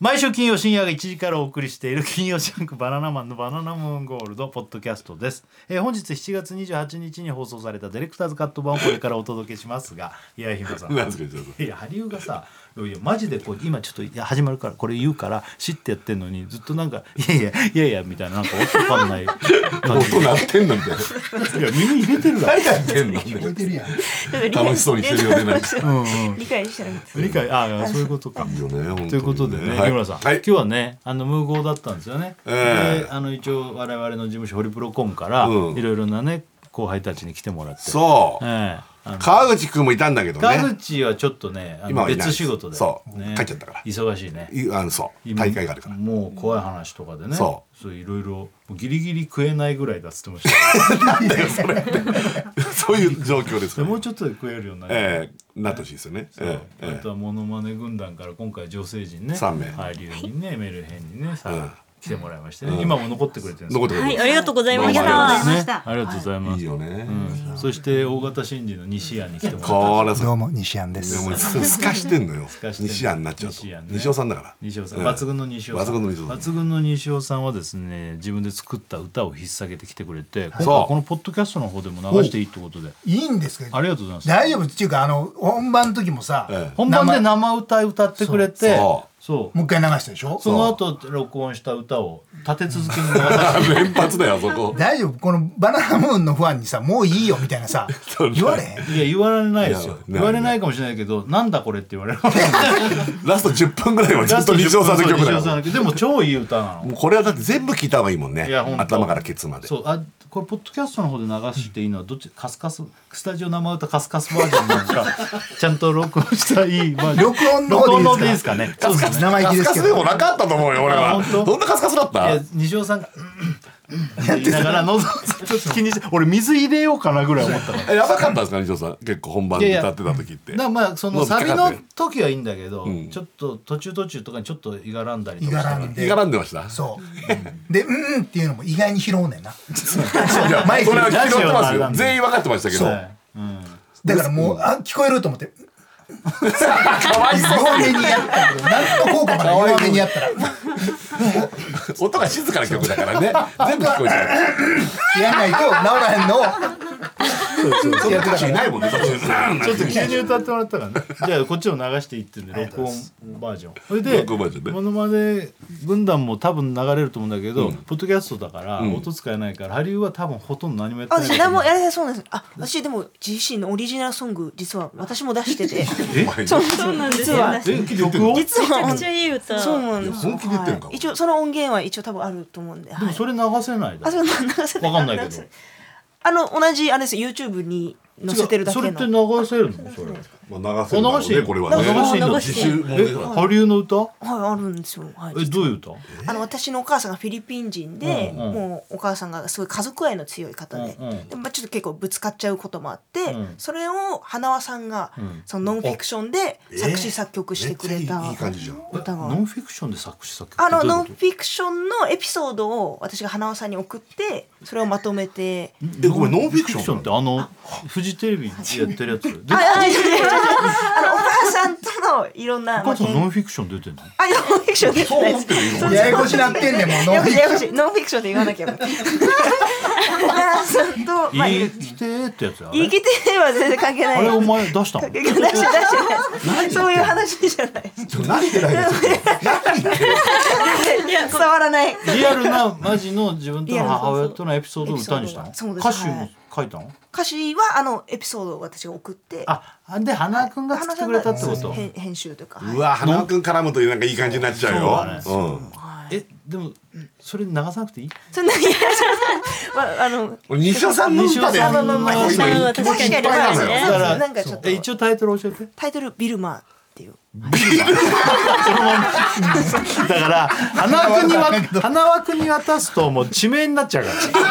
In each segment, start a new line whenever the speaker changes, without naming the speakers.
毎週金曜深夜1時からお送りしている金曜ジャンクバナナマンのバナナムーンゴールドポッドキャストです、えー本日7月28日に放送されたディレクターズカット版をこれからお届けしますがいや日村さ ん
なんですかちょっと
いや羽生がさいやマジでこう今ちょっといや始まるからこれ言うからシッてやってんのにずっとなんか「いやいやいやいや」みたいななんかわけわかんない感じ
音鳴ってんのみたいな
でいや耳入れてるだろ
何やってんの
聞こえてるやん。
楽しそうにしてるよねなんか
理解したらいいです
理解ああそういうことか。
いいよね本当にね
ということでね、
はい
日村さん、
はい
今日はねあの無謀だったんですよね、
ええ
であの一応我々の事務所ホリプロコムから、
うん
いろいろなね後輩たちに来てもらって
そう
ええあの
川口くんもいたんだけど
川
ね
口はちょっとねあの
今はいない
別仕事で
そう
ね
帰っちゃったから
忙しいね
いあのそう大会があるから
もう怖い話とかでね
そう
いろいろもうギリギリ食えないぐらいだっつって ました
そういう状況です
で
から
もうちょっとで食えるようになる、
ええなってほしいですよねええ
あ
え
とはモノマネ軍団から今回女性陣ね
三名
俳優にねメルヘンにねさ、
うん
来てもらいましてね、今も残ってくれてるんです
残ってくる
はい、ありがとうございまし
どうもあ
た。
ね、ありがとうございま
いい
す。
よね
うんそして大型新人の西谷に来てもらった。
これさ
どうも西安です。
もうすかしてんのよ
かしてんの
西安になっちゃうと
西安ね
西尾さんだから
西尾さん、
うん
抜群の西尾さん。
抜群の西尾さん
抜群の西尾さんはですね、自分で作った歌を引っ提げてきてくれて、今回
そう
このポッドキャストの方でも流していいってことで、
いいんですけど。
ありがとうございます。
大丈夫っていうかあの本番の時もさ、
ええ
本番で生歌歌ってくれて、
そ
そう。
もう一回流したでしょ。
その後録音した歌を立て続けに流し
連発だよそこ
大丈夫このバナナムーンのファンにさもういいよみたいなさ
う
言われへん。
て、いや言われないですよ
いや。
言われないかもしれないけど、なんだこれって言われる。
ラスト10分ぐらいはずっと西尾さんの曲だ
西
よ
尾さんの曲でも超いい歌なの。
もうこれはだって全部聞いた方がいいもんね
いや本当
頭からケツまで
そうあこれポッドキャストの方で流していいのはどっちカスカススタジオ生歌カスカスバージョンなん かちゃんと録音したいいバージョン
録音の
録音の
方
方で
で
いいで
いいですす
か
か。
ね
カスカス
生意気
カス
です
カ
け
ス
ど
でもなかったと思うよ俺
あ
は
本当
どんなカスカスだっ
いや
た
西尾さんがうんやってながら喉をちょっと気にして俺水入れようかなぐらい思ったの
えやばかったんですか西尾さん結構本番
い
で
やいや
歌ってた時って
なまあその
喉引っ
サ
か
ビ
かっ
の
て
時はいいんだけど、
ん
ちょっと途中途中とかにちょっといがらんだり
い
とか
が
して
らん
い
で
が。らんでました
そう。でうんうんっていうのも意外に拾うねんな。
いや
マイク
それは聞いて
ラ
ます
ジオな
よ
んで
全員分かってましたけど
はいうん
だからもうあ聞こえると思って。
かわいそう
弱めにやったけど何の効果もない弱めにやったら
音が静かな曲だからね全部聞こえちゃう
やんないと治らへんのを
そんな歌手いないもんね途中で
ちょっと急に歌ってもらったからね。じゃあこっちを流していってんで録音バージョン。それで
録音バージョンね
モノマネ軍団も多分流れると思うんだけど、ポッドキャストだから、
ん
音使えないからハリウは多分ほとんど何もやって
あ
ない
私何も
え
やらせそうなんです。あ、私でも自身のオリジナルソング実は私も出してて、
お前
そう
そうなんです
実
よ。
は
めち
録音？で
実は
ゃくちゃいい歌。
そうなんです。
いや本気で言ってるのか
はい一応その音源は一応多分あると思うんで。は
も
い
それ流せないだろ。
あ、そうなんです。
わかんないけど。
あの同じあれです。YouTube に載せてるだけ
それ
の。
って流せるのそれ。
まあ流せるんだろう
あ流していい
ね
の
これは
流
ね
していいの
流
自
して
習
いい
もねえ、ハリウの歌？
はいあるんですよ。はい。
えどういう歌？
あの私のお母さんがフィリピン人で、
うんうん
もうお母さんがすごい家族愛の強い方で,、
うんうん
でまあ、ちょっと結構ぶつかっちゃうこともあって、
ん
それを花輪さんが、
ん
そのノンフィクションで作詞
え
作曲してくれた
めっちゃいいいい感じじゃん
歌が、
ノンフィクションで作詞作曲
あのノ
ど
ン
うい
フ
うこ
ィクションのエピソードを私が花輪さんに送ってそれをまとめて。
えごめんノンフィ
と
クシ
フィクショ
ョ
ン
ン
ってあのフジテレビでやってるやつ。 で
ああ違う違う違う違うあのお母さんとのいろんな
お母さんノ
あ
ンフィクション出てんの？
いやノンフィクションですね
ややこしなってんねんもうノ
や
ン
や
フ
こ
ィ
しいややこしい
クシ
ノンフィクションって言わなきゃ お母さんと、まあ、
生きてーってやつあ
生
れ
きてれば全然関係ない。
あ れお前出したの
関係ない出してないそういう話じゃないです。
ちょ何言ってないの
伝わらない。
リアルなマジの自分と
リア
の
ルな
母親とのエピソードを歌にしたの
エピソード
歌
が
詞
そうですは
も
い
書いたの
歌詞はあのエピソードを私が送って、
あで花くんが作ってくれたってこと
編編集というか。はいう
わ花輪くん絡むとなんかいい感じになっちゃう
そ
ようん
えでもそれ流さなくていい
そんなにいや いやまああの
俺西尾さんの歌
西
で
尾さんの
もう今
西尾さんは
気持ちいっ
確
ぱいなの
かに
よ
ね
だから
なんかちょっと
え一応タイトル教えて
タイトルビルマーっていう。
だから花くんに わ花輪くんに渡すともう地名になっちゃうから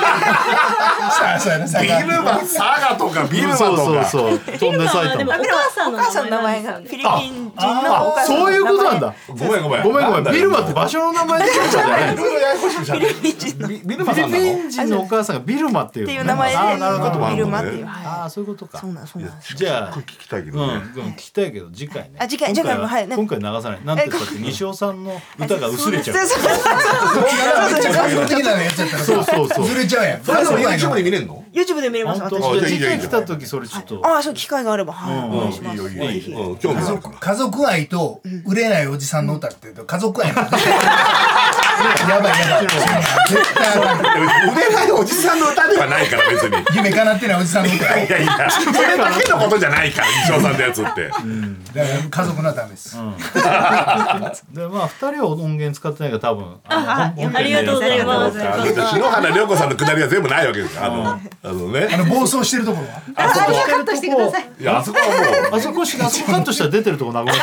ョンそうやなさ
ビルマ佐賀とかビルマと
そう
か
そうそう飛んで埼
でもお
玉
母さんの
お母さんの名前が
なん
フ
で
ィ
すよね
リピン人のお母さんの名前
そういうことなんだ
ごめん
ご
ごめん。
めんごめんビルマって
バ
場所の名前でじゃない
いろいろややこしくしちゃった。
ビルマ人
ビビ
フ
ルマさんな
ィリピ
の
ン人のお母さんがビルマっていう
っていう
ね
名前
あーなるほど
でビルマっていう、
あ
は
あそういうこと
い、
か
そうなんそうなんです
じゃあ
これ聞きたいけ
うん、
ど
うん
ね。
聞きたいけど次回ね
あ次回
今
次回もはいね
今回流さないなんて言ったって西尾さんの歌が薄れちゃう
そうそうそう
めっちゃ感情的なのやっちゃったら
そうそうそう
ずれちゃうやん
それでも YouTube で見れんの
YouTube で見れます
本当
あ
じ
私
ゃあ
いい
次
じゃんいい
回
じゃん
来た時それちょっと
ああそう機会があればはい、
うん
お願いします
いいよいいよ
ぜ
い
ひ
いようん興味
家
があるか
族家族愛と売れないおじさんの歌って言うと家族愛なんだやばいやばい絶対あかん
ら。売れないおじさんの歌ではないから別に。い
夢叶ってないおじさんの歌だか
やいや、それだけのことじゃないから、西尾さんのやつって。
ら家族のはダメです
でまあ二人は音源使ってないから多分
あ
の
ありがとうございます
本編でやったんだろうから
あの篠原涼子さんのくだりは全部ないわけですよ。あの、あの
あ
ね。
の暴走してるところは
あ、最初カットしてください。
いや、あそこはもう、
あそこしかあそこカットしたら出てるとこなくなっち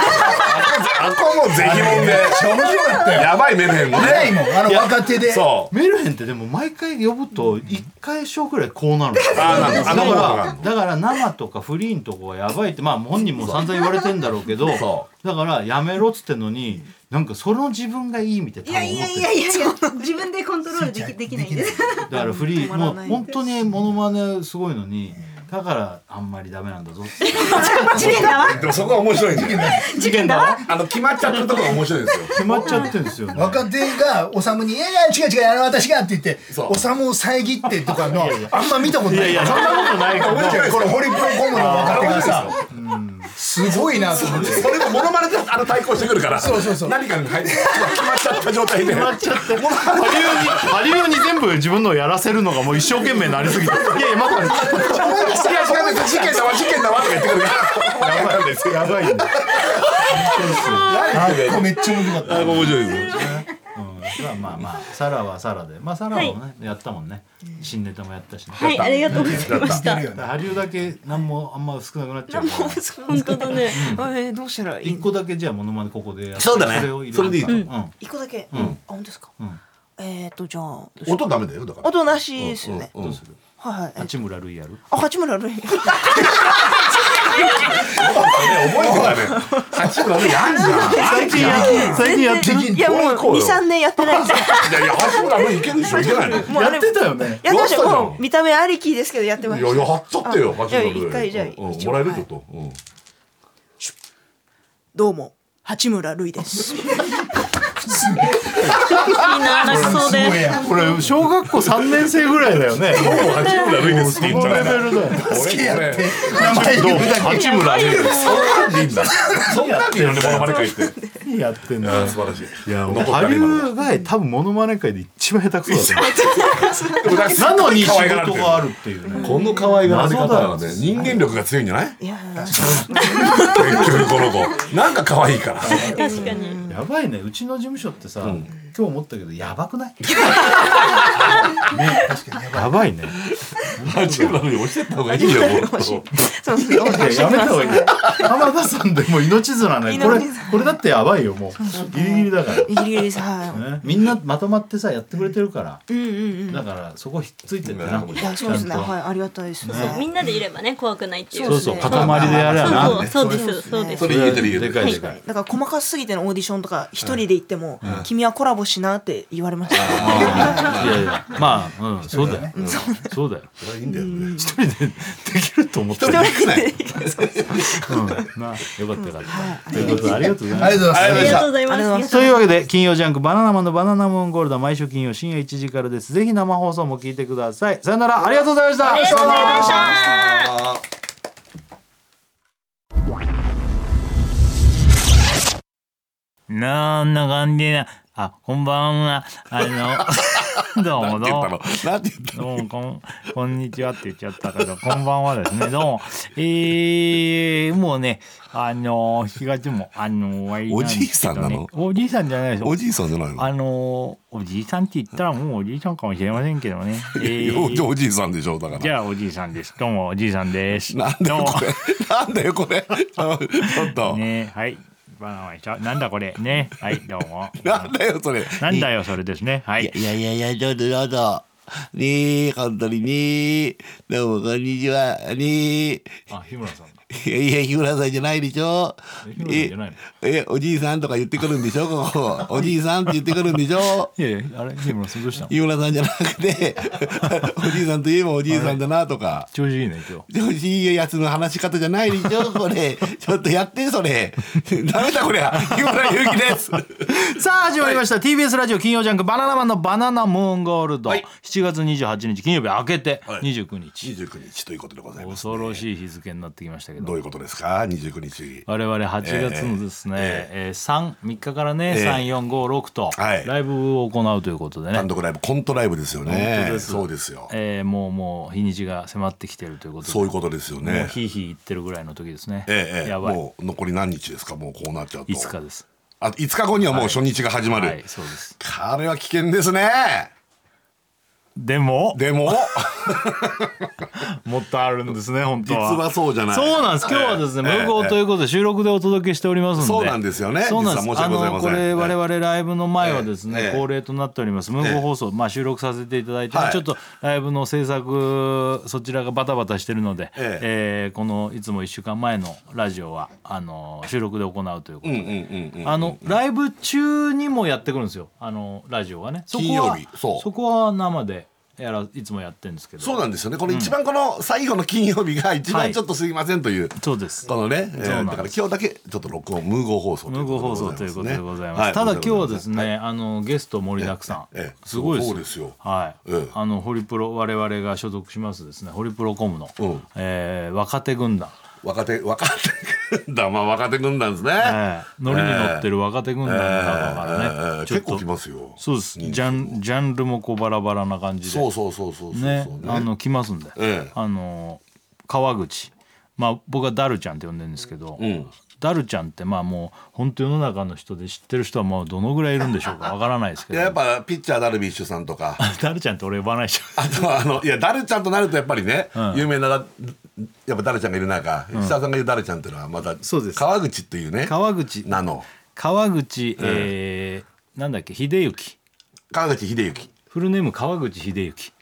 あそこはもうぜひもんで、
面白かったよ
やばいメルヘンも
早い
ね。
もんあの若手で
そう。
メルヘンってでも毎回呼ぶと一回章くらいこうなるの
あなんかあ
だ
の子
か
が
らだから生とかフリーのとこはやばいってまあ本人も散々言われてんだろうけど
そ
だからやめろっつってんのになんかその自分がいいみたいない多
や
分
い
思ってる
やいやいやいや、自分でコントロールできできないんです。
だからフリー
止ま
も
ら
う
ない
本当にモノマネすごいのにだからあんまりダメなんだぞって
事件だわ。
でもそこは面白いんだよね。
事件だ
あの、決まっちゃってるとこが面白いですよ。
決まっちゃってるんですよね
若手がおさむに「いやいや違う違うあの私が」って言って
そう
おさむを遮ってとかのあんま見たこと
い
な
や
い
いやそんなことないけど
面白いです
このホリプロコムの若手がさすごいなと思って
それもモノマネであの対抗してくるから
そうそうそう
何かに入って決まっちゃった状態で
なっちゃってハリウに全部自分のをやらせるのがもう一生懸命になりすぎていやいやまだ
いや違うんです事件だわ事件だわとか言ってくるからやばいんです よ
やばいんだ
あっこめっちゃ面白かった
あ面白いですよ
まあまあまあサラはサラでまあサラもね、やったもんね新ネタもやったしね、
はい、ありがとうございまし
や
た
る。よね
ハリウだけ何もあんま少なくなっちゃうから
本当だね。
えー、どうしたらいい
一個だけじゃあモノマネここでやって
そうだね
れを入れる
それでいい
うん、うん
一個だけ、あ本当ですか、
ん
えっ、ー、とじゃあどうしよ
音ダメだよだか
う
ら
音なしですよね、
どうする
はいはいえ
八村塁やる
あ八村塁
覚えてたね八村のやんじゃ
最近や最近やってる
いやもう二三年やってないです
んいやいや八村のいけるでしょいけないのい
もうあ
や
れ
ってたよね
やってま
やってた
した
じゃん
もう見た目ありきですけどやってま
や
し
い
た
ややっちゃってよ八村の
いや一回じゃあ一応
うんもらえるちょっとうん
どうも八村塁です
みんな泣きそう
すごい
で。
やん
これ小学校三年生ぐらいだよね
どうも八村塁ですっ
そ
て言っ
の
ちゃ
レ
う
ベルだよ
俺
好きやっ
俺
て名前
どう
言うだけ
八村塁です
そんなんでいいんだそんなんでいいのねモノマネ会ってい
何やってんだよ
や素晴らしいいや
ハリウが多分モノマネ界で一番下手くそだ と
な
思うなのに仕
可愛がら
事
れてる
があるっていうね
この可愛がられ方はね人間力が強いんじゃない
いや
結局この子なんか可愛いから
確かに。
やばいねうちの事務所ってさ、今日思ったけどやばくないね確かにやばいね
八村塁押してった方がいいよもう
そう そう
い ややめた方がいいよ浜田さんでも命綱ねこれこれだってやばいよもうギリギリだから
イギリスは
ね、みんなまとまってさやってくれてるから、
いうんうんうん
だからそこひっついてんだな、
うん
いやそうですね
ちゃんと
はいありがたいですね
みんなでいればね、怖くないっていう。
そうそう
そ
塊でやれやな
う、そうです、そうです。
それ言えてる言え
で
てる
かいでかい、
だから細かすぎてのオーディションとか一人で行っても、君はコラボしなって言われました
あーいやいやまあうんそうだよ、うんそうだよ
それはいいんだよね
一人でできると思ってる、
できない
うん、なよかったよかった、ということでありがとうございます
ありがと
ありがとう
うございました
ありがとうござい
ござい
ま。
ます
というわけで金曜ジャンク「バナナマンのバナナムーンゴールド」毎週金曜深夜1時からですぜひ生放送も聞いてくださいさよならありがとうございました
ありがとうございました。
なんな感じな、あ、こんばんは。あ の、どうも
なん
ど
て言
う
った
も
の。なんて言ったの
どうもこん、こんにちはって言っちゃったけど、こんばんはです ね。どうも。えー、もうね、あの、7月も、あの、終わりなんですけどね
おじいさんなの
おじいさんじゃないです
おじいさんじゃないの
あの、おじいさんって言ったらもうおじいさんかもしれませんけどね。え
いやおじ
ー、
おじいさんでしょだか
じゃ
ら
あおじいさんです。どうもおじいさんです。
なんだよこれなんだよこれちょっと
ねはい。バナナマンでしょなんだこれ。ね。はい、どうも。
なんだよそれ
なんだよ、それですね。はいい。
やいやいや、ちょっとちょっと。ねえ、本当にねえ。どうも、こんにちは。ねえ。
あ日村さんだ
いやいや日村さんじゃないでしょ
日村さんじゃないの
ええおじいさんとか言ってくるんでしょこ こおじいさんって言ってくるんでしょ
いやいやあれ日村さんどうしたの
日村さんじゃなくて おじいさんといえばおじいさんだなとか
調子いいね今日
調子いいやつの話し方じゃないでしょこれちょっとやってそれダメだこりゃ日村ゆうき です
さあ始まりました、TBS ラジオ金曜ジャンク「バナナマンのバナナムーンゴールド」
はい
7月28日金曜日明けて
はい
29日、
29日ということでございます
恐ろしい日付になってきましたけ
ど
ど
ういうことですか29日
我々8月のですね、え3、3日からね、
ええ
3、4、5、6と
はい
ライブを行うということでね、
単独ライブコントライブですよね
本当です
そうですよ、
えーもうもう日にちが迫ってきてるということで、
そういうことですよ
もう
ね
ひいひい言ってるぐらいの時ですね、
ええええ、
やばい、
もう残り何日ですかもうこうなっちゃうと
いつかです。
あ5日後にはもう初日が始まる、
はい、そうです。
これは危険ですね
でも、
でも
もっとあるんですね、本当
実
は。
はそうじゃない
そうなんです。今日はですね、
ええ
無効ということで収録でお届けしておりますので。
そうなんですよね
そうなんです。
実は申し
あ
訳ござい
の
ませ
こ
ん
れ
ええ
我々ライブの前はです
え
ね
え
恒例となっております無効放送まあ収録させていただいて
はい
ちょっとライブの制作そちらがバタバタしてるので
え
え
え
ーこのいつも1週間前のラジオはあの収録で行うということ
うんう
で
んうんうん
あのライブ中にもやってくるんですよあのラジオはねそこは
金曜日そう
そこは生でやらいつもやってるんですけど
そうなんですよねこれ一番この最後の金曜日が一
は
番
い
ちょっとすいませんという、
そうです
このね、えー
そうなんです
だから今日だけちょっと録音無号放送
無
とい
効
うこ
放
と
送
で
ということ
ね
でございます。ただ今日はですね、あのゲスト盛りだくさん、
ええええ
すごいです
そうですよ
はい、
ええ
あのホリプロ我々が所属しますですね、ホリプロコムの、
うん
えー若手軍団、
若手若手軍団まあ 若手軍団ですね、
ええ 乗りに乗ってる若手軍団の中からね、
えー
ちょっ
結
と
構来ますよ
そうです。ジ
人数
ャンジャンルもこうバラバラな感じで、
そうそうそうそうそうそう
ねあの来ますんで、
ええ
あの川口まあ僕はダルちゃんって呼んでるんですけど、ダルちゃんってまあもう本当世の中の人で知ってる人はもうどのぐらいいるんでしょうかわからないですけ
い
ど
ややっぱピッチャーダルビッシュさんとか
ダルちゃんって俺呼ばないで しょ
あとはあのいやダルちゃんとなるとやっぱりね、
ん
有名なだやっぱダルちゃんがいる中、石田さんがいるダルちゃんっていうのはまた
そうです
川口っていうね
川口
なの
川口、えーなんだっけ秀幸
川口秀幸
フルネーム川口秀幸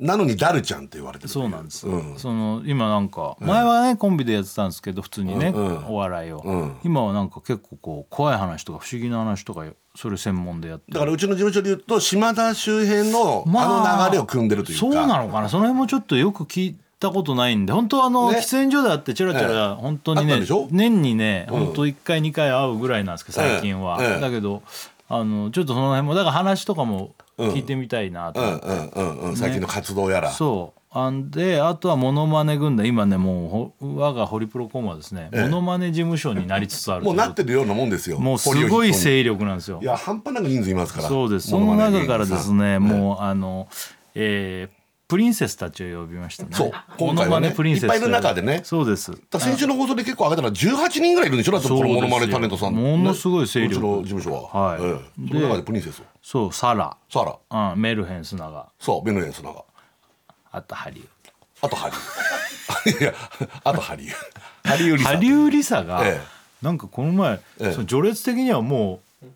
なのにダルちゃんって言われてる
そうなんです、
うん
その今なんか前はねコンビでやってたんですけど普通にね、
うんうん
お笑いを、
うん
今はなんか結構こう怖い話とか不思議な話とかそれ専門でやって
だからうちの事務所で言うと島田周辺のあの流れを組んでるというか、
そうなのかなその辺もちょっとよく聞いたことないんで本当はあの、
ね
喫煙所であってチラチラ本当に
あっ
ね、
たでしょ
年にね、本当1回2回会うぐらいなんですけど最近は、
ええ
だけどあのちょっとその辺もだから話とかも聞いてみたいなと、
うんうんうんうん最近の活動やら、
そうあんであとはモノマネ軍団今ねもうほ我がホリプロコムはですね、モノマネ事務所になりつつある
もうな
と
っ
い
てるようなもんですよ
もうすごい
堀を筆頭に
勢力なんですよ
いや半端なく人数いますから
そうですそ
モノ
の
マネ
中
芸人さ
か
ん
らですね、もうあのえープリンセスたちを呼びましたね
そう
モ
今
ノ
回
マ
はね
ネプリンセス
いっぱいいる中でね
そうです
だから先週の放送で結構上げたら18人ぐらいいるんでしょだってこのモノマネタレントさ
そ
ん
うですよものすごい勢力
ねうちの事務所は
はい
ええその中でプリンセスを
そうサラ、
サラ
うん、メルヘンスナガ
そうベヌエンスナが
あとハリウ
あとハリ ウいやあとハリウハリウリ
ハ
サ
リウリサが、
ええ
なんかこの前、
ええ
その序列的にはもう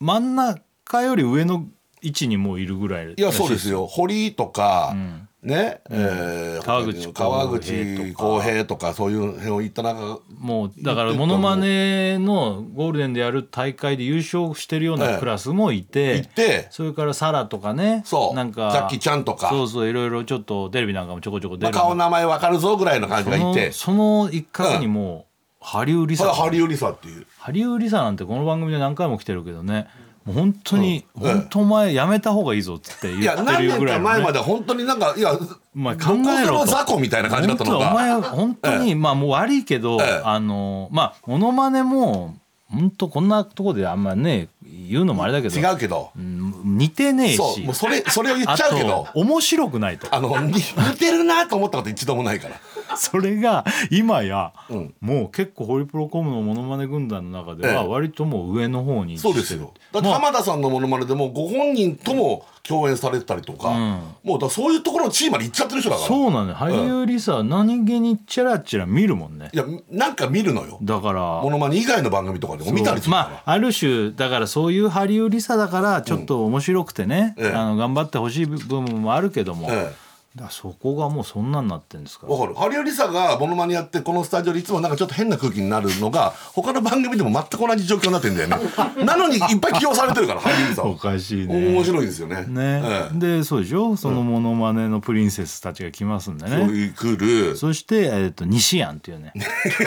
真ん中より上の位置にもういるぐらい
いやそうですよ堀とかねえー
川口
川口
浩
浩平とかそういう辺を行った中
もうだからモノマネのゴールデンでやる大会で優勝してるよう
え
な
え
クラスもいて、
行って
それからサラとかね
そう
なんか
ジャッキーちゃんとか
そうそういろいろちょっとテレビなんかもちょこちょこ出
まあ
る
顔名前わかるぞぐらいの感じがいて
そのその一角にもう、ハリウリ
そ
サ
れはハリウリサっていう
ハリウリサなんてこの番組で何回も来てるけどねもう本当に、
ええ
本当お前やめた方がいいぞっつって
い
言
や
ってる
何
よ
年
ぐら
か
いのね
前まで本当になんかいや
お前考え
ど
ろ
ことぞ雑魚みたいな感じだったの
本当お
が
前本当に、まあもう悪いけど、
ええ
あのまあモノマネも本当こんなとこであんまね言うのもあれだけど
違うけど
うん似てねえし
そうもうそれ それを言っ
あ
ちゃうけど
と面白くないと
あのに似てるなと思ったこと一度もないから
それが今や、
うん
もう結構ホリプロコムのモノマネ軍団の中では
ええ
割ともう上の方に位置して
そ
る
うですよだって浜田さんのものまねでもご本人とも共演されてたりとか、もうだからそういうところの地位まで行っちゃってる人だから
そうなのよ俳優リサ何気にチラチラ見るもんね
いやなんか見るのよ
だから
ものまね以外の番組とかでも見たりするから、
まあある種だからそういうハリウリサだからちょっと面白くてね、
ええ
あの頑張ってほしい部分もあるけども、
え
だからそこがもうそんなんなってんですから
わかるハリウリサがモノマネやってこのスタジオでいつもなんかちょっと変な空気になるのが他の番組でも全く同じ状況になってんだよね なのにいっぱい起用されてるからハリウリサは
おかしいね
面白いですよね
ね、
ええ
でそうでしょそのモノマネのプリンセスたちが来ますんで
そう
ね
いう来る
そして、えー、と西庵っていう ね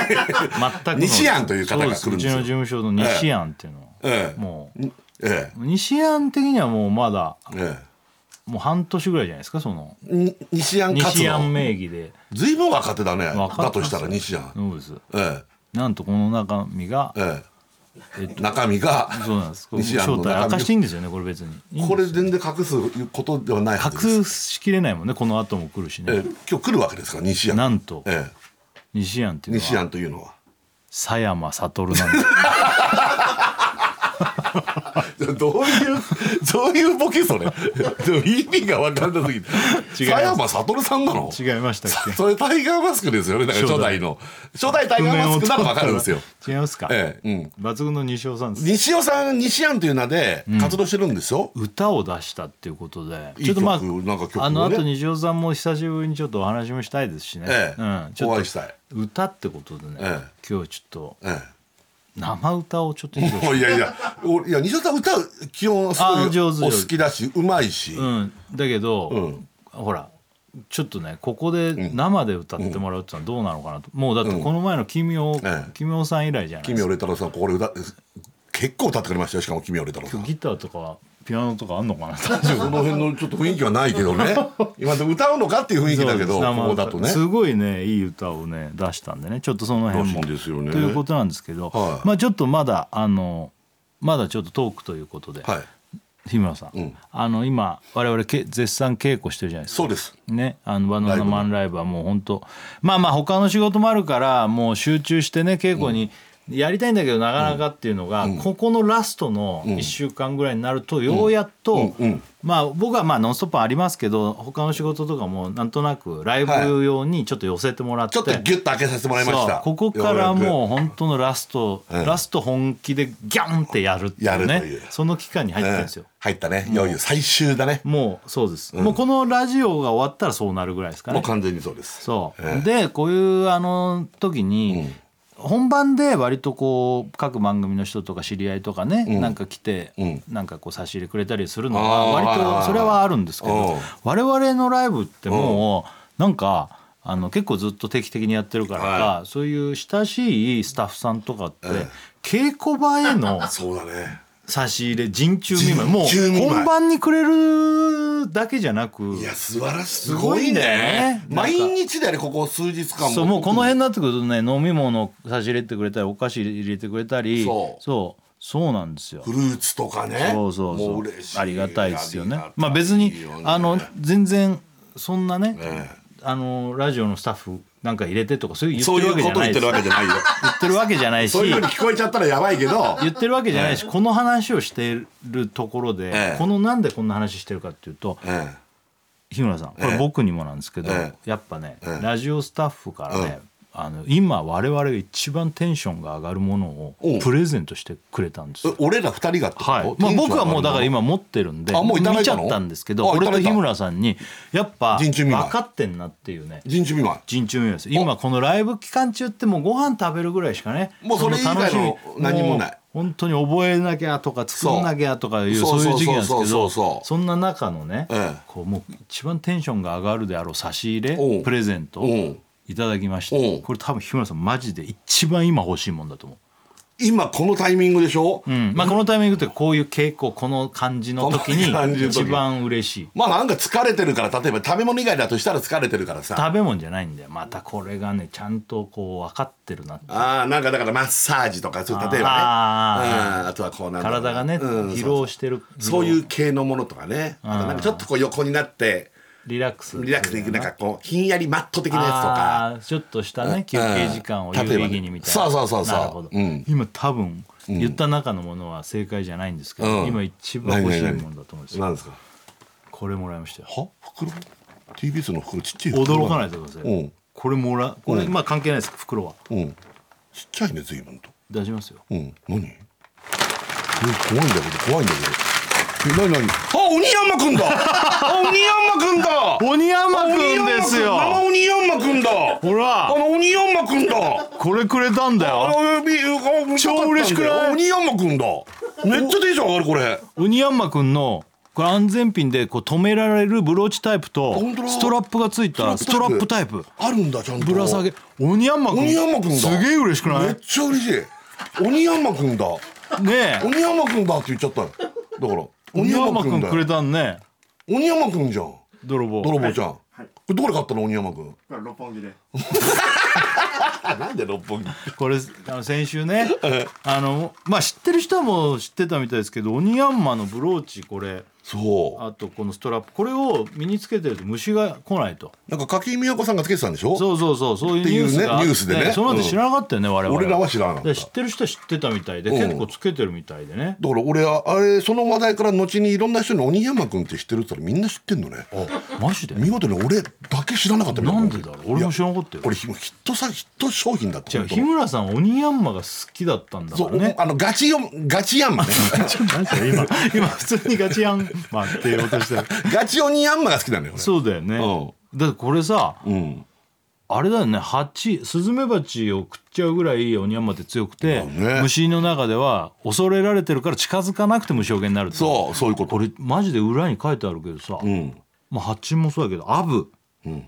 全く
西庵という方が来るんですよ
そううちの事務所の西庵っていうの、
ええ
もう
え
西庵的にはもうまだ
ええ
もう半年ぐらいじゃないですかその
えに西安勝つ
西庵
の
名義で
随分若手だね
若手
だとしたら西安
そうです
え
なんとこの中身が
ええ
えっ
え
と
中身が
そうなんですこれ
西庵の
正体
中身
明かしていいんですよねこれ別にいいん
こ
で
れ
す
全然隠すことではないはずです
隠しきれないもんねこの後も来るし
ええ
ね
今日来るわけですから西安
なんと
え
西庵って
え
いうの
西
は
安というのは
狭山 悟なんです
どういうどういうボケそれでも意味が分かんなすぎて佐
います
山悟さんなの
違いましたっけ
それタイガーマスクですよねだから初代の初代タイガーマスクなら分かるんですよ
違いますか、
ええうん
抜群の西尾さんです
西尾さん西安という名で活動してるんですよ、
歌を出したっていうことで
いい曲
ちょっとまあ
なんか曲をね
あのあと西尾さんも久しぶりにちょっとお話もしたいですしね、
ええ
うん、ちょっ
お
と
会いしたい
歌ってことでね、
え
今日ちょっと
え
生歌をちょっと披露
え、
して
もういやいやおいや西尾さん歌う基本すご
あ
い
ー上手
お好きだしうまいし、
うん、だけど、
ん
ほらちょっとねここで生で歌ってもらうってのはどうなのかなと、もうだってこの前の奇妙
ええ
奇妙さん以来じゃないで
君
す
オ
か
レ太郎さんここで歌結構歌ってくれましたよしかも君オレ太郎さん
ギターとかピアノとかあんのかな と
その辺のちょっと雰囲気はないけ どね今でも歌うのかっていう雰囲気だけ
そ
ど
うです
ここだとね
すごいねいい歌をね出したんでねちょっとその辺も
らしいんですよね
ということなんですけど、
はい
まあちょっとまだあのまだちょっとトークということで、
はい
日村さん、
ん
あの今我々け絶賛稽古してるじゃないですか
そうです
ね、あのバナ
ライ
ナ
ブの
マンライブはもう本当まあまあ他の仕事もあるからもう集中してね稽古にやりたいんだけどなかなかっていうのが、ここのラストの1週間ぐらいになるとようやっと、まあ僕はまあ「ノンストップ!」ありますけど他の仕事とかもなんとなくライブ用にちょっと寄せてもらって、
ちょっとギュッと開けさせてもらいました
そうここから
よ
もう本当のラスト、ラスト本気でギャンってやるってい
やる
う
と
ね
いう
その期間に入
う
って
や
るん
く
ですよ。
うん入ったねいよいよ最終だね
もうそうです、もうこのラジオが終わったらそうなるぐらいですか
も
ね
う完全にそうです
そう、
ええ
でこういうあの時に、本番で割とこう各番組の人とか知り合いとかね、なんか来て、
ん
なんかこう差し入れくれたりするの
あ
は
ー
割
はいはいは
と
い
それはあるんですけ
う
ど
ん
我々のライブってもうなんかあの結構ずっと定期的にやってるからか、
は
そういう親しいスタッフさんとかって、稽古場への
そうだね
差し入れ陣中見舞いも
陣中見
う
舞い
本番にくれるだけじゃなく
いや素晴らしいす
ご
ご
い
い
ね
ね毎
なんか
日だよねここ数日間も
そうもうこの辺になってくるとね飲み物差し入れてくれたりお菓子入れてくれたり
そう
そうそうなんですよ
フ。ルーツとかね
そうそうそう
もう嬉しい
ありがたいですよね
ありがたいよ
まあ別にあの
ね
全然そんなね、
え
あのラジオのスタッフなんか入れてとかそういう言っ
そう
て
い
るわけ
う
じゃ
こと
な
言
い
って
です
るわけじゃない
言ってるわけじゃない
よ
し
そういうふうに聞こえちゃったらや ばいけど
言ってるわけじゃないし、この話をしてるところで、
ええ
このなんでこんな話してるかっていうと、
え
日村さんこれ僕にもなんですけど、
え
やっぱね、
ええ
ラジオスタッフからね、あの今我々が一番テンションが上がるもの
お
を
う
プレゼントしてくれたんです
え
よ。
俺ら二人がってこと
はいまあ、僕はもうだから今持ってるんで
あもういただ
見
い
ちゃ
たの
ったんですけど
あいた
俺
だいた
と日村さんにやっぱ
陣中見
分
舞い
かってんなっていうね
人中見舞い
陣中見舞いです今このライブ期間中ってもうご飯食べるぐらいしかね
もうそれ以外の
楽しみ
何も
も
ない
う本当に覚えなきゃとか作んなきゃとかいうそ
そ
う
う
いう時期なんです
そ
け
うそ
ど
うそうそうそ
そ
う
んな中のね、
ええ
こうもう一番テンションが上がるであろう差し入
お
れ
う
プレゼント
おう
いただきまし
お
て
う
これ多分日村さんマジで一番今欲しいもんだと思う。
今このタイミングでしょ、
うんまあ、このタイミングってこういう傾向この感じの時
この感じ
に
の
一
時
番嬉しい
まあなんか疲れてるから例えば食べ物以外だとしたら疲れてるからさ
食べ物じゃないんだよまたこれがねちゃんとこう分かってるなって
あーなんかだからマッサージとかそう例えばね
あ
ああとはこうなんだろうな
体がね
うん
疲
そう
労してる
そういう系のものとかねあとなんかちょっとこう横になって
リラックス
リラックスできるなんかこうひんやりマット的なやつとか
あーちょっとしたね休憩時間を有意義にみたいな、
例えばねそうそうそうそう
なるほど、
うん
今多分言った中のものは正解じゃないんですけど、
うん
今一番欲しいものだと思うんですよ
何ですか
これもらいましたよ
は袋 TBS の袋ちっちゃい袋
驚かないでください、
うん
これもらこれ、
うん
まあ関係ないです袋は
うんちっちゃいね随分と
出しますよ
うん何え怖いんだけど怖いんだけど何何あ鬼山くん だあ鬼山くんだ
鬼山くんですよ
鬼山くん生鬼山くんだ
ほら
あの鬼山くんだ
これくれたんだ
あ
よ
びあ
超嬉しくない
鬼山くんだめっちゃテンション上がるこれ
鬼山くんのこれ安全ピンでこう止められるブローチタイプと
本当だ
ストラップがついたストラップタイプ
あるんだちゃんと
ぶら下げ鬼山くん
鬼山くんだ
すげえ嬉しくな
め
い
っちゃ嬉しい鬼山くんだ
ねえ
鬼山くんだって言っちゃったよだから
鬼
鬼
山
山
く
くん
ん
だ
くれ
よ
たんね
鬼山くんじゃん
泥棒
泥棒ちゃんこれどこで買ったの鬼山くん
六本木で
あ なんで六本木
これあの先週ねあのまあ知ってる人はもう知ってたみたいですけど鬼ヤンマのブローチこれ
そ
あとこのストラップこれを身につけてると虫が来ないと
うなんか柿井美代子さんがつけてたんでしょ
そうそうそうそういうニュースがあっ
って
て
いうねニュースでね
その後知らなかったよね、我々
俺らは知らなかった
で知ってる人は知ってたみたいで、
ん
結構つけてるみたいでね
だから俺はあれその話題から後にいろんな人に鬼山くんって知ってるって言ったらみんな知ってんのね
マジで
見事に俺だけ知らなかったみたい
なんでだろう俺も知らなかったよ
これヒットさヒット商品だって
違う日村さん鬼ヤンマが好きだったんだか
そ
ら
う、
ね
あのガチよガチヤンマね
何そ れ今今普通にガチヤンマンって言おうとしてる
ガチ鬼ヤンマが好きなのよ
そうだよね、
う
だってこれさ、
俺うん
あれだよね蜂スズメバチを食っちゃうぐらいオニヤンマって強くて、
まあね
虫の中では恐れられてるから近づかなくて虫除けになるって
そうそういうこと
これマジで裏に書いてあるけどさ、
うん
まあ、蜂もそうだけどアブ、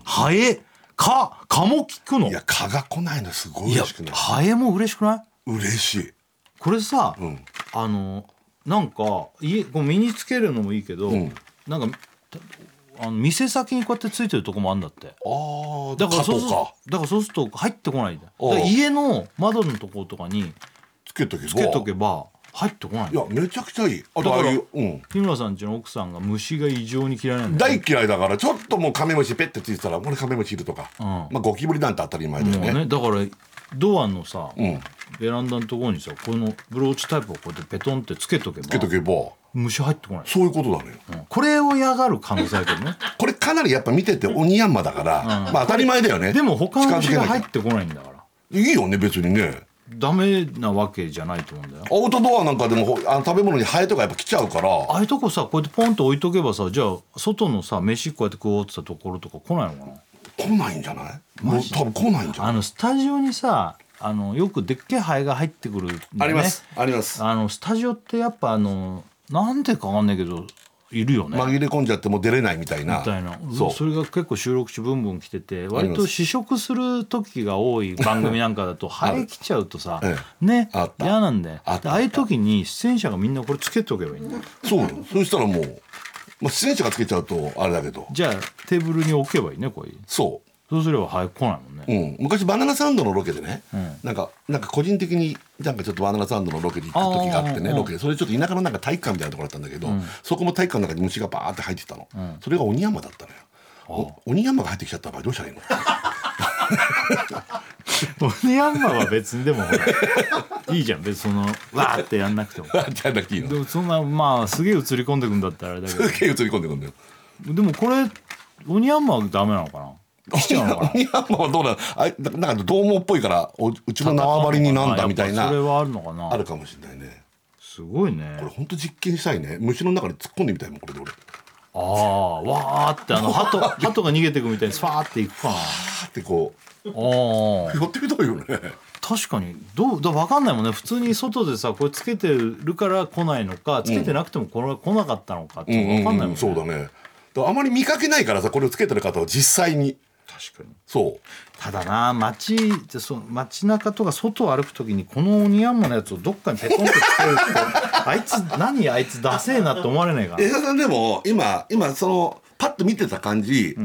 ハエ蚊蚊も効くの
いや蚊が来ないのすごい
いや
嬉しくない
ハエも嬉しくない
嬉しい
これさ、
ん
あのなんか家こう身につけるのもいいけど、
ん
なんかたあの店先にこうやってついてるとこもあんだって。
ああ
だから
蚊
そ
と
うする
か
だからそうすると入ってこないんだ
おう
だから家の窓のところとかに
つけとけば
つけとけば入ってこない
いやめちゃくちゃいいあ
だ
と
か
あ
ら
あいううん
日村さんちの奥さんが虫が異常に嫌いなんだよ
大嫌いだからちょっともうカメムシペッてついてたらこれカメムシいるとか、
ん
まあゴキブリなんて当たり前だよ
もう
ね
ねだからドアのさ、
うん
ベランダのところにさこのブローチタイプをこうやってペトンってつけとけば
つけとけば
虫入ってこない、
そういうことなのよ
うんこれを嫌がる可能性あるけど ね
これかなりやっぱ見てて鬼ヤンマだから、まあ当たり前だよね
でも他の虫が入
近づけなきゃ
ってこないんだから
いいよね別にね
ダメなわけじゃないと思うんだよ
アウトドアなんかでもほあの食べ物にハエとかやっぱ来ちゃうから
ああいうとこさこうやってポンと置いとけばさじゃあ外のさ飯こうやって食おうってたところとか来ないのかな
来ないんじゃないもう多分来ないんじゃな
あ
い
のスタジオにさあのよくでっけえハエが入ってくるんだよね
あります
あのスタジオってやっぱあのなんでかわかんないけどいるよね、
紛れ込んじゃってもう出れないみたいな
みたいなそ
そう
れが結構収録中ブンブン来てて割と試食する時が多い番組なんか だとハエ来ちゃうとさ
え
ね
あった
嫌なんで
あった
でああいう時に出演者がみんなこれつけとけばいいんだよ
そうよそしたらもう、まあ、出演者がつけちゃうとあれだけど
じゃあテーブルに置けばいいねこれ
そ
そうすればハエ来ないもんね
う、うん、昔バナナサンドのロケでね、
ん
なんかなんか個人的になんかちょっとバナナサンドのロケに行った時があってね
あー
ロケでそれちょっと田舎のなんか体育館みたいなところだったんだけど、そこも体育館の中に虫がバーって入ってきたの、それが鬼山だったのよお鬼山が入ってきちゃった場合どうした らいいの
鬼ヤンマは別にでもほら いいじゃん別にそのわーってやんなくても
じゃなくていいの
でもそんなまあすげえ映り込んでくんだったらあれだけ
すげえ映り込んでくるんだよ
どでもこれ鬼ヤンマはダメなのかな来ちゃうのかな
鬼山はどうなのあいななんかどうもっぽいからおうちの縄張りになんだみた
や
い
っ
な
ぱそれはあるのか
あ
な
るかもしれないね
すごい
これ
ね
本当実験したいね虫の中に突っ込んでみたいもんこれで俺
ああわーってあの 鳩鳩が逃げてくみたいにスァーっていくかな
パーってこ
あ
うやってみたいよね
あ確かにどうだ分かんないもんね普通に外でさこれつけてるから来ないのかつけてなくてもこれは来なかったのかって分かんないもんね、
そうだねだからあまり見かけないからさこれをつけてる方は実際に
確かに
そう
ただな街じゃその街中とか外を歩くときにこの鬼ヤンマのやつをどっかにペトンとつける とあいつ何あいつダセえなって思われないかな
江田さんでも今今そのパッと見てた感じ、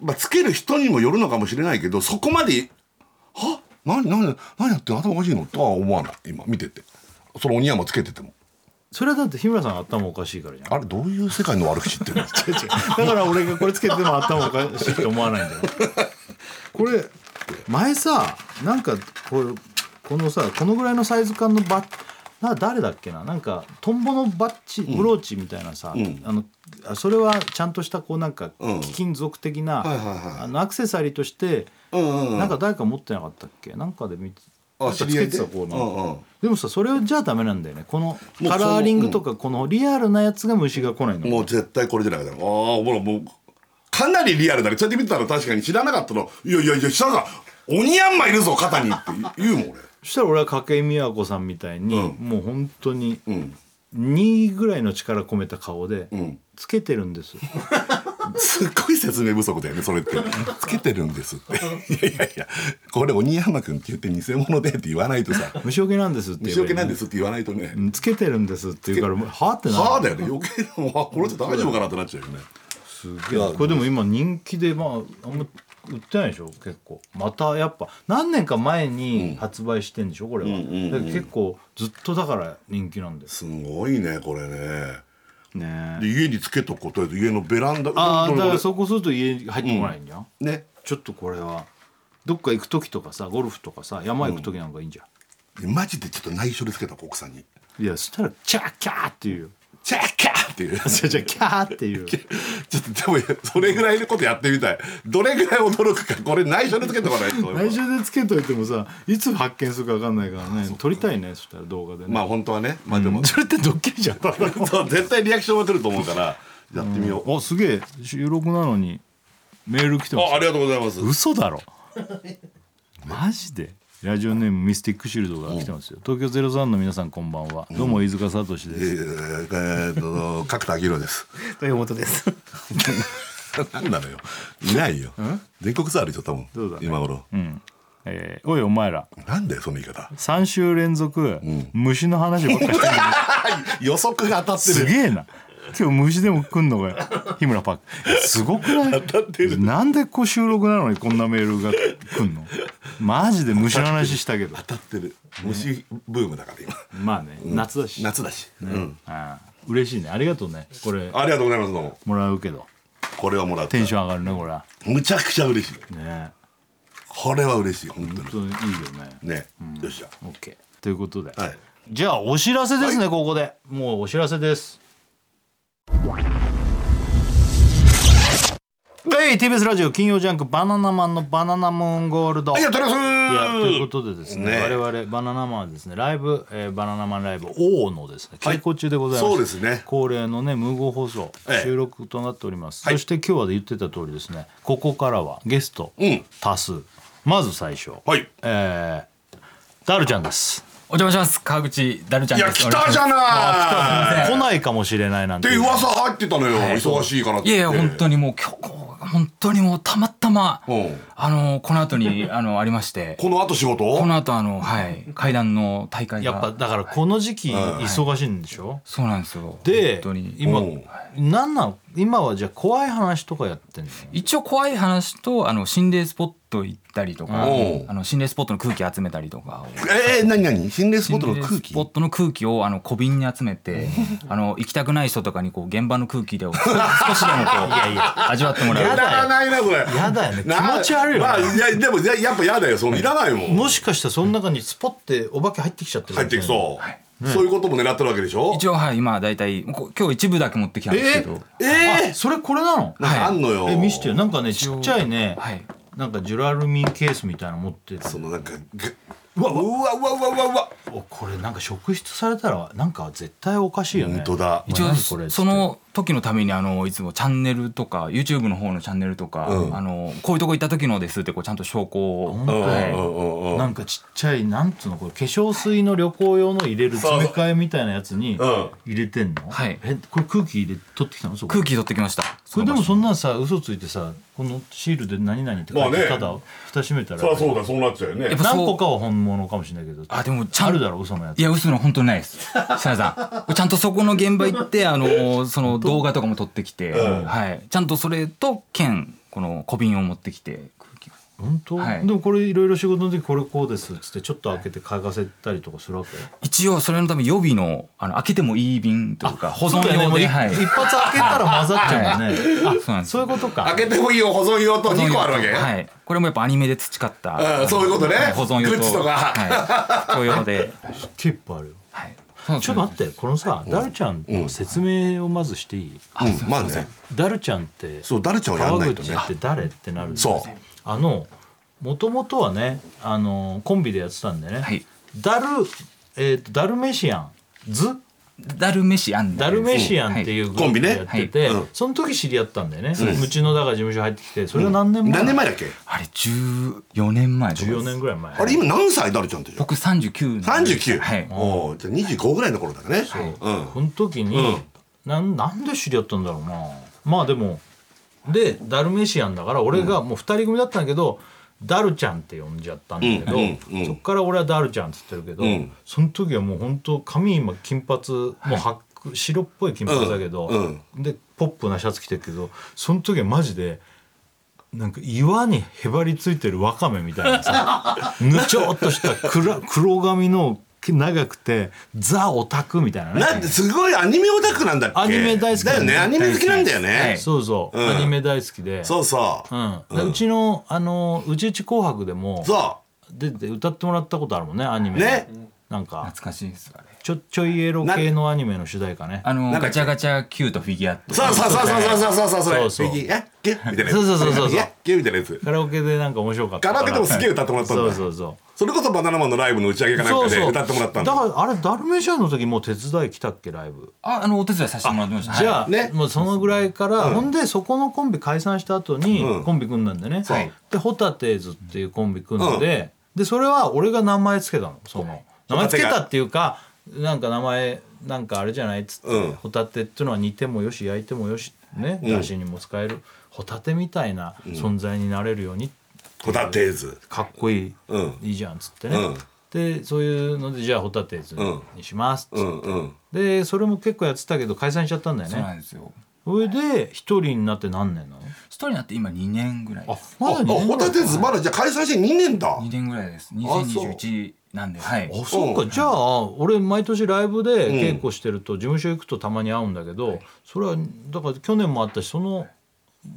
まあ、つける人にもよるのかもしれないけどそこまで「は何何何やってん頭おかしいの?」とは思わない今見ててその鬼山つけてても
それはだって日村さんが頭おかしいからじゃん
あれどういう世界の悪口言ってるの
だ から俺がこれつけても頭おかしいって思わないんだよこれ前さなんかこれこのさこのぐらいのサイズ感のバッな誰だっけななんかトンボのバッチブローチみたいなさ、あのあそれはちゃんとしたこうなんか
うん
貴金属的な、
はいはいはい
あのアクセサリーとして、
うんうんうん
なんか誰か持ってなかったっけなんかで見て
あ知り合いで
つけてたこうなんか
うんうん
でもさそれをじゃあダメなんだよねこの
もう
カラーリングとかこのリアルなやつが虫が来ないの
もう絶対これじゃなかったああほらもうかなりリアルだねそうやって見てたら確かに知らなかったのいやいやいや知らなかった鬼ヤンマいるぞ肩にって言うもん俺
そしたら俺は筧美和子さんみたいに、
うん
もう本当に
うん
2ぐらいの力込めた顔で
うん
つけてるんです、
すっごい説明不足だよねそれってつけてるんですっていやいやいやこれ鬼ヤンマくんって言って偽物でって言わないとさ
虫除けなんですって
虫
言
除
えばいいの
けなんですって言わないとね
うんつけてるんですって言うからもうはあってなる
はあだよね余計なもんあこの人大丈夫かなってなっちゃうよね
すげえこれでも今人気でまああんま売ってないでしょ結構またやっぱ何年か前に発売してんでしょこれは、
うんうんうん
だから結構ずっとだから人気なんです
すごいねこれね
ね
で家につけとくことりあえず家のベランダ
ああ
こ
だ
れこ
か
れ
らそこすると家に入ってこないんじゃん、
ね
ちょっとこれはどっか行く時とかさゴルフとかさ山行く時なんかいいんじゃん、
でマジでちょっと内緒でつけた奥さんに
いやそしたらキャーキャーっていうよ
「チャッキャー!」っていうち
じゃあキャーっていう
ょっとでもそれぐらいのことやってみたいどれぐらい驚くかこれ内緒でつけとかないと
来週でつけといてもさいつ発見するか分かんないからね撮りたいねそしたら動画でね、
まあ本当はねまあでも、
それってドッキリじゃん
そう絶対リアクションは取ると思うからやってみよ う、
おすげえ収録なのにメール来てます
あありがとうございます
嘘だろマジでラジオネームミスティックシールドが来てますよ東京03の皆さんこんばんは、どうも飯塚聡です、
えーえーっと角田明郎です
ということです。
何なのよいないよ全国ツアーでちょっと多
そうだ
分
ね
今頃
うんえーおいお前ら
なんだよその言い方
3週連続、虫の話ばっかりしてる
予測が当たって
す
る
げえな今日虫でも来んのかよ日村パックすごくないなんでこう収録なのにこんなメールが来んのマジで虫の話したけど
当たってる虫ブームだから今
まあね夏だし、
夏だし、うん
ああ嬉しいねありがとうねこれ
ありがとうございますどうも
もらうけど
これはもらった
テンション上がるねこれは
むちゃくちゃ嬉しい
ね
これは嬉しい本当に
本当にいいよね
ね、よっしゃ
OK ということで、
はい
じゃあお知らせですね、ここでもうお知らせですはい TBS ラジオ金曜ジャンク「バナナマンのバナナムーンゴールド」
ありがとうござ
いやという
い
こ
ま
とで
す
ですね
ね
我々バナナマンはですねライブ、えーバナナマンライブ王のですね
はい
稽古中でございます、
そうですね
恒例のね無言放送、
ええ
収録となっております、
はい
そして今日は言ってた通りですねここからはゲスト
うん
多数、まず最初、
はい
えー、ダルちゃんです
お邪魔します川口ダルちゃん
い
です
や来たじゃ
ん
ない
来ないかもしれないなん
ってて噂入ってたのよ、忙しいからって
いやいや本当にもう今日本当にもうたまたま、
うん
あのこの後に あのありまして
この後仕事
この後あのはい階段の大会が
やっぱだからこの時期忙しいんでしょ、
そうなんですよ
で
本当に
今
うん
なんなん今はじゃあ怖い話とかやってんの
一応怖い話とあの心霊スポット行ったりとか
おう
あの心霊スポットの空気集めたりとかを
えー、何何心霊スポットの
心
空
霊
気
スポットの空気をあの小瓶に集 めてあの行きたくない人とかにこう現場の空気でを少しでもこう味わってもら
いうらないなそれ
やだよね
な
気持ち悪いよね
まあいやでもややっぱやだよそのいらないもん
もしかしたらその中にスポッてお化け入ってきちゃってる
入ってきそう、そういうことも狙ってるわけでしょ
一応はい今大体こ今日一部だけ持ってきたんですけど
うえそれこれなの
なんかあんのよ、
え見してよなんかねちっちゃいね、
はい
なんかジュラルミンケースみたいなの持ってる
そのなんかぐうわうわうわうわうわうわ
おこれなんか職質されたらなんか絶対おかしいよね
本当だ
一
お
応
前何これ
その時のためにあのいつもチャンネルとか YouTube の方のチャンネルとか、
うん
あのこういうとこ行った時のですってこうちゃんと証拠を、
当
はい
うんうんうんうん
なんかちっちゃいなんつうのこれ化粧水の旅行用の入れる詰め替えみたいなやつに
うん
入れてんの、
はい
えこれ空気入れ取ってきたのそこ
空気取ってきました
これでも
そ
そんなんさ嘘ついてさこのシールで何々って書い
まあ
て
ね
ただ蓋閉めたら
そりゃそうだそうなっちゃうよね
やっぱそ
何
う
個かは本物かもしれないけど
あでもちゃん
あるだろ嘘のやつ
いや嘘の本当にないです設楽 さんちゃんとそこの現場行ってあのその動画とかも撮ってきて、
うん
はい、ちゃんとそれと剣この小瓶を持ってきて空気を
本当、
はい
でもこれいろいろ仕事の時これこうですっつってちょっと開けて嗅がせたりとかするわけ
一応それのため予備のあの開けてもいい瓶というか保存
そうだよね
用
もう
で、
一
はい、
一発開けたら混ざっちゃうんだね、
はいそうなん
あ
です
そういうことか
開けてもいいよ保存用と2個あるわけ、
はい。これもやっぱアニメで培った。
うんそういうことね
はい保存用
グッズとか
はい。そういうので。
キップあるよ
はい。そうなんです
ちょ
よ
っと待ってこのさ、ダルちゃんの説明をまずしていい、
うんまあね
ダルちゃんって
そうダルちゃんをやん
川
ないと
口
ね
って誰ってなるんだけど
そう
あのもともとはねあのコンビでやってたんでね、
はい
ダル、えーとダルメシアンズ
ダルメシアン
ダルメシアンっていううグループでやってて、
コンビねはいうん
その時知り合ったんだよね、うちのだから事務所入ってきてそれが何年前、
何年前だっけ
あれ14年前とかです
14年ぐらい前
あれ今何歳ダルちゃんって
僕39なんで
39、
はい
おーじゃあ25ぐらいの頃だからねうん
その時に、
うん
なんなんで知り合ったんだろうなまあでもでダルメシアンだから俺がもう2人組だったんだけど、ダルちゃんって呼んじゃったんだけど、
うんうんうん
そっから俺はダルちゃんっつってるけど、
うん
その時はもう本当髪今金髪もう白白っぽい金髪だけど、
うん
でポップなシャツ着てるけどその時はマジでなんか岩にへばりついてるわかめみたいな さぬちょっとした黒黒髪の長くてザ・オタクみたいなね
なんてすごいアニメオタクなんだっけ
アニメ大好き
だよねアニメ好きなんだよね、
はい
そうそう、
うん
アニメ大好きで
そうそう、
うんでうちのあのうちうち紅白でも
そ
出て歌ってもらったことあるもんねアニメ
ね
なんか
懐かしいですあれ
ちょちょいエロ系のアニメの主題歌ね
あの
なんだっけ
ガチャガチャキュートフィギュアと
うそうそうそうそうそうそうそう
そ
そうう
そう
右えギュッみたいなやつ
そうそうそうそうそう
右えギュッみたいなやつ
カラオケでなんか面白かった
ガラケでもすげえ歌ってもらったんだ
そうそうそう
それこそバナナマンのライブの打ち上げかなん
そ
か
う
で
そう
歌ってもらったん
だ
だ
からあれダルメシアンの時もう手伝い来たっけライブ
ああのお手伝いさせてもらってました
じゃあ、
はい
ね
もうそのぐらいから、ほんでそこのコンビ解散した後に
うん
コンビ組んだんでね、
そう
でホタテーズっていうコンビ組んで、でそれは俺が名前つけたのその名前つけたっていうかなんか名前なんかあれじゃないっつって、
うん
ホタテっていうのは煮てもよし焼いてもよしねだしにも使えるホタテみたいな存在になれるように
ホタテーズ
かっこいい、
うん
いいじゃんっつってね、
うん
でそういうのでじゃあホタテーズにしますっつって、
うんうん
でそれも結構やってたけど解散しちゃったんだよ
そうな
ね
んですよ
それで一人になって何年なの
一人になって今2年ぐらいです
まだ
あホタテーズまだじゃあ解散して2年だ
2年ぐらいです
そう
2021なんではい
あそっか、
うん
じゃあ俺毎年ライブで稽古してると事務所行くとたまに会うんだけど、それはだから去年もあったしその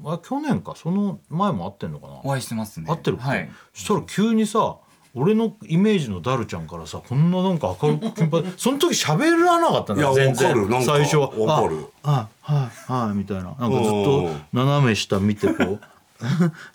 あ去年かその前も会ってんのかな
お会いしてますね
合ってるっけ、
はい
そしたら急にさ俺のイメージのダルちゃんからさこんななんか明るく金髪 その時喋らなかったんだよ
いや
全然
わかるなんか
最初は
わかる
ああはいはいみたいななんかずっ
う
と
ん
斜め下見てこう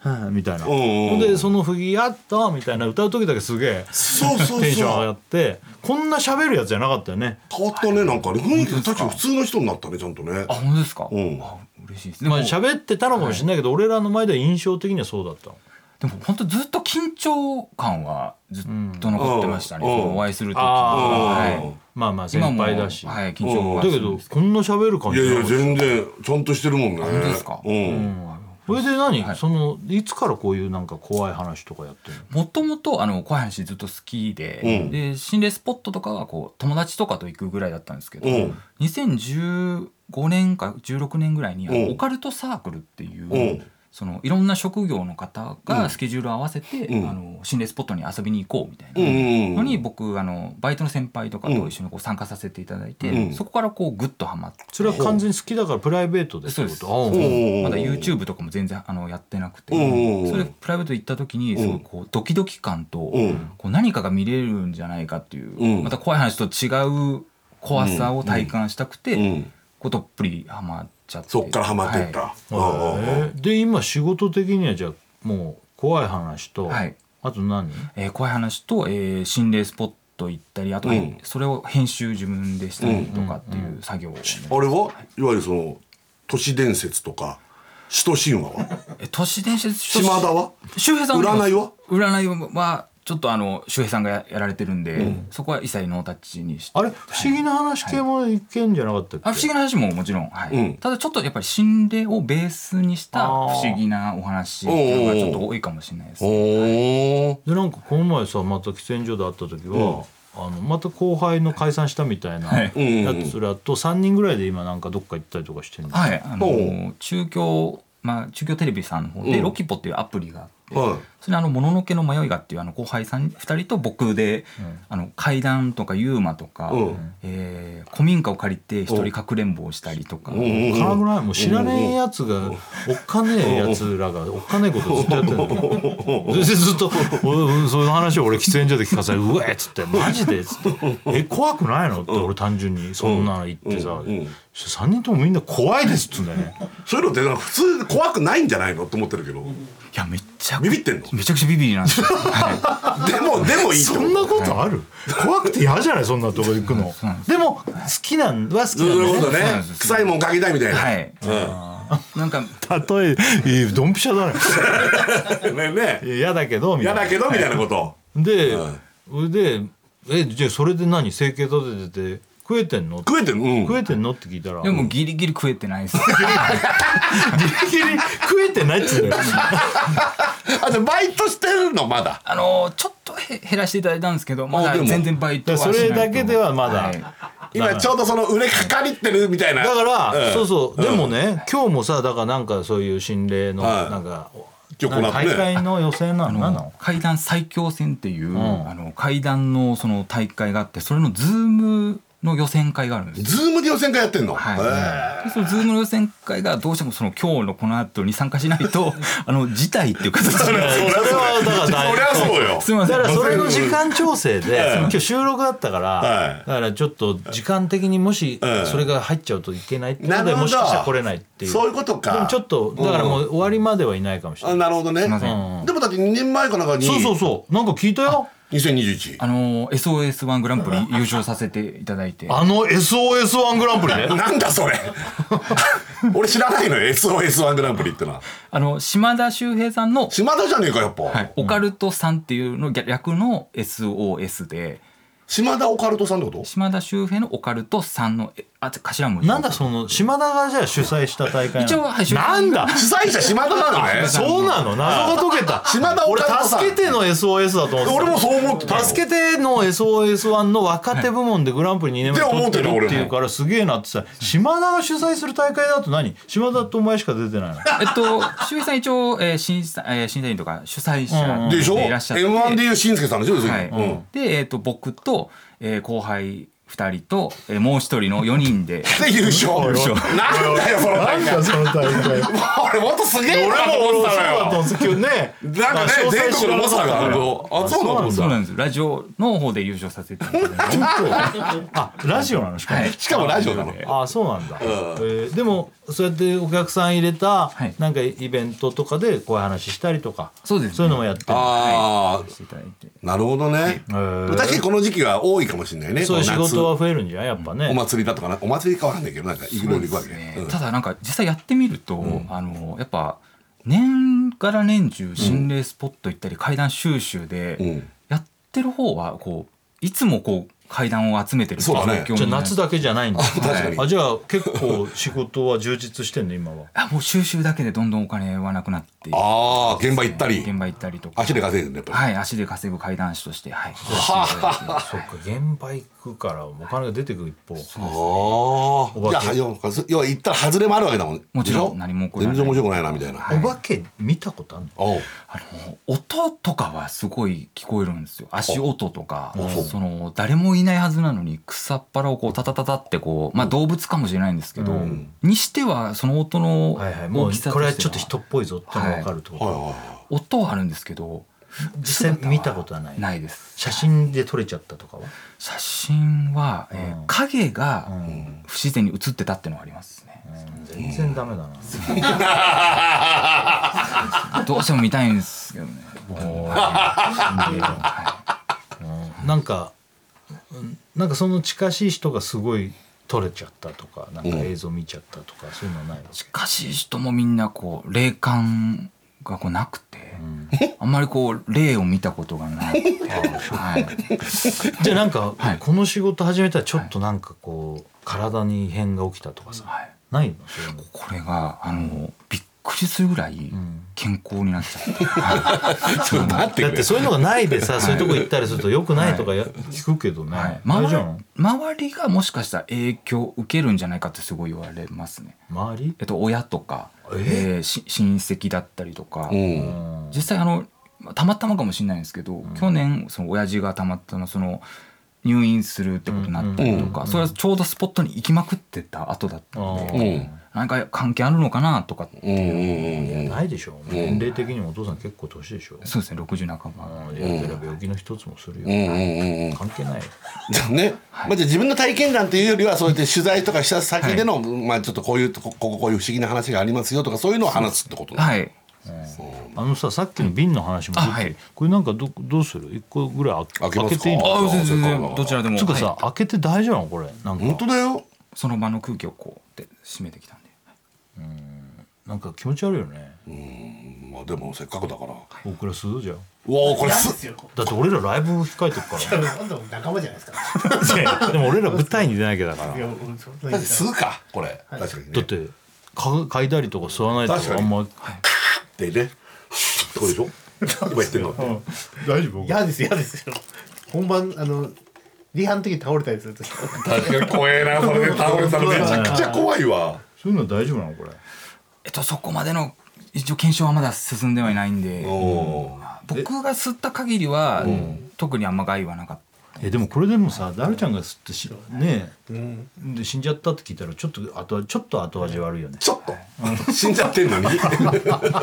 はいみたいな
うん
ほんでその「不義やった」みたいな歌う時だけすげえ
そうそうそう
テンション上
変
が
わ
ってこんな喋るやつじゃなかったよね
ったねなんかね雰囲気確かに普通の人になったねちゃんとね
あ本当ですか
うん
あ嬉しいですで
ま
も
あ喋ってたのかもしれないけど、俺らの前では印象的にはそうだったの
でも本当ずっと緊張感はずっと残ってましたね
うん
そのお会いする時
あ
はい
まあまあ先
今も
輩だし、
はい緊張
だ
は
けどこんな喋る感
い
じ
や
じゃ
い
なか
や
った
全然ちゃんとしてるもんね
本当ですか
うん
それで何、そのいつからこういうなんか怖い話とかやってるの
もともとあの怖い話ずっと好きで,、
うん
で心霊スポットとかはこう友達とかと行くぐらいだったんですけど、
うん
2015年か16年ぐらいにあの
うん
オカルトサークルっていう、
うん
そのいろんな職業の方がスケジュールを合わせて、
うん
あの心霊スポットに遊びに行こうみたいな。
うんうんう
の
ん
に僕あのバイトの先輩とかと一緒にこう参加させていただいて、
うん
そこからこうグッとハマって
それは完全に好きだからプライベートでって
そう
こ
です
とああ
うん
まだ YouTube とかも全然あのやってなくて、
うん
それプライベート行った時にすごいこうドキドキ感と、
うん
こう何かが見れるんじゃないかっていう、
うん
また怖い話と違う怖さを体感したくて、
うん
こうどっぷりハマっちゃって
そっからハマってった、
は
うんうんうん
へえで今仕事的にはじゃあもう怖い話と、
はい
あと何
いえー怖い話と、えー心霊スポット行ったりあと、
うん
それを編集自分でしたりとかっていう作業を、
あれはいわゆるその都市伝説とか使徒神話は
え都市伝説
島田は
周平さん
占いは
占いはちょっとあの周平さんがややられてるんで、そこは一切ノータッチにして
あれ不思議な話系もいけんじゃなかったっけ、
あ不思議な話ももちろん、はい
うん
ただちょっとやっぱり心霊をベースにした
あ
不
ー
思議なお話っていうのがちょっと多いかもしれないです、
お
でなんかこの前さまた喫煙所で会った時は、あのまた後輩の解散したみたいな
はい
やつらと3人ぐらいで今なんかどっか行ったりとかしてるの、
はいあ
お
の中京まあ中京テレビさんの方で
うん
ロキポっていうアプリがあって、
はい
それであの「もののけの迷いが」っていうあの後輩さん2人と僕で、あの怪談とかユーマとか、
うん
えー古民家を借りて一人かくれんぼをしたりとか、
うんうん
辛くないもう知らねえやつがおっかねえやつらがおっかねえことずっとやってるのそれでずっとおおその話を俺喫煙所で聞かされて「うえ!」っつって「マジで?」っつって「え怖くないの?」って俺単純にそんなの言ってさ、
うんうん
3人ともみんな怖いですっつうんだよね
そういうのってなんか普通怖くないんじゃないのと思ってるけど
いやめっちちゃく
ビ
ち
ビってんの
ゃめちゃくちゃビビりなんで すよはい
でもでもいいって
そ
こと
んなことある怖くて嫌じゃないそんなとこ行くのでも好きなんは好き
そう
なん
いう
だ
ことね
そうなんです
臭いもんかけたいみたいな、
はい、なんか
例ええードンピシャだね
ねね
嫌だけどみた
嫌
いな
だけどみたいなこと、
で、
はい
それでえじゃあそれで何整形立ててて食えてんの
食えてるうん
食えてんのって聞いたら
でもギリギリ食えてないです
ギリギリ食えてないっつ うんだよ
あじゃあバイトしてるのまだ
あのちょっとへ減らしていただいたんですけどま
あ
だ
でも
全然バイトはしないと
それだけではまだ
い
今ちょうどその売れかかりってるみたいな
だから、
うん
そうそう、でもね今日もさだからなんかそういう心霊の、
はい
なんか
今日この後
大
ね
会の予選なのなの
階段最強戦っていう、
ん
あの階段のその大会があってそれのズームの予選会があるんですよ
ズームで予選会やってんの、
はい
へ
でそのズームの予選会がどうしてもその今日のこの後に参加しない とあの辞退っていう形
えそり
で
ゃそうだ
だから
そりゃそうよ
すみませ
だ
ん
からそれの時間調整で、
ええ
今日収録だったから、
はい
だからちょっと時間的にもし
ええ
それが入っちゃうといけないってこ
な
と
る
で
ほど
もしかしたら来れないっていう
そういうことか
でもちょっとだからもう終わりまではいないかもしれな
あ
い、
なるほどね
ません
でもだって2年前かなんかに
そうそうそうなんか聞いたよ
2021
あの SOS1 グランプリ優勝させていただいて
あの SOS1 グランプリ ね
なんだ それ俺知らないのよ SOS1 グランプリってのは
あの島田秀平さんの、
島田じゃねえかやっぱ、
はい、オカルトさんっていうの略の SOS で
島田オカルトさんってこと
島田秀平のオカルトさんのえあ頭文字
なんだその島田がじゃあ主催した大会なの
一応はい主催
なんだ
主催者島田なの ね
そうなの謎が解けた
島田オ
俺
カルトさん
助けての SOS だと思ってた
俺もそう思ってたよ
助けての SOS1 の若手部門でグランプリ2年目取ってるっていうからすげえなってさ島田が主催する大会だと何島田とお前しか出てないの
えっと、周平さん一応、えー審査、えー審査員とか主催者
でしょ
いらっしゃって。
M1 でいうしんすけさんでしょ要するに
はい。
うん
で、えっと、僕と、えー後輩二人と、えーもう一人の四人で。
で優勝なんだよその大会
その大 会
俺もっとすげえなと
俺
思
も
って
そうだと思っ
たのよ
てた今日ね
なんかね全国の猛者があるあそうなんだと思った
そうなんですよ。ラジオの方で優勝させていただいて。
あラジオなのしかも
はい
しかもラジオなの
あそうなんだ、えーでもそうやってお客さん入れた
はい
なんかイベントとかでこういう話したりとか
そうですね
そういうのもやってる
ああ
していただいて。
なるほどね確かにこの時期は多いかもしれないね
そういう仕
この夏
事は増えるんじゃんやっぱね
お祭りだとかなお祭りかわかんないけどなんかいろいろ行くわけねうん
ただなんか実際やってみると、あのやっぱ年から年中心霊スポット行ったり階段収集で、
うん
やってる方はこういつもこう階段を集めてる
そうだね
じゃあ夏
だ
だけじゃないんだ
確かに
あじゃあ結構仕事は充実してんの今は
あもう収集だけでどんどんお金はなくなっていく
ああ現場行ったり
現場行ったりとか
足で稼いでるねやっぱり
はい足で稼ぐ怪談師としてはい
そっか現場行くからお金が出てくる一方
あ
お
あ
化け
じゃあ要は要は行ったら外れもあるわけだもん
もちろん
でしょ
何も起こらな
全
い
然面白くないなみたいな
お化け見たことあるの
おう
あの音とかはすごい聞こえるんですよ足音とかその誰もいないはずなのに草っ腹をこうタタタタってこうまあ動物かもしれないんですけど、にしてはその音の
はいはいもう
大きさ
これは
とし
ち
て
ょっと人っぽいぞってのが分かるってこと、
はいはいはい
音はあるんですけど
実際見たことはない
ないです
写真で撮れちゃったとかは
写真は、えー
うん
影が不自然に写ってたっていうのはありますね、
全然ダメだな、
どうしても見たいんです けどね僕も
なんかうんなんかその近しい人がすごい撮れちゃったとかなんか映像見ちゃったとか、そういうのはないの
しかし人もみんなこう霊感がこうなくて、あんまりこう霊を見たことがない、 はい、
じゃあなんか、
はい
この仕事始めたらちょっとなんかこう体に異変が起きたとかさ、
はい
ないのそういうの
これがあのびっくりするぐらい健康になっ ちゃって、はい
ちょっと待って
だっ
くれ
てそういうのがないでさ、そういうとこ行ったりすると良くないとかや聞くけどね、
はい
大丈
周り周りがもしかしたら影響を受けるんじゃないかってすごい言われますね。
夫周り
えっと、親とか、
え
えーし親戚だったりとか、
うん
実際あのまあたまたまかもしれないんですけど、去年その親父がたまたまその入院するってことになったりとか、それはちょうどスポットに行きまくってた後だったん
う
で、
うん
なんか関係あるのかなとか、
うんうんうん
ないでしょ年齢的にもお父さん結構年でしょ、
そうですね60半ば、
うん、いやそれは病気の一つもするよ、
うんうんうんうん
関係ないよ
じゃあ ね、まあ、じゃあ自分の体験談というよりはそうやって取材とかした先での、まあちょっとこういうとここここういう不思議な話がありますよとかそういうのを話すってことね
はい
あのささっきの瓶の話も出て
あはい
これなんかどどうする一個ぐらい開開
開けます
け
か
ていいの
あ
あ全然全然どちらでも
つうかさ、
は
開けて大丈夫なのこれなん
本
か
当だよ
いその場の空気をこうって締めてきたんで
なんか気持ち悪いよね
まあでもせっかくだからうわ
大倉するじゃん
ーこれ
なんですすよこ
だって俺らライブ控えてるか
れ今度も仲間じゃないですか。
ら でも俺ら舞台に出なきゃだから
いや
だ
俺そん
だっ
な言い
て
方
吸うかこれ確かにね
ってか嗅いだりとか吸わないと
確か
あ
に
んま
でねこれ でしょ今言ってるのって
大丈夫
嫌です嫌ですよ。本番あのリハの時に倒れたりすると。
確かに怖えなそれで倒れたらめちゃくちゃ怖いわ
そういうの大丈夫なのこれ
えっとそこまでの一応検証はまだ進んではいないんで
お
僕が吸った限りは特にあんま害はなかった
えでもこれでもさダルちゃんが吸ってしねえで死んじゃったって聞いたらちょっとあとちょっと後味悪いよね
ちょっと死んじゃってん のに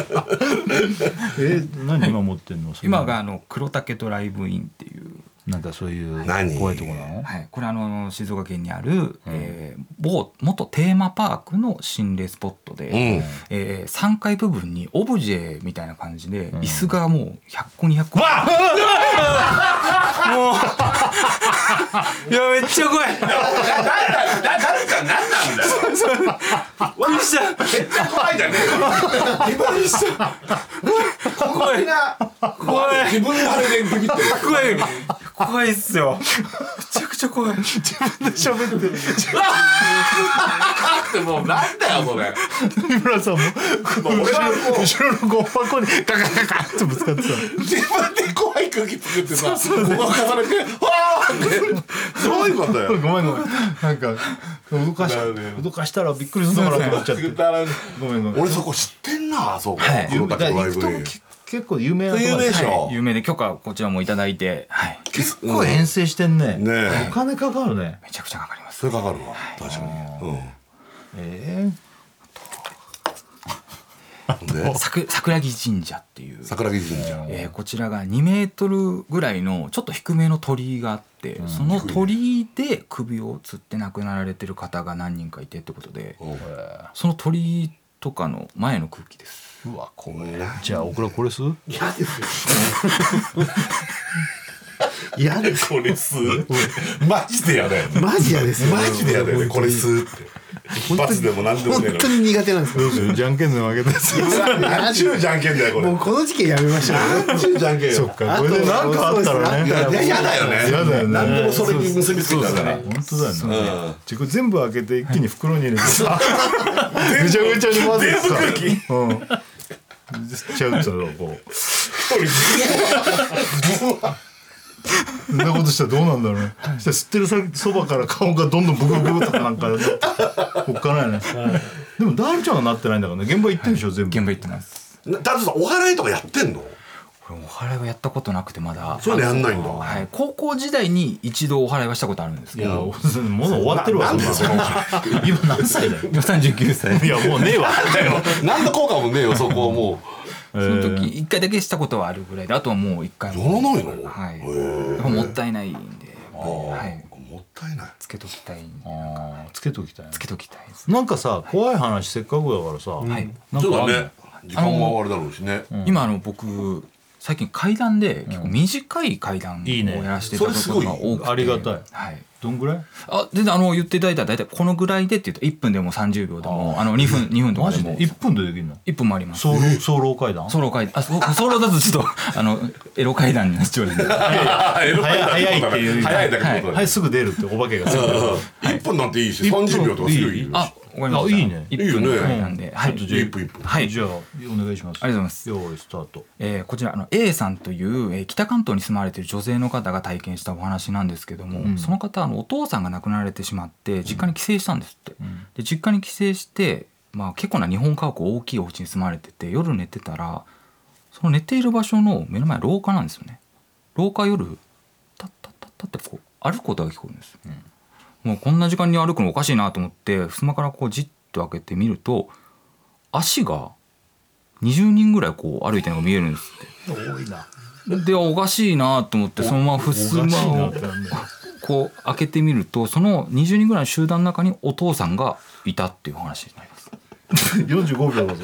え何 今持ってんのそれ
今があの黒竹とライブインっていう、
なんかそういう
何
怖いとこな の
はい、これあの静岡県にある、えー某元テーマパークの心霊スポットで、
うん
えー3階部分にオブジェみたいな感じで、椅子がもう100個200個もういやめっちゃ怖い
だ誰か何なんだよ
びっくりした
めっちゃ怖いじゃねえよ自分
怖い怖い
自分のあれでビビってる
怖い怖いっすよめちゃくちゃ怖い自分で喋ってる
ってもうなんだよそれ
三村さんも
もう俺はもう
後ろのゴミ箱にガガガガってぶつかってた
自分で怖い空気作ってさごまかされて「わあ!」ってどういうことよ
ごめんごめんなんか動かし動かしたらびっくりするのかなと思っちゃってごめんごめん
俺そこ知ってんなあそうか
はい
黒
だ
竹
から
の
行
ラ
くと
イブイ
も
ン
け結構有名なとこ
有名で
だ
しょ
有名で許可をこちらもいただいて、はい、
結構遠征してんね
ねえ
お金かかるね
めちゃくちゃかかります
それかかるわ確かに
え
うんで
桜桜木神社っていう、
桜木神社
えーこちらが2メートルぐらいのちょっと低めの鳥居があって、その鳥居で首を吊って亡くなられてる方が何人かいてってことで、その鳥居とかの前の空気です
えうわ怖いじゃあオクラこれする
嫌です
やでこれ吸うマジでやだよね
よ。マジ嫌ですよ。
マジでやだよねこれ吸うって一発でも何でも
本
ねえの
当に苦手なんですよ。
じゃんけんで負けたやつ
何ちゅうじゃんけんだよこ
も
れ
うこの時期はやめましょう。
何ちゅうじゃんけんよ
かこれで何かあったら
い
ね
やいや嫌だよね
嫌だよね
何でもそれに結びついたから
本当だよね
うん
じゃあこれ全部開けて一気に袋に入れてさ ぐちゃぐちゃに混ぜてさうん吸っちゃうとこうそんなことしたらどうなんだろうねそしたら吸ってる先そばから顔がどんどんブクブクとかなんかねおっかないねでもダールちゃんはなってないんだからね現場行ってるでしょ全部
現場行ってます
ダルさんお祓いとかやってんの
これお祓いはやったことなくてまだ
そういうのやんないんだ
はい、高校時代に一度お祓いはしたことあるんです
い
け
や
ど
もう終わってるわ
なんで
そ
そ
んな
の
の今何歳だよ
今39歳
いやもうねえわ
なんの効果もねえよそこはも
その時一回だけしたことはあるぐらいであとはもう一回
う
も
やらないの
はい
へ
やっぱもったいないんでやっぱりはい
もったいない
つけときたいんで
あーつけときたいな
つけときたいです
なんかさ怖い話せっかくだからさ、
はい
なん
そう
かある
だ
の
ね時間もあれだろうしね
今あの僕最近階段で結構短い階段を
いいね
やらせていただくことが多くて
ありがたい
はい
どんぐらい
あ全然あの言っていただいたら大体このぐらいでって言うと1分でも30秒でもあの2分2分と
マ
かで
ジ
も
で1分でできるの
1分もあります
ソロソロ階段
ソロ階段あそソロだとちょっと あのエロ階段になっちゃ うんで
早い早いっていう
早いだけのこと
は
だ
い
ね
すぐ出るってお化けがすぐ出る
1分なんていいし
一分
30秒とかすぐいいよ
あわかりました
あいいね
1分の
いいよね
階段ではい
ちょっと
一分一分
はい
じゃあお願いします
ありがとうございます
よーいスタート
えーこちらあの A さんという、えー北関東に住まれている女性の方が体験したお話なんですけども、その方あのお父さんが亡くなられてしまって実家に帰省したんですって、で実家に帰省して、まあ、結構な日本家屋大きいお家に住まれてて夜寝てたらその寝ている場所の目の前廊下なんですよね廊下夜タッタッタッタッってこう歩く音が聞こえるんです、もうこんな時間に歩くのおかしいなと思って襖からこうじっと開けてみると足が20人ぐらいこう歩いてるのが見えるんですって
多いな
でおかしいなと思ってそのままふす
おかしい
ま
な
を
ってなんだよ
こう開けてみるとその20人ぐらいの集団の中にお父さんがいたっていう話になります。
45秒だぞ、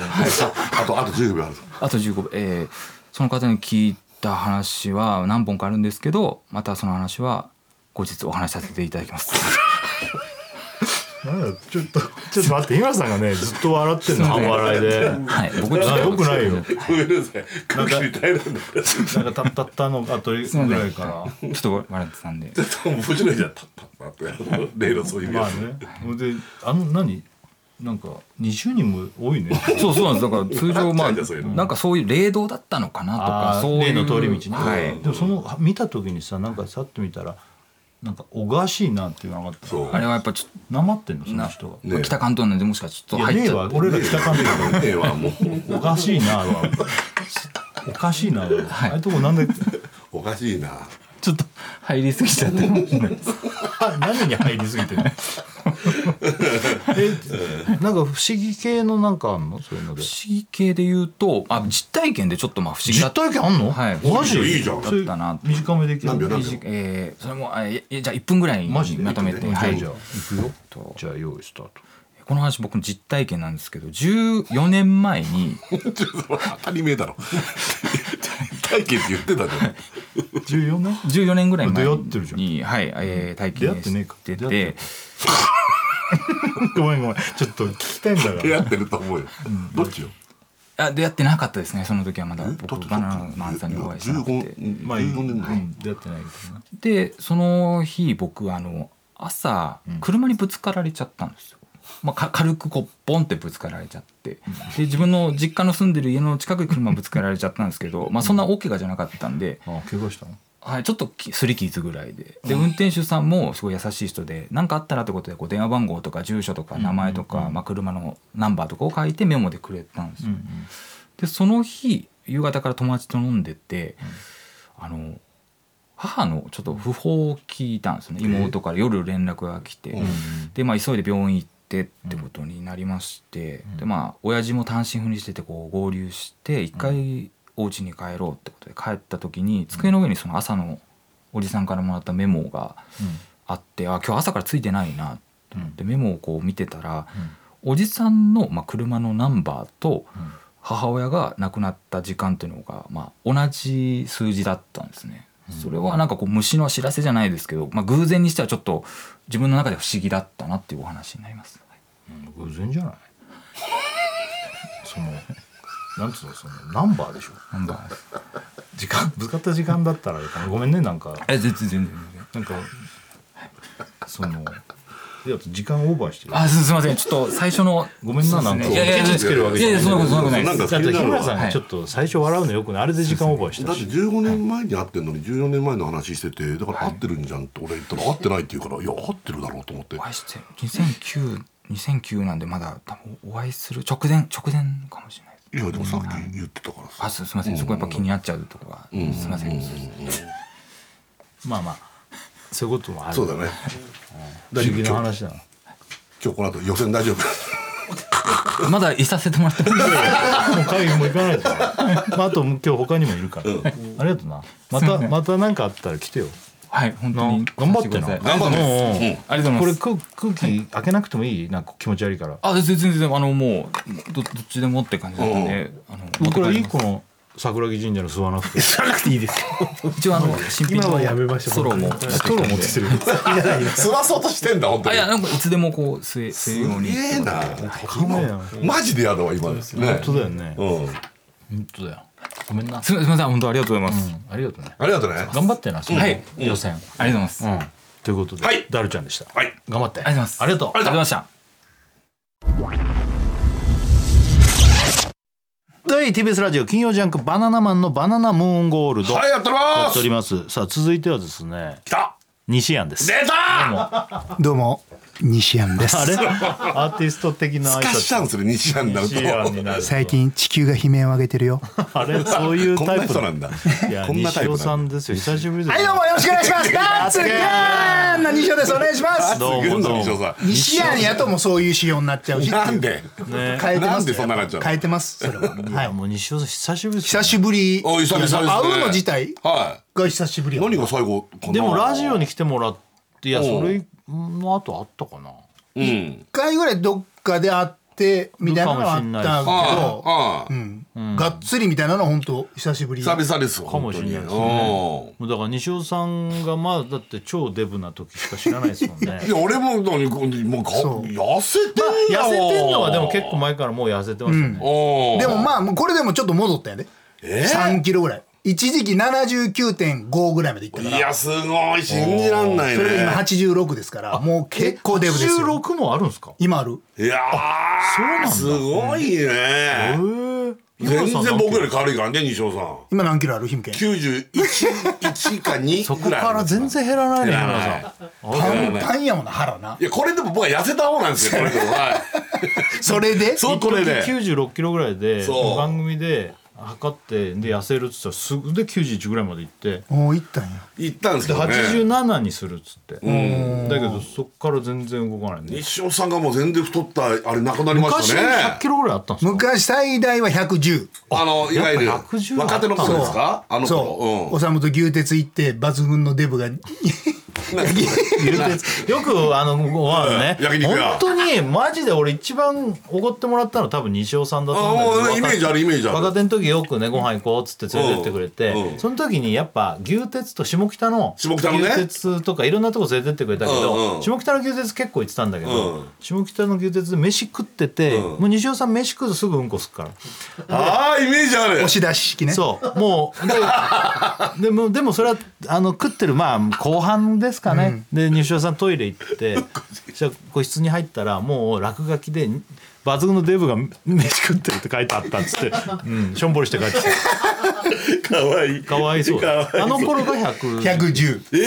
あとあと10秒あるぞ
あと15秒、えーその方に聞いた話は何本かあるんですけどまたその話は後日お話しさせていただきます
なんだよちょっとちょっと待って日村さんがねずっと笑ってんの半笑い で
はい僕
あよくないよ
ごめんなさい。空気に耐えられなくなっちゃっ
なんかたったったのあとぐらいから
ちょっと笑ってたんで
た面白いじゃん。たったったって。例のそういう
ま
や
あ
つ。
ねほんであの何なんか20人も多 いね
そうそうなんですだから通常
な
まあ
っちゃうんだそういうの
なんかそういう霊道だったのかなとか
ー
そうい
例
う
の通り道ね、
はい
でもその見た時にさなんかさっと見たらなんかおかしいなっていうのがあった
そう。
あれはやっぱちょっ
なまってんのその人が、
と、北関東なんでもしかした
い
ら
や
ちょっと入っ
ねえ
ちゃ
わ俺
って
ら北関東だか
ねえわもう
らおかしいなはおかしいなは、ああいうとこなんで
おかしいな
ちょっと入りすぎちゃって
あ何に入りすぎてんのえなんか不思議系のなんかあんのそういうので
不思議系で言うとあ実体験でちょっとまあ不思議だ
実
った
体験あんの
はい
マジ
いいじゃん
そういう
だったな
短めでいけ
何秒何秒
短いえーそれもあいやじゃあ1分ぐらいにま
マジで
とめて、
じゃ
は
あ
い、
じゃあ行くよ
と
じゃあ用意スタート
この話僕の実体験なんですけど14年前 に
ちょっと当たり前だろ体験って言ってたじゃん
14年
14年ぐらい前に
出会ってるじゃ
んはい、えー、体
出会
験
ってねえか
して
出会ってごめんごめんちょっと聞きたいんだから
出会ってると思うよどっちよ
あ出会ってなかったですねその時はまだ
だっ
僕
て
バナナマンさんにお会いしてなくて
15
まあいい
15年
う
前
ん出会ってないけどな
でその日僕あの朝車にぶつかられちゃったんですよ、まあ、か軽くこうボンってぶつかられちゃってで自分の実家の住んでる家の近くに車ぶつかられちゃったんですけど、まあ、そんな大怪我じゃなかったんで、
あ怪我したの
はい、ちょっときすり傷ぐらいでで運転手さんもすごい優しい人で何かあったらってことでこう電話番号とか住所とか名前とか、まあ、車のナンバーとかを書いてメモでくれたんですよ。でその日夕方から友達と飲んでて、あの母のちょっと訃報を聞いたんですね妹から夜連絡が来て、で、まあ、急いで病院行ってってことになりまして、でまあ親父も単身赴任しててこう合流して一回お家に帰ろうってことで帰った時に机の上にその朝のおじさんからもらったメモがあって、あ今日朝からついてないなって思って、メモをこう見てたら、おじさんの、まあ、車のナンバーと母親が亡くなった時間っていうのが、まあ、同じ数字だったんですね。それはなんかこう虫の知らせじゃないですけど、まあ、偶然にしてはちょっと自分の中で不思議だったなっていうお話になります。
偶然じゃないそのなんつうのそのナンバーでしょ
ナンバー
時間ぶつかった時間だったらごめんねなんか
え全然全然
なんかそのいや時間オーバーしてる
あすすいませんちょっと最初の
ごめんななんか
いやいやいや
ケチつけるわけ
いやいやそんなことそんなことない
な
で
ん
す
ち
か
ょっと日村さん
は
が
い
ちょっと最初笑うのよくないあれで時間オーバーし
だ
た
って
し
15年前に会ってんのに14年前の話しててだから合ってるんじゃんって俺言ったら合ってないって言うからいや合ってるだろうと思って
お会いして2009 2009なんでまだ多分お会いする直前直前かもしれないです
いやでもさっき言ってたから
あ
さ
すすいませんそこやっぱ気になっちゃうとこが、すいません、
まあまあそういうこともある
そうだね
不思議な話だな
今日この後予選大丈夫
まだいさせてもらってもいい ですか
もう会議も行かないと、 まあ、あと今日他にもいるから、ありがとうなまたまた何かあったら来てよ
はい本当に
頑張ってな
ありがとうございます
うんうん
ありがとう
これ
ございます
空空気開けなくてもいいなんか気持ち悪いから
あ全然全然あのもうどどっちでもって感じなんで、あの持って
僕ら
帰
い
り
い
ます
この桜木神社の吸わなく てス
一応あの新品のストローも
トロー持ってきてる
吸わそうとしてんだ本当
あい
に。
やなんかいつでもこう吸え吸えるように
ええな
構えやん
マジでやだわ今ですね
本当だよね
うん
本当だよごめんな
すみません本当ありがとうございます、
うんありがとうね
ありがとうね
頑張ってなその
はい
予選
ありがとうございます、
うんということで
はい
ダルちゃんでした
はい
頑張って
ありがとうございます
ありがとう
ありがとうございました
はい TBS ラジオ金曜ジャンクバナナマンのバナナムーンゴールド
はいやってま
やってお
す
りますさあ続いてはですね
来た
西安です
出た
どうも西安です
あれアーティスト的な
ス
挨
カッシ
拶
ャンする西安になると
西安になる
最近地球が悲鳴を上げてるよ
あれそういう
こん
タ
な
イプ
人なんだ
いや
こんなタ
西
イプ
尾
な
さ
んだ
んですよ久しぶりです
はいどうもよろしくお願いしますダンスキャンの西安ですお願いします
どうもどうも
西尾さん
西安やともうそういう仕様になっちゃうし
なんで
ね
変えて
な
ま
ん
す
でそんななっちゃうの
変えてますそれは
はいもう西尾さん久しぶりですよ
久しぶり
お久々ですね
会うの自体
は
が久しぶり
い
やな
何が最後かな
でもラジオに来てもらっていや
うん
それの後あったかな
うん
一回ぐらいどっかで会っってみたいなのはあったけど
ああ、
うんがっつりみたいなのは本当久しぶり
久々です
かもしれないですねもうだから西尾さんがまあだって超デブな時しか知らないですもんね
いや俺も何もうか
そう
痩せてん
痩
だわ
せてんのはでも結構前からもう痩せてますよね、
構
でもまあもうこれでもちょっと戻ったんやで、
え
3キロぐらい一時期79.5ぐらいまでいったか
い
ら
やすごい信じらんない
それが今
ね
86ですからもう結構デブですよ
16もあるんですか
今ある
いやーすごいね全然僕より軽いからね西尾さん
今何キロあるひむけん
91 1か2ぐらい
から全然減らないね
減
日
ら
村
ない
さん
パンパンやもんな腹ない
やこれでも僕は痩せた方なんですよこれでもはい
それで
そうこれで
96キロぐらいで
そう
番組で測ってで痩せるっつったらすぐで91ぐらいまでいって
もういったんや
行ったんですけ
で
どね
87にするっつって、だけどそっから全然動かないんで
西尾さんがもう全然太ったあれなくなりまし
昔
た
100キ
ね
ロぐらいあったんですか
昔最大は110
あのいわゆる
やっぱ110
若手の頃ですかあの
そう、お
頃
さむと牛鉄行って抜群のデブが
うんなんか
よくあのご飯ね
焼肉屋
本当にマジで俺一番おごってもらったの多分西尾さんだと
あ
思うんだ
もう
け
イ
ど
メージあるイメージあ
若
る
手の時よくねご飯行こうっつって連れてってくれて、
うんうん
その時にやっぱ牛鉄と下北の
下北のね
牛鉄とかいろんなとこ連れてってくれたけど、
うんうん
下北の牛鉄結構行ってたんだけど、
うん
下北の牛鉄で飯食ってて、
うん
もう西尾さん飯食うとすぐうんこすっから、
ああイメージある
押し出し式ね
そうも うででもでもそれはあの食ってるまあ後半ですかね、で西尾さんトイレ行 ってそしたら個室に入ったらもう落書きで「抜群のデブが飯食ってる」って書いてあったっつって、うん、しょんぼりして帰ってきた。
かわいい
かわいそう
かわいそう
あの頃が100
110
え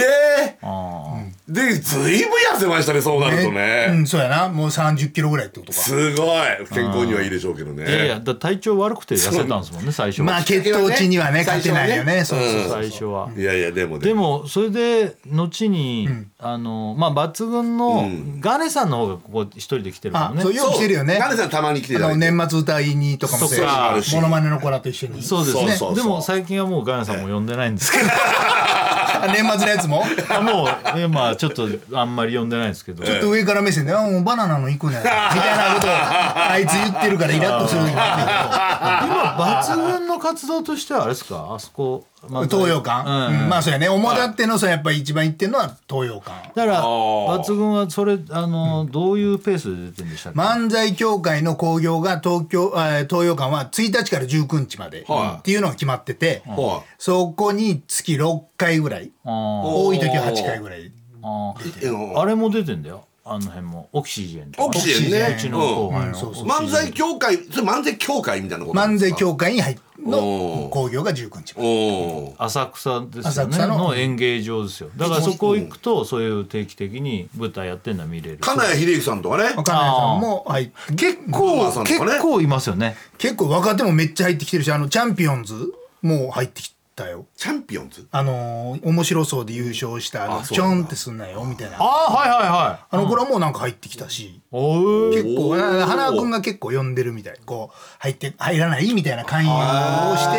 え
あー
でずいぶん痩せましたねそうなると
えう
ね
んそうやなもう30キロぐらいってことか
すごい健康にはいいでしょうけど
いやいや
ね
だ体調悪くて痩せたんですもんね最初は、
まあ血糖値にはね勝てないよねそうそうそう
最初は、
いやいやでもね
でもそれで後に、あのまあ抜群のガネさんの方がここ一人で来てるか
あ
もね、
そうよく来てるよね
そうガネさんたまに来てい
あ
ただい
の
て
年末歌いにとかも
とかあ
るし
モノマネの子らと一緒に
そうですね
そうそうそう
でも最近はもうガネさんも呼んでないんですけど
あ年末のやつ も
あもうえまあちょっとあんまり呼んでないんですけど
ちょっと上から目線で「あもうバナナの行く ね」みたいなことをあいつ言ってるからイラッとするん だ
今抜群の活動としてはあれですかあそこ
けど
漫才
東洋館、
うん
うんまあそうやね主だってのそのやっぱり一番行ってるのは東洋館
だから
ー
抜群はそれあの、どういうペースで出てるんでしたっけ、
漫才協会の興行が東京あー東洋館は1日から19日まで
はい
っていうのが決まってて、
は
そこに月6回ぐらい
あー
多い時は8回ぐらい
あー
いうん
あれも出てんだよ。あの辺もオキシジェンとか。
オキシジェンね
うちの後輩の。
うんそうそ
漫才協会それ漫才協会みたいなことなんで
漫
す
才
か
協会に入っ
お
の
ー
興行が19日まで
おー
浅草ですよ
浅
ね
草
の
の
演芸場ですよだからそこ行くとそういう定期的に舞台やってんのは見れる
金谷秀樹さんとかね
金谷さんも入って
結
熊
構
さんとかね
結構いますよね
結構若手もめっちゃ入ってきてるしあのチャンピオンズも入ってきたよ
チャンピオンズ
あのー面白そうで優勝したあのチョンってすんなよみたいな
あ
あ
あはいはいはい
の頃もなんか入ってきたし
おー
結構な花輪君が結構呼んでるみたいこう入って入らないみたいな勧誘をして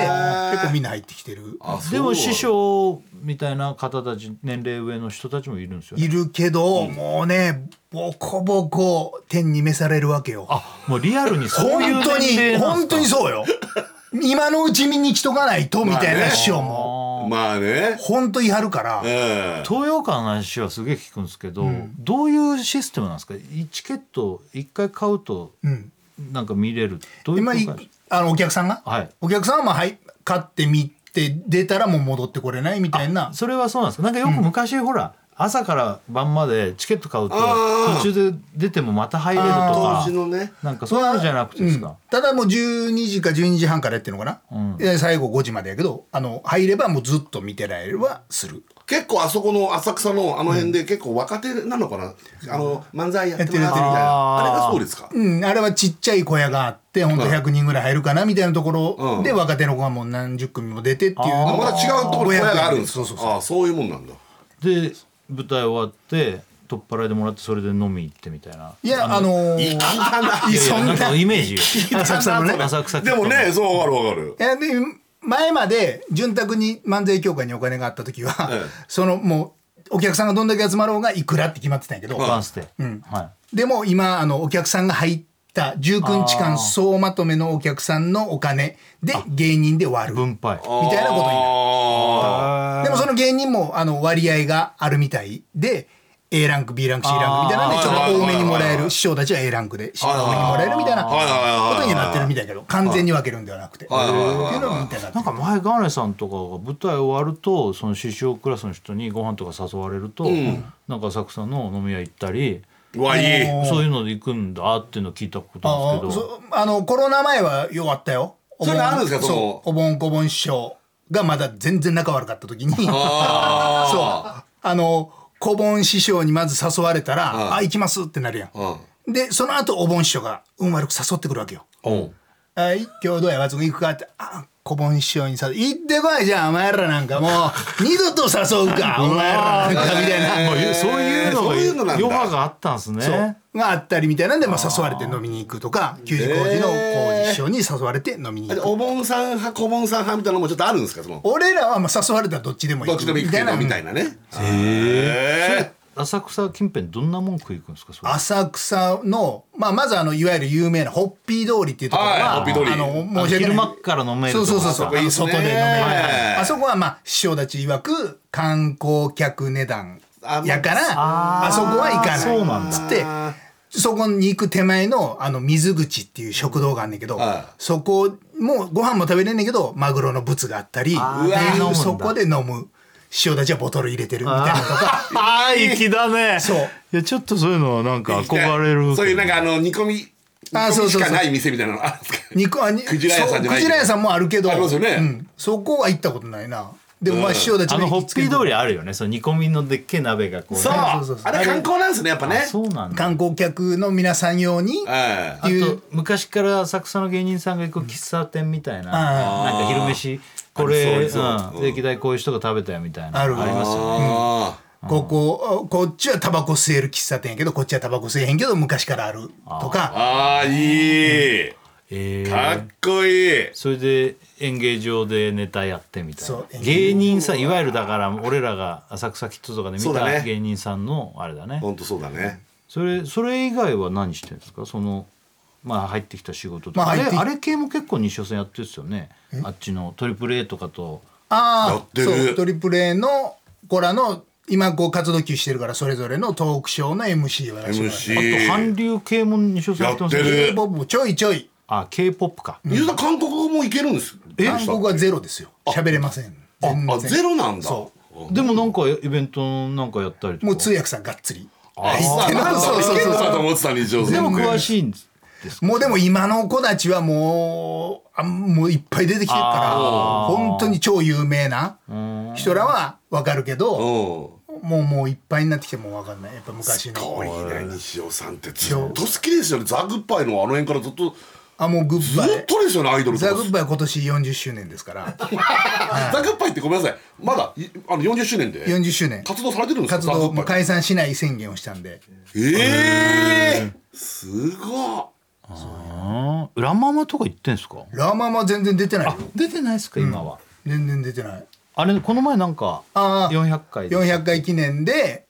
結構みんな入ってきてる
でも師匠みたいな方たち年齢上の人たちもいるんですよね
いるけど、もうねボコボコ天に召されるわけよ
あもうリアルにそういう
本当
年
に
齢なん
本当にそう よ今のうち見に来とかないとみたい
まあ
な
ね
師匠も
まあね
本当言い張るから、
ええ
東洋館の話はすげえ聞くんですけど、どういうシステムなんですかチケット一回買うと
うん、
なんか見れるどういう
今
空
い
間ですか
あのお客さんが、
はい
お客さんはまあはい買ってみて出たらもう戻ってこれないみたいな
それはそうなんですかなんかよく昔、ほら朝から晩までチケット買うと
あー
途中で出てもまた入れると
当
か
時のね
なんかそういうのじゃなくてです
うん
か、
ただもう12時か12時半からやってるのかな、で最後5時までやけどあの入ればもうずっと見てられるはする
結構あそこの浅草のあの辺で結構若手なのかな、あの漫才やっ
やっ
てもらってるみたい
てるやってる
なあれがそうですか
うん、あれはちっちゃい小屋があって本当
うん
100人ぐらい入るかなみたいなとこ
う
ろ
ん
で若手の子がもう何十組も出てっていう
あ
の
ま
が
た違うところに小屋があるんです
そうそうそう
あそういうもんなんだ
で舞台終わって取っ払いでもらってそれで飲み行ってみたいない
やあのー、い
い
や
やい
そ
やな
んなん
かイメージよ
浅草のね
浅草
でもねそうわかるわかる
いやで前まで潤沢に漫才協会にお金があった時は、
ええ
そのもうお客さんがどんだけ集まろうがいくらって決まってたんやけど、
バンステ、
うん
はい
でも今あのお客さんが入った19日間総まとめのお客さんのお金で芸人で割るみ
分配
たいなことになる。
あ
でもその芸人もあの割合があるみたいで A ランク B ランク C ランクみたいなのでちょっと多めにもらえる師匠たちは A ランクで師匠は多めにもらえるみたいなことになってるみたいだけど完全に分けるんではなくてっていうのみたいな
なんか前ガーネさんとかが舞台終わるとその師匠クラスの人にご飯とか誘われると、なんか浅草の飲み屋行ったり
うわいい
そういうので行くんだっていうのを聞いたこと
あ
なんですけど
そあのコロナ前はよかったよお
そ
盆
れあるんですかその
そうお盆こぼん師匠がまだ全然仲悪かった時にそう あのこぼん師匠にまず誘われたら「あ行きます」ってなるやんでその後お盆師匠が運悪く誘ってくるわけよ「はい今日どうや松君行くか」って「あこぼん師匠に誘う行ってこいじゃあお前らなんかもう二度と誘うかお前らなんか」みたいな。
まあそういうの
そういうの
が
なんだ
余波があったんですね。
があったりみたいなんで、まあ、誘われて飲みに行くとか給仕工事の工事師匠に誘われて飲みに行くとか
お盆さん派小盆さん派みたいなのもちょっとあるんですかその
俺らはまあ誘われたらどっちでもいい
どっちでも行くけどみたいなねへえ
浅草近辺どんなもん食い行くんですかそれ
浅草の、まあ、まずあのいわゆる有名なホッピー通りっていうところは、
はいホッピー通り
あの申し訳
昼
な
間
い
から飲める
そうそうそう
と
そう
か
あ
いい
の
っすね
外で飲める、
はい
あそこはまあ師匠たち曰く観光客値段やからあそこは行かない
そうなんだ
つってそこに行く手前のあの水口っていう食堂があんねんけど、
はい
そこもうご飯も食べれんねんけどマグロのブツがあったり
あー
で
うわ
そこで飲む師匠たちはボトル入れてるみたいなとか
あー粋だね
そう
いやちょっとそういうのなんか憧れる
そういうなんかあの煮込み煮
あそ
込
う
み
そ
し
うそう
かない店みたいなのあるんですか
肉あに
クジラ屋さんじゃない
そうクジラ屋さんもあるけど
ありますよね
うん、そこは行ったことないなでもまあ師匠たち
あのホッピー通
り
りあるよねその煮込みのでっけえ鍋がこうね、
そう
そうそうそう
あれ観光なんですねやっぱね
そうなんだ
観光客の皆さん用に
ええ
あ
いう
と昔から浅草の芸人さんが行く喫茶店みたいな、なんか昼飯こ
あ
れ
りそうありそう
う、
うんん
歴代こういう人が食べたよみたいな
ある
ありますよね
あ
こここっちはタバコ吸える喫茶店やけどこっちはタバコ吸えへんけど昔からあると
ー
か
あーいい
えー
かっこいい
それで演芸場でネタやってみたい
そう
な芸人さんいわゆるだから俺らが浅草キッズとかで
そ
見
うだ
た
ね
芸人さんのあれだね
本当そうだね
それそれ以外は何してるんですかそのまあ入ってきた仕事とか、
まあ
あ、れ
入ってき
あれ系も結構日照線やってるっすよねあっちのトリプル a とかと
や
あ
っ
あ
てる
そうトリプル A の子らの今こう活動休止してるからそれぞれのトークショーの MC をやらせてもらって
あと
MC
韓流系も日照線やってますよ
やってる
K-POP もちょいちょい
あ k p o p か、
ゆうた韓国語もいけるんです
韓国はゼロですよ喋れません全
あ
然
ゼロなんだ
そ
でもなんかイベントなんかやったりとか
もう通訳さんがっつり
あそうなんだ
そうそ
い
うそうそう
けるのかと思ってた日常
で
で
も詳しいんです
もうでも今の子たちはもうあもういっぱい出てきてるから
あー
本当に超有名な人らはわかるけど、
うん
もうもういっぱいになってきてもうわかんないやっぱ昔の
多いね西尾さんってずっと好きですよねザ・グッバイのあの辺からずっと
あもうグッ
ず
バ
っ
イ
とですよねアイドルと
ザ・
か
グッバイは今年40周年ですから
ザ・グッバイってごめんなさいまだいあの40周年で
40周年
活動されてるんですか
活
ザ・グ
動
ッバ
も
イ
う解散しない宣言をしたんで
ええすごい
あーラ・ママとか行ってんすか
ラーマンは全然出てないよ
出てないっすか今は、
全然出てない
あれこの前なんか
ああ
400回で
400回記念で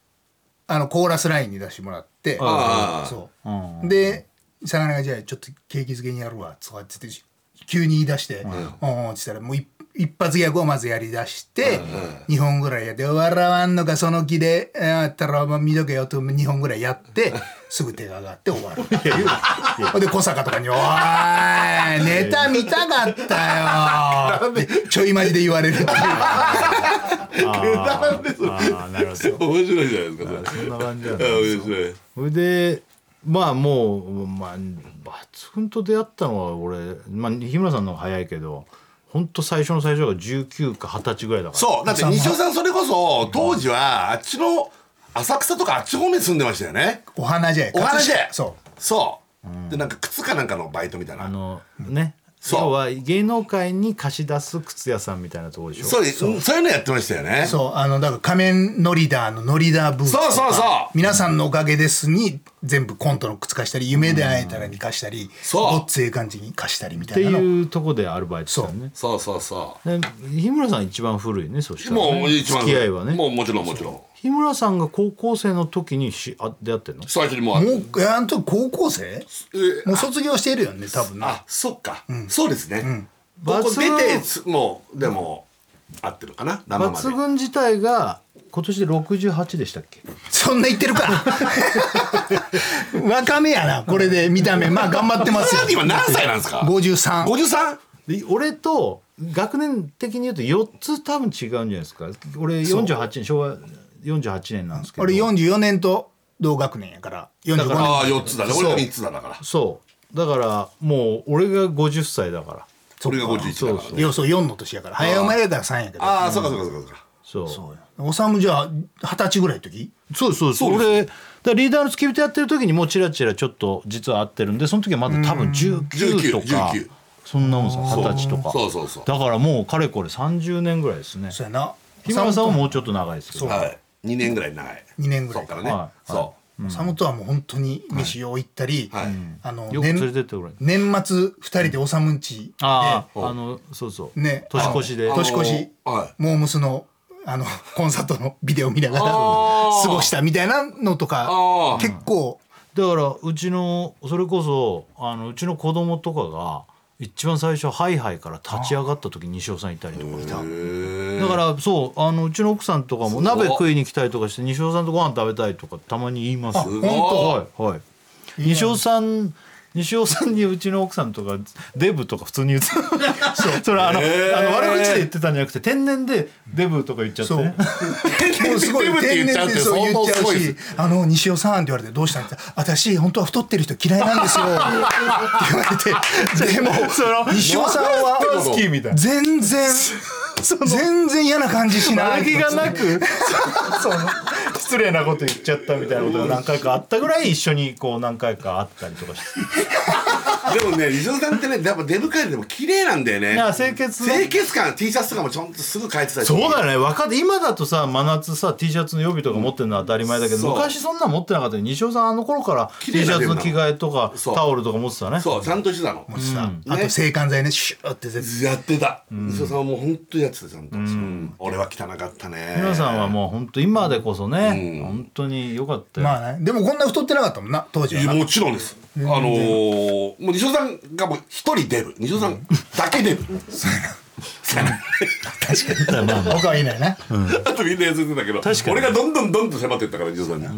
あのコーラスラインに出してもらって
ああ
そう、
う
で魚がじゃあちょっと景気づけにやるわとかって言って急に言い出して「うん」ってったらもうい一発ギャグをまずやりだして、二2本ぐらいやって「笑わんのかその気でえーあったらまあ見とけよ」と2本ぐらいや ってすぐ手が上がって終わるっていうほんで小坂とかに「おいネタ見たか ったよ」ってちょいマジで言われる っていう
なんでそれ
ああなるほど
面白いじゃないですか
そんな感じだ
そ
ね
れあ面白い
それでまあもう、まあ、抜群と出会ったのは俺、まあ、日村さんの方が早いけど本当最初の最初が19か20歳ぐらいだから
そうだって西尾さんそれこそ当時はあっちの浅草とかあっち方面住んでましたよね
お花じゃい
お話で
そう
そうでなんか靴かなんかのバイトみたい
あ
な
のね
そう
要は芸能界に貸し出す靴屋さんみたいなところでしょ
そうそうそういうのやってましたよね
そうあのだから仮面ノリダーのノリダーブーツとか
そうそうそう
皆さんのおかげですに全部コントの靴貸したり夢で会えたらに貸したり
そう
ごっつええ感じに貸したりみ
ったて
いなの
いうとこでアルバイトしたよね
そうそうそう
で日村さん一番古いねそしたら、
もう
ね、
一
付
番
き合いはね
もうもちろんもちろん
日村さんが高校生の時にしあ出会ってんの
最初にもうあ
もうえあの時高校生
え
もう卒業しているよね多分な
あそっか、そうですね、
抜
ここ
群
出てすもうでも合ってるかな生まで
抜群自体が今年で68でしたっけ
そんな言ってるか若めやなこ れで見た目まあ頑張ってます
だって
よ
今何歳なんですか
53
53?
で俺と学年的に言うと4つ多分違うんじゃないですか俺48年昭和48年なんですけど
俺44年と同学年やから45年
ああ4つだね俺が3つだだから
そうだからもう俺が50歳だから
俺が51だから
そう
要するに4の年やから早生まれやから3やけど
ああそうかそうかそうかそうか
そう
そうやおさむじゃあ二十歳ぐらいの時
そうそうそう俺だからリーダーの付き人やってる時にもうチラチラちょっと実は会ってるんでその時はまだ多分19
19
とか
19
そんなもんさ二十歳とか
そうそうそう
だからもうかれこれ30年ぐらいですね
そうやな
日村さんはもうちょっと長いですけど
はい2年ぐらい長い
2年ぐら
そ
いか
う
ら
から
ね
ね、
はい
そ
サムとはもう本当に飯よう行ったり、
うはい、
あの
よく連れ
年
てってくれる
年末二人でおさむんち
あああのそうそう
ね
年越しで
あの
年越し
は
モームスのあの コンサートのビデオ見ながら過ごしたみたいなのとか
あー
結構
だからうちのそれこそあのうちの子供とかが一番最初ハイハイから立ち上がった時に西尾さんいたりとかだからそうあのうちの奥さんとかも鍋食いに来たりとかして西尾さんとご飯食べたいとかたまに言いますよ。
ごい
はいはい。西尾さん西尾さんにうちの奥さんとかデブとか普通に言って たそうそれあの,、あの悪口で言ってたんじゃなくて天然でデブとか言っちゃって
そう
ね
もうすごい
デブって
天
言っ
然
ちゃうっ
で
て
そう言っち
相
ゃ
当すご
う
い
し
で
「あの西尾さん」って言われて「どうしたん?」って「私本当は太ってる人嫌い なんですよ」って言われてでも
その
西尾さん
大好
は
きみたいな。
全然 全然嫌な感じしな
悪
い
気がなく その失礼なこと言っちゃったみたいなことが何回かあったぐらい一緒にこう何回かあったりとかして
でもねリゾさんってねやっぱ出迎えでも綺麗なんだよね
いや清潔な
清潔感 T シャツとかもちゃんとすぐ変えてたし
そうだよね若手今だとさ真夏さ T シャツの予備とか持ってるのは当たり前だけど、
そう
昔そんなの持ってなかったよ西尾さんあの頃から
綺
T
麗
シ
な
ャ
デ
ツ
ブな
の
の
着替えとか
そう
タオルとか持ってたね
そうちゃんとしてたの
あと制汗剤ねシューって絶
やってたリゾさんはもう本当にやってたちゃんと俺は汚かったね
皆さんはもう本当今でこそね、本当に良かった
対
よ、
まあねでもこんな太ってなかったもんな当時はい
や
な
もちろんです。あのー、もう西尾さんがもう一人出る。西尾さんだけ出る。
他はいないね
あとみんな痩せてたけど、
確かに
俺がどんどんどんどん迫ってったから、西尾さんに。う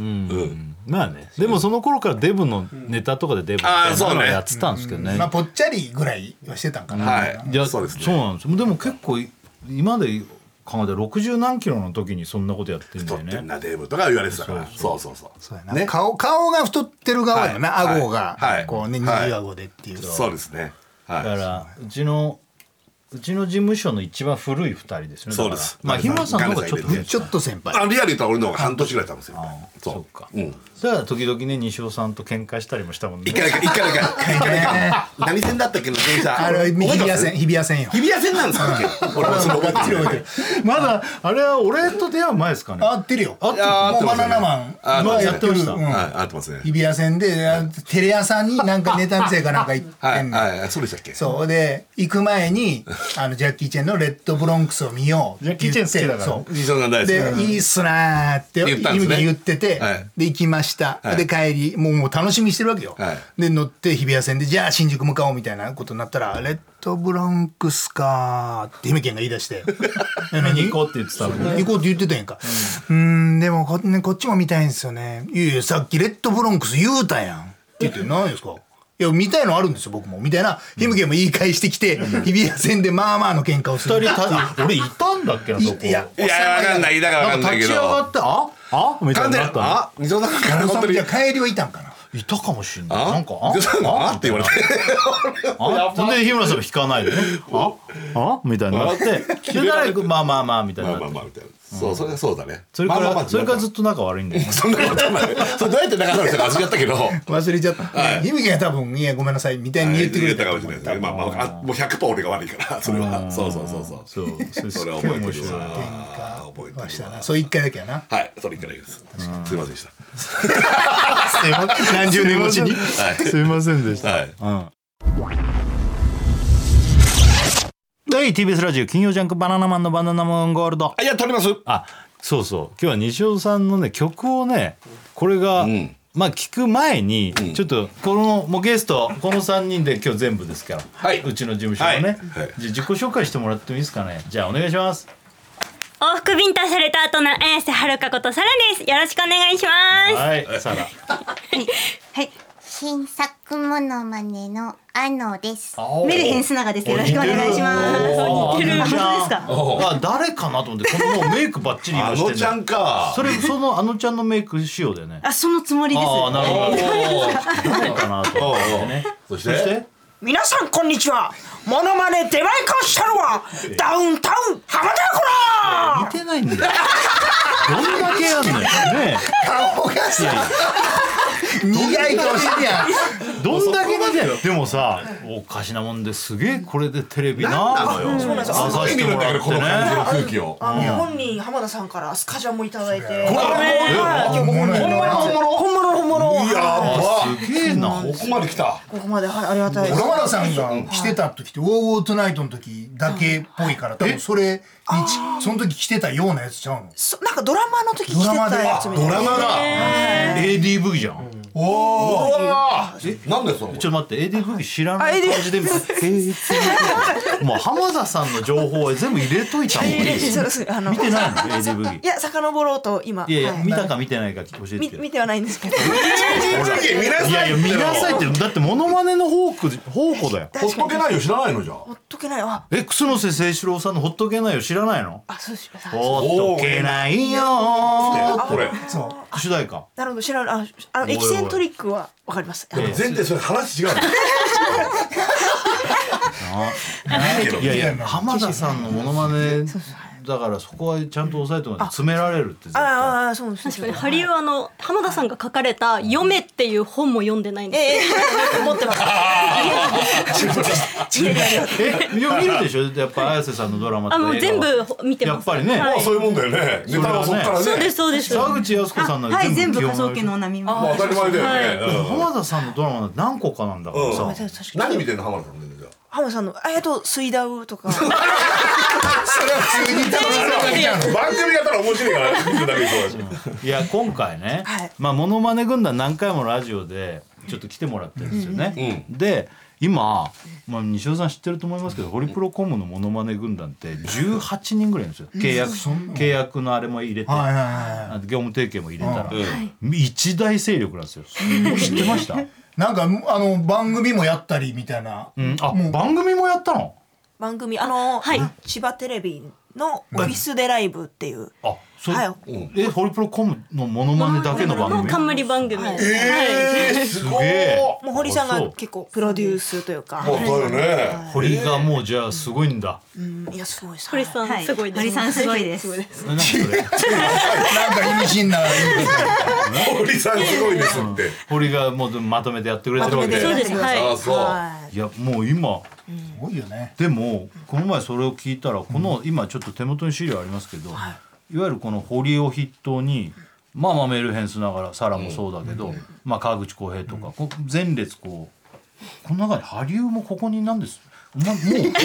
ん。
まあねでもその頃からデブのネタとかでデブみたいなのをやってたんですけどね、
まあぽっちゃりぐらいはしてたんかな、
はい
や
そうですね
なんですよでも結構い今で考えたら60何キロの時にそんなことやってんだ
太
よ
ってん
ね
な、デーブとか言われてたから。そうそうそう。
そうやな顔顔が太ってる側やな、
はい
顎が、
はい
こうね二
はい
重顎でっていう、
そうですね。
だか
は
らうちのうちの事務所の一番古い2人ですよねだから
そうです
まあ日村さんの方がちょっと
ガ
古
ネさん入れ
い
て
ちょっと先
い。
輩
あリアル言ったら俺の方が半年ぐらい多分ですよ。
そ
そう
か
う。うん。
だから時々ね西尾さんと喧嘩したりもしたもんね
一回だけ、一回だけ、一回だ け。何線だったっけな、電車。
あれ日比
覚えて
谷
ます
線日比谷線よ
日比谷線なんですか俺はその覚えてる。
まだあれは俺と出会う前ですかね
合ってるよ
あ
あー合
も
ってま
うバ
すね
ナナマン
あー
まあやって
合
る
ってました
う ん
はい、合ってますね。
日比谷線であテレ朝になんかネタ見せかなんか行って
は
ん
い、
の、
はい、そうでしたっけ
そうで行く前にあのジャッキー・チェンの「レッド・ブロンクス」を見ようって言って
ジャッキーチェン好きだから
そう
西尾さん大好きだか、
で
ら。
いいっすなーって
言ったんですね
言ってて、
はい
で行きました、
はい
で帰りもうもう楽しみにしてるわけよ、
は
で乗って日比谷線でじゃあ新宿向かおうみたいなことになったら「レッドブロンクスか」って姫県が言い出して「え
何行こうって言ってたのに
行こうって言ってたやんかうんんでもこ,、ね、こっちも見たいんですよねいやいやさっきレッドブロンクス言うたやんって言って何ですかいや見たいのあるんですよ僕もみたいなひむけも言い返してきて日比谷線でまあまあの喧嘩をする
二人た俺いたんだっけなそこ
いや
いや、わかんない、だからわ
な
か
ん
ん
か
ない
立
け
ち上が
ど。
ってああみたい
完
に
全
な
に
ったの
あ、西尾さんから本当に
じゃ。あ帰りはいたんかな。
いたかもしんない
あ
なん かあ
西尾さんあって言われて。
あそれで日村さんが引か ないでね「ああみたいになってで誰かまあまあまあみたいに
ま
な
あ
って
まあまあみたいな。そう、それはそうだね。
それか
まあまあま
ら
あ
それからずっと仲悪いんだ よね
そんなことない。それどうやって仲直りしたか忘れちゃったけど。
忘れちゃった。ひむけが多分、いや、ごめんなさい、みたいに言ってくれた
かもしれないですね。まあまあ、あもう100%俺が悪いから、それは。そうそうそうそう。
そうそれ
それは覚えて
す
る
っげえ面白い
わ。覚えて
まし
る
た
わ
な。そう一回だけやな。
はい、それいただきます。すいませんでし。
何十年越しに。
すいませんでした
はい。
第 TBS ラジオ金曜ジャンクバナナマンのバナナマンゴールド
あ、いや、取ります。
あそうそう今日は西尾さんのね曲をねこれが、
うん
まあ聞く前に、
ん
ちょっとこのもうゲストこの3人で今日全部ですから、
はいう
ちの事務所のね、
はいはい
じゃあ自己紹介してもらってもいいですかねじゃあお願いします
往復ビンタされた後の綾瀬はるかことサラですよろしくお願いします
はいサラ
はい。新作モノマネのあのです。
メルヘンスナガですよろしくお願いします
お似てる
あ本当ですか
あ誰かなと思ってこのもうメイクバッチリ今
あ
してんだ
のちゃんか
それそのあのちゃんのメイク仕様だよね
あそのつもりです
ああなるほど誰かなと思ってね
そして
皆さんこんにちはモノマネ出前化したのはダウンタウン浜田コラ
似てないんだよどんだけやんのよね
顔がさ苦い顔してるやん
えどんだけ似てんのでもさおかしなもんですげえこれでテレビな
なんなのよ
出させてもらって
この感じの
ね
空気を
あの本人浜田さんからスカジャンもいただいて
これ
はい今日本物本物本物本物
やば
すげえな
ここまで来た
ここまではいありがたいです
小原さんが着てた時って「ウォーウォートゥナイト」の時だけっぽいから多分それにその時着てたようなやつちゃうの
そなんかドラマの時着てたやつみたい
ド
な
ラマだ
ADV じゃん
おおなんだよその
ちょっと待って AD ブギ知らない感じで見てもう浜田さんの情報は全部入れといたもん
そうそうあの
見てないの AD ブギ
いや遡ろうと今
いやい
は
や見たか見てないか教えて
み
くれ
見てはないんですけど
見なさい
いやいや見なさいってだってモノマネの宝庫宝庫だ よ
ほっとけないよ知らないのじゃ
ほっとけないわ
え楠瀬誠志郎さんのほっとけないよ知らないの
あそうですあ
ほっとけないよー
これ
そ
主題歌
なるほど知らないああのエキセントリックはわかります
い
全然それ話違うの
いやいや浜田さんのモノマネだからそこはちゃんと押さえてもらって詰められるって絶
あ
対
あああそうです
確かにハリウはあの浜田さんが書かれた「読め」っていう本も読んでないんですよ
ええ持ってます
えよ見るでしょやっぱ綾瀬さんのドラマと
あ
か
もう全
映画は
部見てます
やっぱりね
はい
そういうもんだよねネタはそっから
そうで
ね
すそうです
沢口靖子さんの
はい全部
記
科
憶
捜研の女見ま
まあ当たり前だよねうん
浜田さんのドラマなんて何個かなんだからさ、
うん何見てんの浜田さんでじゃ
浜田さんのえっと水ダウとか
あ番組やったら面白いから見てるだけでそうだし
いや今回ね、
はい
まあモノマネ軍団何回もラジオでちょっと来てもらってるんですよね、で今、まあ、西尾さん知ってると思いますけどホリプロコムのモノマネ軍団って18人ぐらいいるんですよ契約契約のあれも入れて、
うはいはいはいは
あ業務提携も入れたら、一大勢力なんですよ知ってました、う、
いなんかあの番組もやったりみたいなん
あ番組もやったの
番組あの、
はい
千葉テレビのオフィスでライブっていう、
あそれ、
はい
えホリプロコムのモノマネだけの番
の
組
冠番組はい
すげえ
もう堀さん
あ
が
そう
結構プロデュースというか、
そうだよね
堀がもうじゃあすごいんだ、
うんいやすごいさ
堀さ
は
ん
い
すごいです
堀さんすごいです
なんかそれ
なんか意味深な
堀さんすごいですって
堀がもうまとめてやってくれてるわけ
まとめて
そうですはい
ああそう
いやもう今
すごいよね
でもこの前それを聞いたらこの、今ちょっと手元に資料ありますけど、い、わゆるこの堀を筆頭にまあまあメルヘンスながらサラもそうだけど、まあ川口浩平とか、こう前列こうこの中に波竜もここになんですま、もうこ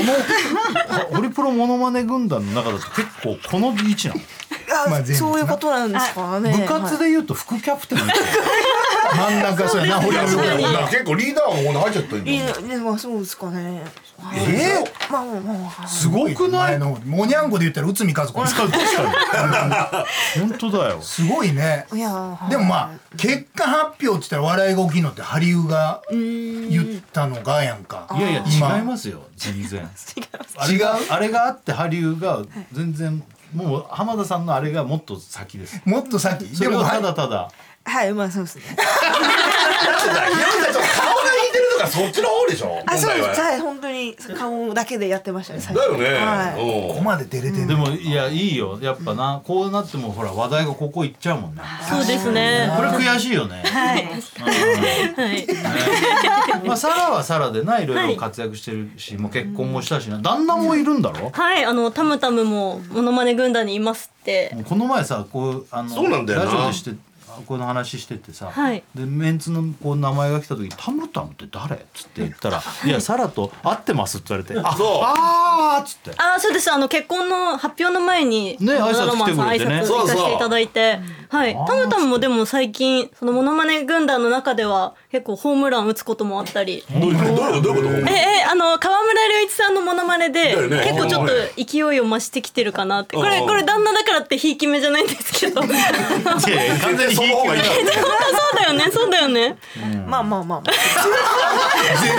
のホリプロモノマネ軍団の中だと結構この位置なの
あ
まあ全部
そういうことなんですかね
部活でいうと副キャプテンみたいな
真ん中そうやな堀
いやそう
江
だよだから結構リーダーもここに入っちゃってん
はいい
じゃん
やでもそうですかねはい
え
まあもうもうはい
すごくない
前の方にもにゃんこで言ったら内海和子
確か に本当だよ
すごいね
いやはい
でもまあ結果発表って言ったら笑いが大きいのってハリウが言ったのがやんか
いやいや
今
違いますよ全然
違う
あれがあって波竜が全然もう浜田さんのあれがもっと先です
もっと先
そ
で
れ
も
を
は
ただただ
はいまあそうですね
顔が似てるとかそっちの方でしょ問
あそう
題
で
は
すはい本当に顔だけでやってましたね最
だ
初
よね、
はい
こ
う
こ
ん
まで出れてん
で
の
もいやいいよやっぱなこうなってもほら話題がここ行っちゃうもんね
そうですね
これ悔しいよ ね
はい
まあサラはサラでないろいろ活躍してるしもう結婚もしたしな旦那もいるんだろ
はいあのタムタムもモノマネ軍団にいますって
もうこの前さこうあの
そうなんだよな
ラジオでしてあこの話しててさ、
はい
でメンツのこう名前が来た時に「タムタムって誰?」っつって言った ら「いやサラと会ってます」って言われて「あ
そう
あー」っつって
あーそうですあの結婚の発表の前に
ね
あの
挨拶
ロマンさん
来てくれてね
挨拶行かせていただいてはいタムタムもでも最近そのモノマネ軍団の中では結構ホームラン打つこともあったり
どういうことどういうこと
ええあの河村隆一さんのモノマネで
だよね
結構ちょっと勢いを増してきてるかなってこれこれ旦那だからってひいき目じゃないんですけど
いやいや完全にひいき目だ
えでも本当そうだよねそうだよね
まあまあまあ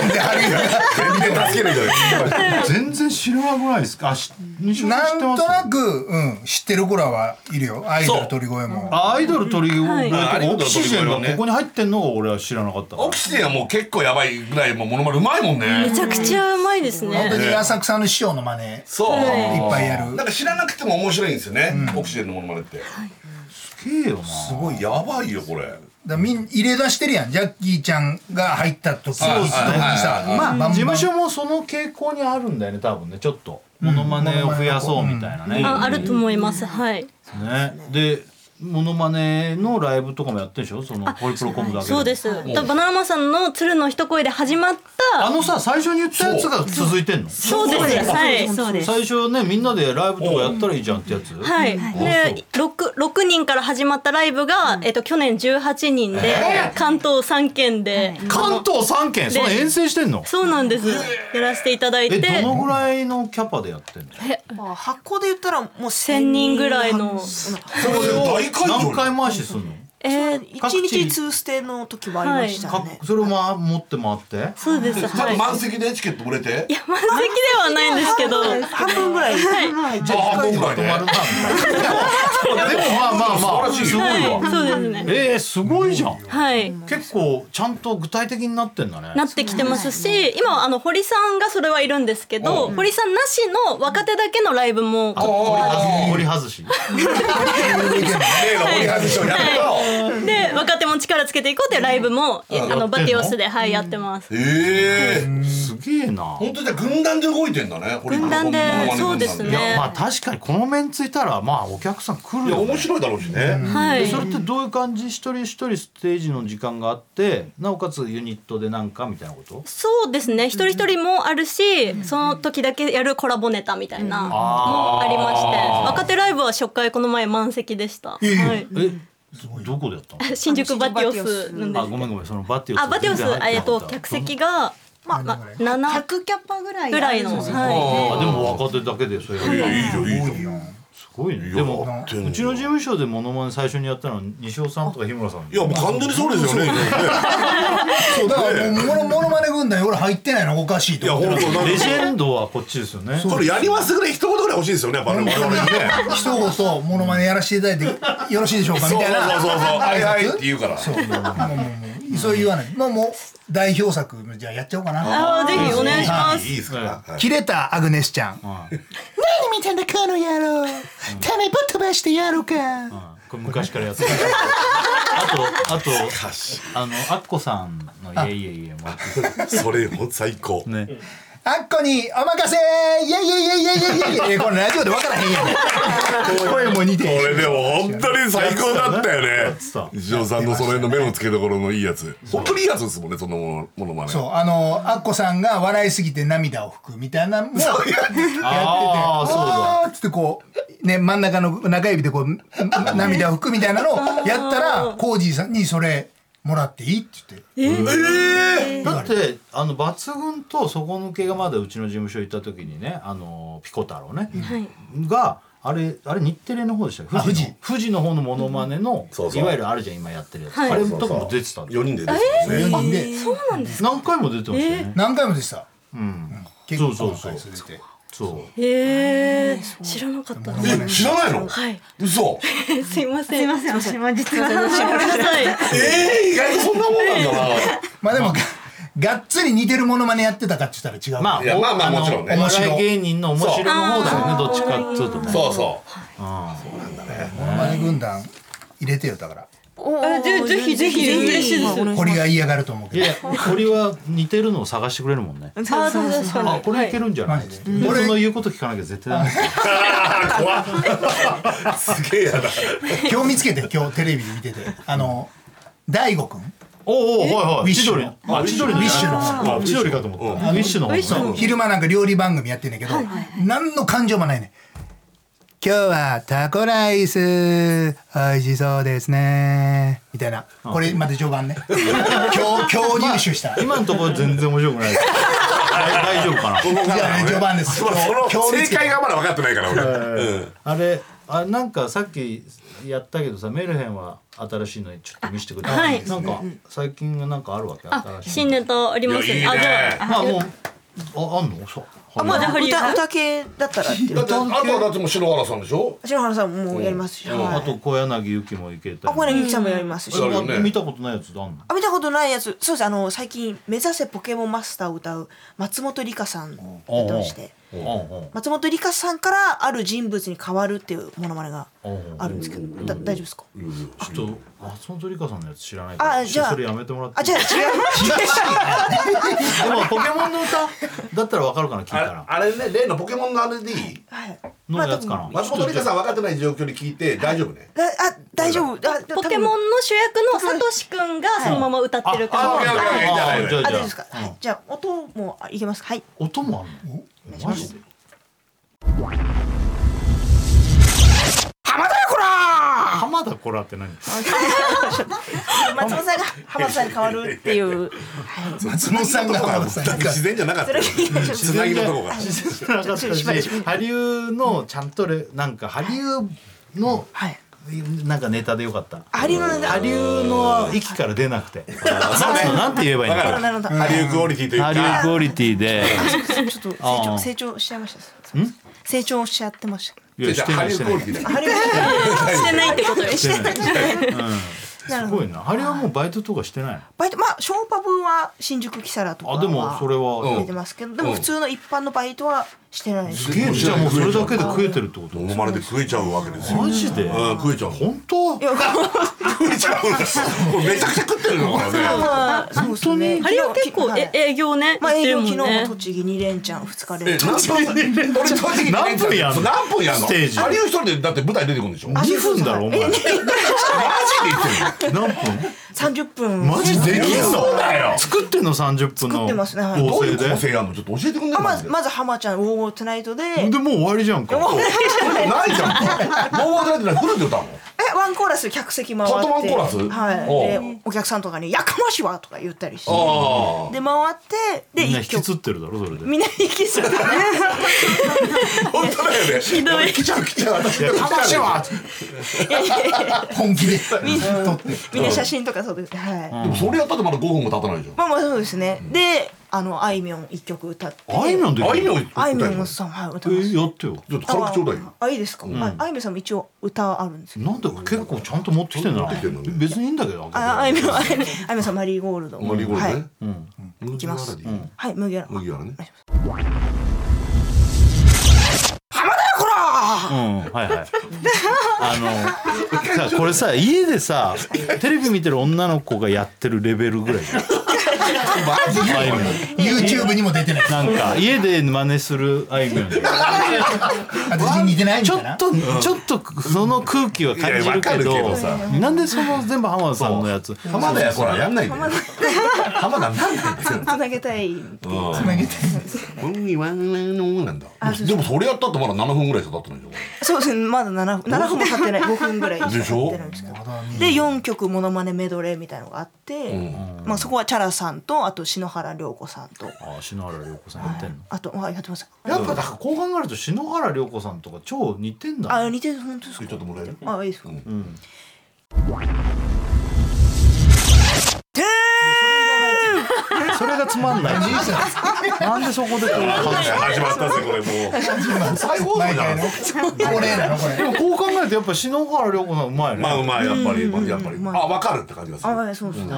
全然助けないじゃない
全然知らなくないですかあし西村
な
さ
ん
ん
となく、うん、知ってる子らはいるよアイドル鳥越も
アイドル鳥越
はい
オキシジェンがここに入ってんのが俺は知らなかったから
オキシジェンはもう結構やばいぐらいもうモノマネうまいもんね
めちゃくちゃうまいですね
本当に浅草の師匠の真似
そう
いっぱいやる
なんか知らなくても面白いんですよねオキシジェンのモノマネって
すげえよなす
ごいやばいよこれ
だみん入れ出してるやんジャッキーちゃんが入った時
そうですね
さまあバンバン
事務所もその傾向にあるんだよね多分ねちょっとモノマネを増やそうみたいなね、
ああると思いますはい
ねでモノマネのライブとかもやってるでしょそのホリプロコムだけ
そうです
も
バナナマンさんの鶴の一声で始まった
あのさ最初に言ったやつが続いてんの
そうそうです
あ
はい
本当
そうです
最初ねみんなでライブとかやったらいいじゃんってやつ
はい、で 6, 6人から始まったライブが、えっと、去年18人で、
え
関東3県で、
関東三県
で
その遠征してんの
そうなんです、やらせていただいて
えどのぐらいのキャパでやってんの
まあ発行で言ったらもう
1000人ぐらいの
それを何回回しすんの
えー、
一日2ステの時はありましたね、
かそれをま持って回って
そうです
ちゃんと
はい
満席でチケット売れて
いや満席ではないんですけど
半分ぐらい
はい
じゃあ半分ぐらいね
でも まあまあまあ
素晴らしい
すごいわ
はいそうですね
えーすごいじゃん
はい
結構ちゃんと具体的になってんだね
なってきてますし今あの堀さんがそれはいるんですけど
うん
堀さんなしの若手だけのライブも
あ堀外しが折
はい
り外しをやると
はいで若手も力つけていこうというライブも、
うん
あ
やってんの
のバティオスではいやってます。
ええ
すげえな
本当じゃあ軍団で動いてんだねホリプロ
軍団で
モノマネ軍団
そうですね
いやまあ確かにこのメンツいたらまあお客さん来るよ、ね、面
白いだろうしね
はい
それってどういう感じ一人一人ステージの時間があってなおかつユニットでなんかみたいなこと
そうですね一人一人もあるし、その時だけやるコラボネタみたいなのもありまして、
あー
若手ライブは初回この前満席でした、
え
はい、
どどこでやったの
新宿バティオスなんで
あごめんごめんそのバティオス
あバティオス
全然入
え
っ
って
なか
と
った
客席がまあ、ま7
100キャパぐらい
ぐらいの
あ
は
あでも若手だけでそれやる
いやいいじゃんいいじゃん
すごいねでもうちの事務所でモノマネ最初にやったのは西尾さんとか日村さんい
やもう完全にそうですよね
そうだからもうモノモノマネ軍団俺入ってないのおかしいと思って
レジェンドはこっちですよね
これやりますぐらい一言ぐらい欲しいですよねやっぱね我々にね
一言モノマネやらせていただいてよろしいでしょうかみたいな
そうそうそうそうはいはいって
う
言うから
そうそう言わないもうもう代表作じゃあやっちゃおうかな
あーぜひお願いします
いいですか
切れたアグネスちゃん
何見てんだこの野郎てめえぶっ飛ばしてやるか
これ昔からやってるあとあとあのアッコさんの「いえいえいえ」も
それも最高
ね
あっこにお任せイエイイエイイエイイエイイエイイエイこれラジオで分からへんやん声も似て
これでも本当に最高だったよね石尾さんのその辺の目の付けどころのいいやつ本当にいいやつですもんねそのものものまね
そうあのアッコさんが笑いすぎて涙を拭くみたいなのもやってて
あーそうだ
あーっつってこうね真ん中の中指で こう涙を拭くみたいなのをやったらコージーさんにそれもらっていいって言って
えだってあの抜群と底抜けがまだうちの事務所行った時にねあのピコ太郎ね、があれあれ日テレの方でしたっけ富士の富士の方のモノマネの、
そうそう
いわゆるあるじゃん今やってるやつ、
はい
あれとかも出てたん
4人で
えー
4人で
そうなんです
何回も出てましたよね
何回もでした
うん
結
そ
構
うそうそうそう
いへえ知らなかったです
え知らないの
はい
嘘
すいません。すいません。私も
実は
ごめんなさい。
えー意外とそんなもんなんだな
まあでもががっつり似てるモノマネやってたかって言ったら違う
まあいやまあまあもちろんね
面白
お笑い芸人の面白の方だよねどっちかっつうとね
そうそう
うん
モノマネ軍団入れてよだから
えぜぜひぜひ嬉しいです。
堀が嫌がると思うけ ど
いや鳥は似てるのを探してくれるもんね
あーそうそうそう
あこれいけるんじゃない、でその言うこと聞かなきゃ絶対ダメですよ
すげえやだ
今日見つけて今日テレビで見ててあの大悟くん
おうおうはい
ウ
は
ィッ
い
シ
千
ュ
鳥
の
あ千鳥ね
ウィッシュの
あ千鳥かと思ったウィッシュの方
ウィッシュの
ね
方
昼間なんか料理番組やってんだけど、何の感情もないね今日はタコライス美味しそうですねみたいなこれまで 序盤ね今日今日入手した、
今のところ全然面白くない です大大丈夫かな
じゃあね序盤です
まあその
今日
正
見つけた
解がまだ分かってないから俺、うん、
あれあなんかさっきやったけどさメルヘンは新しいのにちょっと見せてくれた、
はい
なんか最近はなんかあるわけ
あ
新しい
新ネタあります
いやいいね
あじゃあ
まあもうああんのそう
あま
じゃあ
あ
堀井さん
歌歌系だったらっていう
だってあとはだってもう篠原さんでしょ
白原さんもやりますし、はい、
あと小柳ゆきもいけた
あ
り
これゆきさんもやりますし、
うん
あ見たことないやつだんの
あ見たことないやつそうですあの最近「目指せポケモンマスター」を歌う松本里香さんやってまして
うん
松本里香さんからある人物に変わるっていうモノマネが
うんうん
あるんですけどだ大丈夫ですか
ちょっと松本里香さんのやつ知らないから
あじゃあ
それやめてもらって
あじゃあ違
でもポケモンの歌だったらわかるかな聞いた
あ
ら
あれね例のポケモンのあれでいい
のやつかな
松本美香さん分かってない状況に聞いて大丈夫ね
うああ大丈夫あ
ポケモンの主役のサトシくんがそのまま歌ってる
あ
か
オッケーオッケーオッケーいいんじゃ
あじゃ
ない
多分あ大丈夫
あ
ですか、はい、じゃあ音もあいけますかはい
音もあんのマジで
浜田やこら
浜田こらって何
松本さんが浜田さんに変わるっていう
松本さんが浜田さん
だって自然じゃなかった
そ
よ
れがいいでし
つなぎのとこが
知らなかったしハリウーのちゃんとレなんかハリウーの
はい
なんかネタでよかった
あります
ハリウーの息から出なくてなんてなんて言えばいいの
分か
か
る
なるほど
ハリウクオリティという
ハリウ
か
クオリティで
ちょっと成
あ
長
あ
成長しちゃいました成長しちゃってました
いや
じゃ
し
あ
て
ハ
ない
リ
し
ウ
て
ク
ない
オリティだ
ハリウッ
らしてないってことです。
してない
なる
す
ほ
ご
ど
いなハリウーもバイトとかしてない
バイトまあショーパブは新宿キサラとか
あでもそれは
出てますけどでも普通の一般のバイトはしてないです
すげえじゃあもうそれだけで食えてるってこ
モノマネで食えちゃうわけです
と
よ
マジで
うん食えちゃう
本当
いや
食えちゃうんですよこれめちゃくちゃ食ってるのこれね
まあそうですね
ハリオ結構
はい
え営業ね
まあ
行って
営
る
業昨日
もんね
も栃木二連チャン二日
え
連チャン
何分俺正直
何分やんの
何分やんの
ステージ
ハリウ一人でだって舞台出てくるんでしょマジ
2分だろお前マジで言ってんの何分
三十分
マジできん
そう
の
だよ
作ってんの30分の
作ってますねはい
合
どういう
成で
構成やんのちょっと教えてくんな
あ
い
ま
マ
ず
ジで
まず浜ちゃんウォーウォートゥナイトでえ
でもう終わりじゃんか
ないじゃんノーマルでないフルで歌うの
ワンコーラス客席回って
カットワンコーラス
はいでお客さんとかにやかましいわとか言ったりして
あ
で回ってで
みんな引
一
き
曲
つってるだろそれで
みんな引きずってね
あ本当だよねひどい来ちゃう来ちゃう私でも来ちゃう
本気で
みんなみんな写真とかそうですはい
でもそれやったってまだ5分も経たないじゃん
まあまあそうですねであのあいみょん一曲歌って
あいみょんで
あいみょん
あいみょん
ち
も
ょ
さんはい歌います
えやってよ
っとカラオケちょうだいよ
あいいですかああいみょんさんも一応歌あるんですよ
なんで結構ちゃんと持ってきてんだな別にいいんだけど
ああいみょんあいみょんあいみょんさんマリーゴールド
マリーゴールドね
いきます
麦わらでいい
はい麦わら
麦わらね
うんはいはいあのさこれさ家でさテレビ見てる女の子がやってるレベルぐらいだよあいみょん
YouTube にも出てない
なんか家で真似するあいみょんち
私に似てないみ
ょ
たい
っ
な
とちょっとその空気は感じるけ
いや
ど
わかる
なんでその全部浜田さんのやつ
浜田やほらやんないで浜田なんで
つなげたい
つなげて
うんいわんのなんだでもそれやったってまだ7分ぐらいしか経ってないじ
そうですねまだ7分7分も経ってない5分ぐらいしか
でしょ
経ってないんですけどで4曲モノマネメドレーみたいのがあって、まあ、そこはチャラさんとあと篠原涼子さんと
あ篠原涼子さんやってんの
あと、まあ、やってます
やっぱだからこう考えると篠原涼子さんとか超似てんだ
あ似てる本当ですか
ちょっともらえる
あいいですか、
てー
それがつまんない
何そ
なんでそこでこう
始まったぜこれもう再放送じゃん
これ でもこう考えるとやっぱ篠原涼子さんうまいね
まあうまいやっぱり
うん
やっぱりあ分かるって感じがする
あそうですね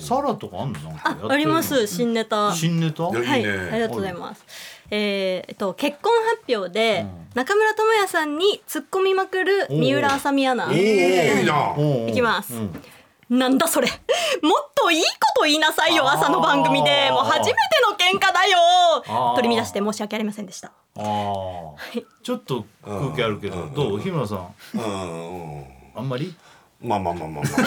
サラとかあんのなんかやってる
あります新ネタ
新ネタ
はい
いいね
ありがとうございますえーえっと結婚発表で中村智也さんに突っ込みまくる三浦あさみアナ
おーいいな
きますなんだそれもっといいこと言いなさいよ朝の番組でもう初めての喧嘩だ
あ
よ
ー
取り乱して申し訳ありませんでした
ああちょっと空気あるけどどう日村さんあんまり
まあまあまあまあまあまあ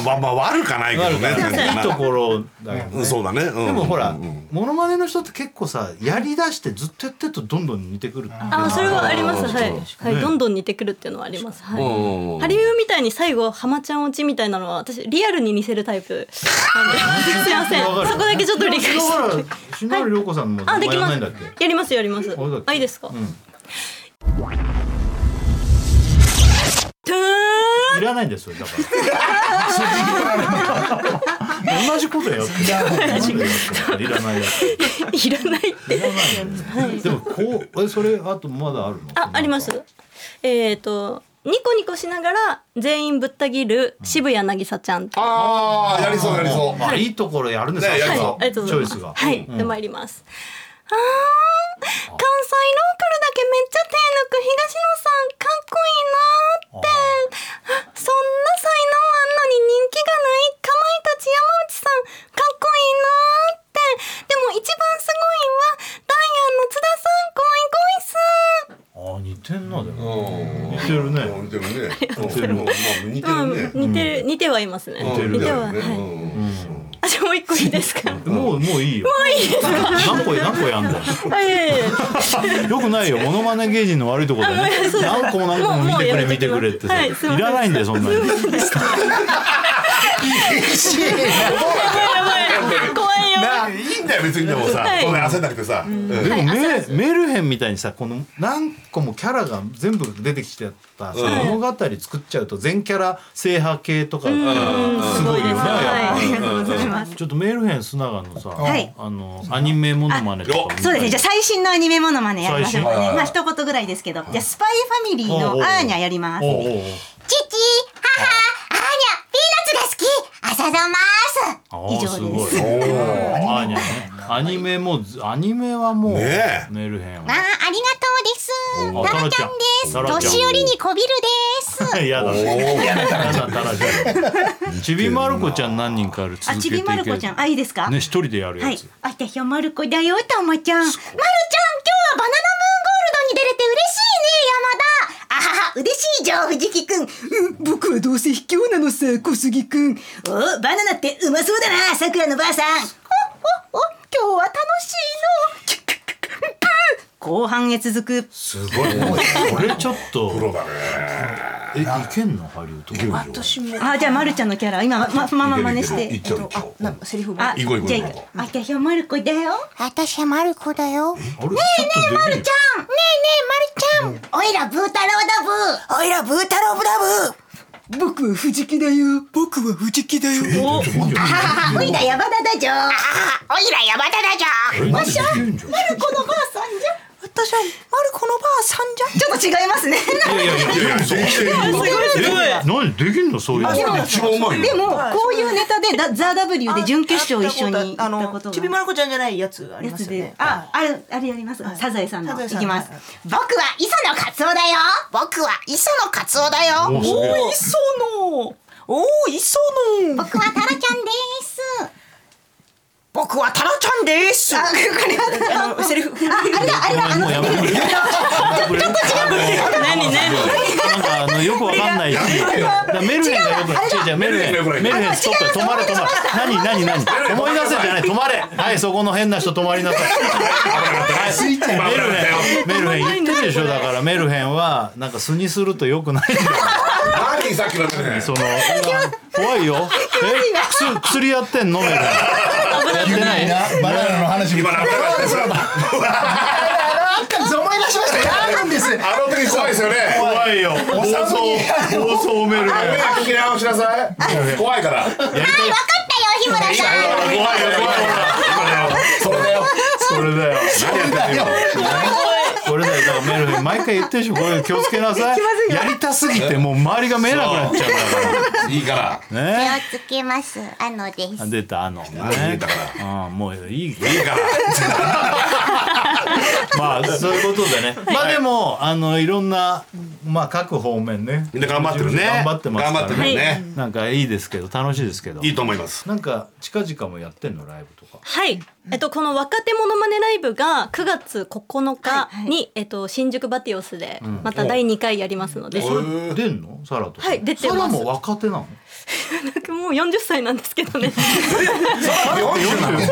まあまあ悪かないけどね
悪かないいいところだけど
うんそうだねうん
でもほらモノマネの人って結構さやりだしてずっとやってるとどんどん似てくる
あーそれはありますはい、はい、
ね
どんどん似てくるっていうのはありますは
う
い
んうんうん
ハリウみたいに最後ハマちゃん落ちみたいなのは私リアルに似せるタイプなん ですいません
わかる
そこだけちょっと理解して
篠原篠原涼子さんも
あでき
やら
ま
ないんだっ
す
け
やりますやります
あれだっけ
あいいですか、
うん
トゥー
いらないんですよだ から。同じことやよ。いらない。いらないや
ンいらないって
つ。でもこうえそれあとまだあるの。
あありますえっ、とニコニコしながら全員ぶった切る渋谷渚ちゃん
あやりそうやりそう
あいいところやるんです
ねやり
はい
そ、
ありがとうございます。
チョイスが
はい、
うん
で参ります。あー関西ローカルだけめっちゃ手抜く東野さんかっこいいなーってあそんな才能あんのに人気がないかまいたち山内さんかっこいいなーってでも一番すごいんはダイアンの津田さんゴイゴ
あ似てんなでも。似
イスー
てるね。
似てるね。
似てる。
似
うん、似てる、似てはいますね。
似てるね
似ては、はい。あ、じゃあもう一個いいですか。も
もうもういいよ。
ういいですか。
何個何個やんだよ。
はいやいやいや。
よくないよ。モノマネ芸人の悪いところだね
あごめんな。さい
何個も何個も見てくれ見てくれってさ。
はいいすいません
らないんだよそんなに。
怖いよ。
いいんだよ別にでもさ
はい
そんな焦んなくてさうん
でもメメルヘンみたいにさこの何個もキャラが全部出てきちゃったさ
うん
物語作っちゃうと全キャラ制覇系とかす
うん
ごいよね
は
やっ
いありがとうござい
ぱ
ま
ちょっとメルヘン須永のさ
はい
あのアニメモノマネとか
そうですね。じゃあ最新のアニメものまねやりましょう。
最新
まあ一言ぐらいですけど、じゃあスパイファミリー
おうおう
のアーニャやります。
おうおうおう
父、母、アーニャ、ピーナッツが好き、朝ざま
あー
ーす。以上です。
すごい あーにゃねアニメもアニメはもう
ね
メルヘン
わあ、ありがとう
お
です。タラちゃん
タラちゃん
です。年寄りにこびる です。
はいやだね
おー
やだタラちゃんちびまる子ちゃん何人かある続
あ、
け
ち
てい
びまる
け
子ちゃん、あ、いいですか。
ね一人でやる
は
や
い
つ。
あたひょまる子だよ、たまちゃん。まるちゃん、今日はバナナムーンゴールドに出れて嬉しいね、山田。あはは、嬉しいじゃん、藤木くん。うん、僕はどうせ卑怯なのさ、小杉くん。お、バナナってうまそうだな、さくらのばあさん。お、お、お、今日は楽しいの。後半へ続く。
すごいもうこれちょっと
プロだね
えいけんのハリウッド
私も
あ、じゃあ、まるちゃんのキャラ、今、ま、ま、ま、ま、真似して。
ちゃう
あなんかセリフが
あ、
いこういこう
じゃあ
いこういこ、
あたひょまる子だよ。あたひょまる子だよ。
あれねえねえまるち
ゃんねえねえ、まるちゃんおいら、ブー太郎だブーおいら、ブー太郎だブー僕は藤木だよ僕は藤木だよおおいら山田だじょあおいら山田だじょわしは、まる子のばあさんじゃ私は、まる子のばあさんじゃちょっと違いますね
いやいやいやいやそうしてる
似てるすごい
え何できんのそういうの
でも
一番うまいよ
でも、こういうネタで、だザ・ W で準決勝一緒に行っ
あ
たこと
の
が
ちびまる子ちゃんじゃないやつあり
や
ます
つ
よ
で
ね、
あ、ある、あれやります。サザエさんの。
サザエ
い
さんの
きます
はい。
僕は磯野カツオだよ。僕は磯野カツオだよ。
すげえ
お磯野お磯野
僕はタラちゃんです。
僕はタラちゃんです
あ、
あ
これは。
のセリフ
あ、あれだ、あれだ、あの、
もうやめてくれちょっと違う
何
なんかあのよくわかんないしだからメルヘンがよくない違う違うメルヘン
メルヘンが良くない
メルヘンストップ止まれ止まれ何何何思い出せじゃない止まれはいそこの変な人止まりなさい
いちゃ
メルヘンメルヘン言ってるでしょだからメルヘンはなんか素にするとよくないんだよ
何さっきのね
その怖 いよえ薬薬やってんのメルヘンやって ない
バナナの話も
今なんかあったよ
なんか思い出しましたなんです
あの時怖いですよね
怖いよ暴走暴走メルヘン
聞き直しなさい怖いから
やりたい
分かったよ、日村さん
怖いよ怖いよそれだよ
それだよ何やってんのこれだよだからメルヘン毎回言ってるでしょこれ気をつけなさいやりたすぎてもう周りが見えなくなっちゃ
いいから
うからね
気をつけますあのです
あ出たあのねあもういいい い
から
まあそういうことでねまあでもあのいろんなまあ各方面ね
みんな頑張ってるね
頑張ってますか
頑
ら
張ってるね、
なんかいいですけど楽しいですけど
いいと思います
なんか近々もやってんのライブとか
はい、えっと、この若手モノマネライブが9月9日に、えっと、新宿バティオスでまた第2回やりますので、
それ出んのサラとか
はい出てます
サラも若手なの
もう40歳なんですけど ね
40なの
そうなんです、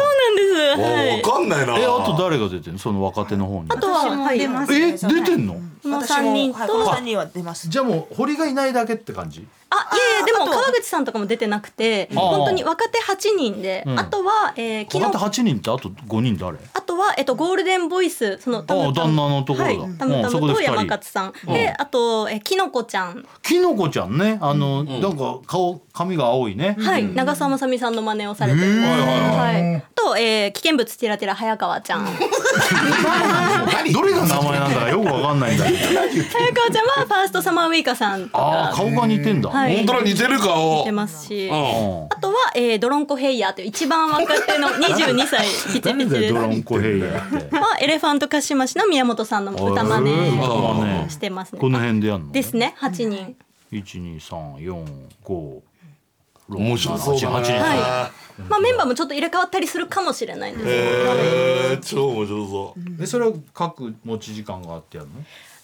は
わ
い、
かんないな
えあと誰が出てんのその若手の方に
あとは
私も出
はい
ます
え
ね
出
それ
てんの
この3
私
人
もはいことの三人は出ます
じゃあもう堀がいないだけって感じ
あいえいえでも川口さんとかも出てなくて
あ
本当に若手8人で、あとは、えー、昨
若手8
日
人ってあと5人誰
あとは、えっと、ゴールデンボイスそのタムタ
旦
ム
那のところだ
はい
うん
タムタ
そこで
ム
二
と
人
山勝さん、であと、えー、きのこちゃん
きのこちゃんねあの、なんか顔髪が青いね、
はい、長澤まさみさんの真似をされてる、はい、と、えー、危険物ティラティラ早川ち ゃん早
どれが名前なんだかよくわかんないんだけど
川ちゃんはファーストサマーウイカさんと
ああ
か
顔が似てんだ、
はい
本当だ似てる顔
出ますし、
う
あ
ん
とは、えー、ドロンコヘイヤーという一番若手の22歳 ピチピチ
で
です
ドロンコヘイヤーって
はエレファントカシマシの宮本さんの歌真
あー
似してます
こ
ね。
の辺でやんの
ですね、8人。
一二三四五
面白そうだな
八八人
はい。まあメンバーもちょっと入れ替わったりするかもしれないです。
えー、超面白そう
えそれは各持ち時間があってやるの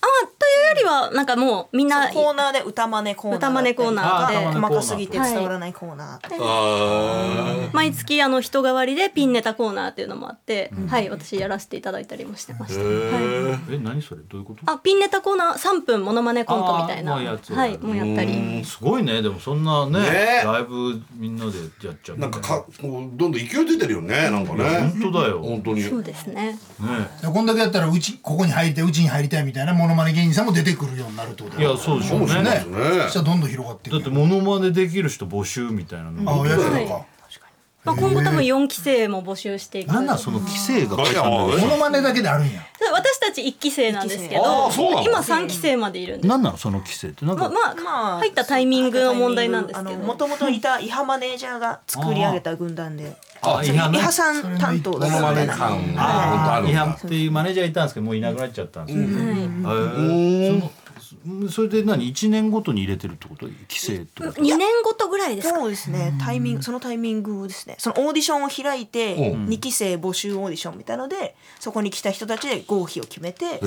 あまあというよりはなんかもうみんな
コーナーで歌真似コーナー
歌真似コーナ
あ
ー
ー
で。
細かすぎて伝わらないコーナー
あ
毎月あの人変わりでピンネタコーナーっていうのもあって、はい私やらせていただいたりもしてました、はい、
え何それどういうこと
あピンネタコーナー3分モノマネコントみたいな
あーまあやつを
は
や
い
る
もうやったり
すごいねでもそんなね
ね
ライブみんなでやっちゃう
ーなんかかもうどんどん勢い出てるよねなんかね
本当だよ、ね
本当に
そうですね
こんだけやったらうちここに入りたいうちに入りたいみたいなモノマネ芸人さんも出てくるようになるってこと
いやそうでしょうね
ね
ね
そしたらどんどん広がってい
だ
く
ってモノマネできる人募集みたいなの
ああやつなの
は
か
まあ、今後多分4期生も募集していく
なんなんその規制が書いてあるんだ
モ
よ
ノマネだけであるんや
私たち1期生なんですけど
あーそうなの
今3期生までいるんです
なんなのその規制ってなんか、
まあ、まあ
まあ
入ったタイミングの問題なんですけど
もともといた伊波マネージャーが作り上げた軍団で
あいや
伊
ね
波さん担当だ
モ
った
ノ
み
マ
た
ネ
いな
感が本当あ
あ
る
い
ん
や
だ
っていうマネージャーいたんですけどもういなくなっちゃったんですよ、
うん
へえそれで何1年ごとに入れてるってこと規制ってこと
2年ごとぐらいですか
そうですねタイミングそのタイミングですねそのオーディションを開いて
う
2期生募集オーディションみたいのでそこに来た人たちで合否を決めて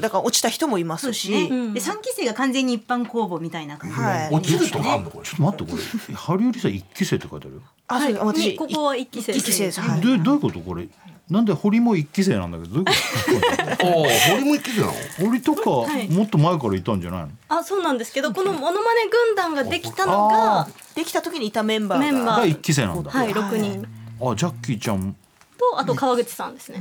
だから落ちた人もいますし
ん
で3期生が完全に一般公募みたいな感じ
はい
落ちるとかあんのこれ
ちょっと待ってこれハリウリさん1期生って書いてあるよ
あそうです
に
私
ここは1期生
一期生ですはい
でどういうことこれなんで堀も1期生なんだけどどういうこ
ああ堀も一気じゃん
と堀とかもっと前からいたんじゃないの
あそうなんですけどこのモノマネ軍団ができたのが
できた時にいたメンバーが
メンバー
が1期生なんだ、
はい6人
あジャッキーちゃん
とあと川口さんですね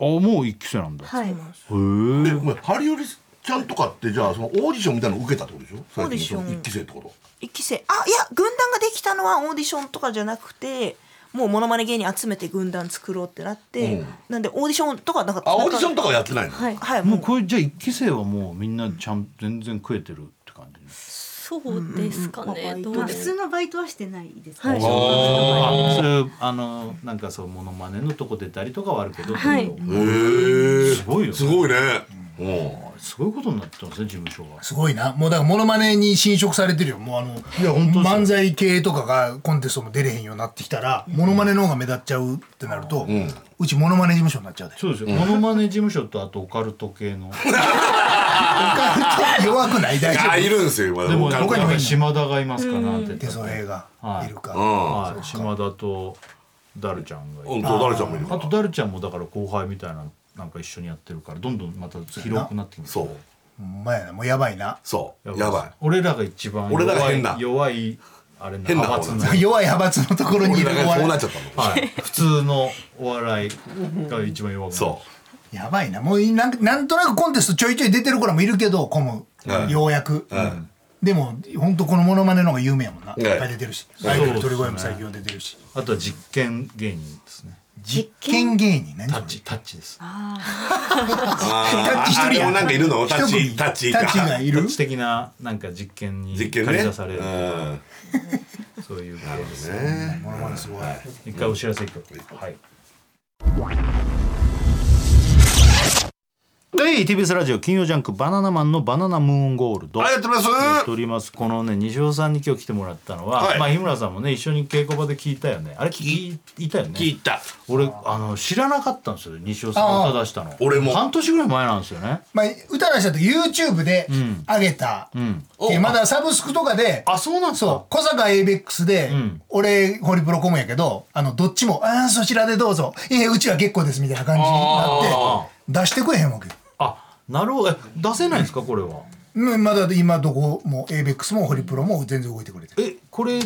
あもう1期生なんだ、
はい
へ
え
え
ごめんハリオリちゃんとかってじゃあそのオーディションみたいなの受けたってことでしょ最
オーディ
近
シ
そ
ョン
の一期生ってこと
一期生あいや軍団ができたのはオーディションとかじゃなくてもうモノマネ芸人集めて軍団作ろうってなって、
うん
なんでオーディションとかなんか
あオーディションとかはやってないの
はい
はい
も
もう
うこれじゃあ1期生はもうみんなちゃん全然食えてるって感じね
そうですかねど
ま
う
あ
で
普
す
通のバイトはしてないです
はい
あそれあのなんかそうモノマネのとこ出たりとかはあるけど、
はい
ってう
へえ
すごいよね
すごいねうん
すごいことになってますね事務所が
すごいなもうだからモノマネに侵食されてるよもうあの
本当ですよ
漫才系とかがコンテストも出れへんようになってきたら、モノマネの方が目立っちゃうってなると、うちモノマネ事務所になっちゃうで
そうですよ、モノマネ事務所とあとオカルト系 の
弱くない大
あい
丈
るんですよ今
でも
他に
僕には島田がいますかなんて言っ
夫で
た
それがいるか、
う
はい島田とダルちゃんがい
ん
る
そう誰ちゃんもいるか
あ
ら
とダルちゃんもだから後輩みたいななんか一緒にやってるからどんどんまた広くなってきます
そう
ほんまやなもうやばいな
そうやばい
俺らが一番
俺らが
弱
変ない
弱いあれな
変な方
派閥
な
な
ん
弱い派閥のところにい
俺
る
らがこうなっちゃったの
はい、普通のお笑いが一番弱くなる
そ
やばいなもうなんなんとなくコンテストちょいちょい出てる子らもいるけどコム、ようやく、でも本当このモノマネの方が有名やもんな、
ええ
いっぱい出てるし
そう
アイド
そうです
ル
ね
鳥越も最近は出てるし
あとは実験芸人ですね
実験芸人ね
タッチタッチです
あーあでもなんかいるのタッチタッチか
タッチ的ななんか実験に
実験ね
駆り出されるとかそういうことですね
モノマネすごい
一回お知らせ一曲はいはい、TBS ラジオ金曜ジャンク「バナナマンのバナナムーンゴールド」
ありがとうございます
やっておりますこのね西尾さんに今日来てもらったのは、
はい
まあ、日村さんもね一緒に稽古場で聞いたよねあれ聞いたよね
聞いた
俺あの知らなかったんですよ西尾さんが歌出したの
俺も
半年ぐらい前なんですよね
まあ歌出したと YouTube で
うん
上げた、
うん
でまだサブスクとかで
あそうなん
そう小坂 ABEX で、俺ホリプロコムやけどあのどっちも「あーそちらでどうぞいえうちは結構です」みたいな感じになって出してくれへんわけよ
あなるほどえ出せないんですかこれは
うんまだ今どこも ABEX もホリプロも全然動いてくれて
えこれ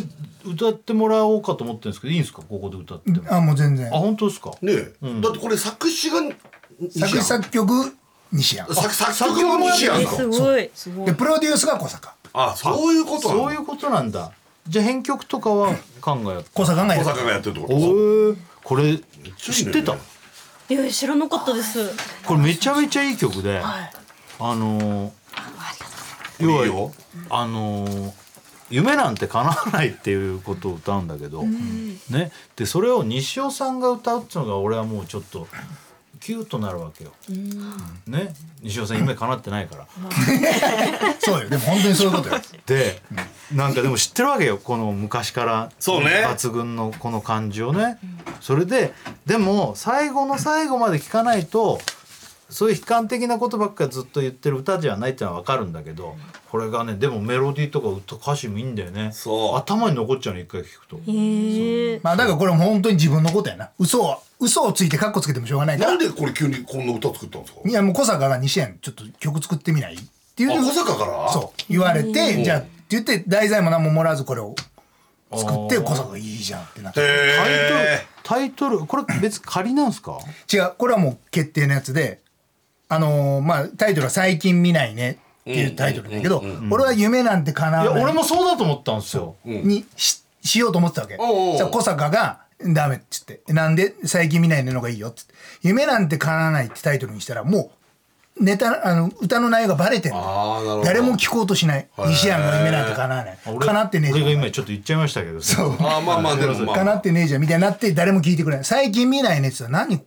歌ってもらおうかと思ってるんですけどいいんですかここで歌っても
あもう全然
あ本当ですか
ねえだってこれ作詞が
作詞作曲西山
作作作曲も西やんか
ごい
でプロデュースが小坂
あそういうことな
そういうことなんだじゃあ編曲とかはカンがやって
小坂がや
小
る
坂がやってるってこ
お
と
ーこれ知ってた
いや知らなかったです
これめちゃめちゃいい曲で、あのー要はあのー夢なんて叶わないっていうことを歌うんだけど、ね、でそれを西尾さんが歌うっていうのが俺はもうちょっとキューとなるわけよ。ね、西尾さん夢叶ってないから。
そうよでも本当にそういうことよ
で、なんかでも知ってるわけよこの昔から
そうね
抜群のこの感じをね、それででも最後の最後まで聞かないとそういう悲観的なことばっかりずっと言ってる歌じゃないってのは分かるんだけどこれがねでもメロディーとか歌歌詞もいいんだよね
そう
頭に残っちゃうの一回聞くと。
へえ
まあだからこれも本当に自分のことやな嘘を嘘をついてカッコつけてもしょうがないか
な
ら
んでこれ急にこんな歌作ったんですか
いやもう小坂が西山ちょっと曲作ってみないっていう
あ小坂から
そう言われ
う
て
ん
じゃあって言って題材も何ももらわずこれを作って小坂がいいじゃんってなって
タイトル
へえ
タイトルこれ別に仮なんですか
違うこれはもう決定のやつであのーまあタイトルは「最近見ないね」っていうタイトルだけど俺は夢なんて叶
いや
わな
俺
い
もそうだと思ったんですよ。
にししようと思ってたわけ
おうおう
さ小坂が「ダメ」っつって「なんで最近見ないねのがいいよ」っつって「夢なんて叶わない」ってタイトルにしたらもうネタあの歌の内容がバレてる
あーなるほど
誰も聞こうとしない西山の夢なんて叶わない叶ってねえじゃ
俺
ん
が今ちょっと言っちゃいましたけど。
そう
あまあまあでもま
か
あ
なってねえじゃんみたいになって誰も聞いてくれない最近見ないねっつったら何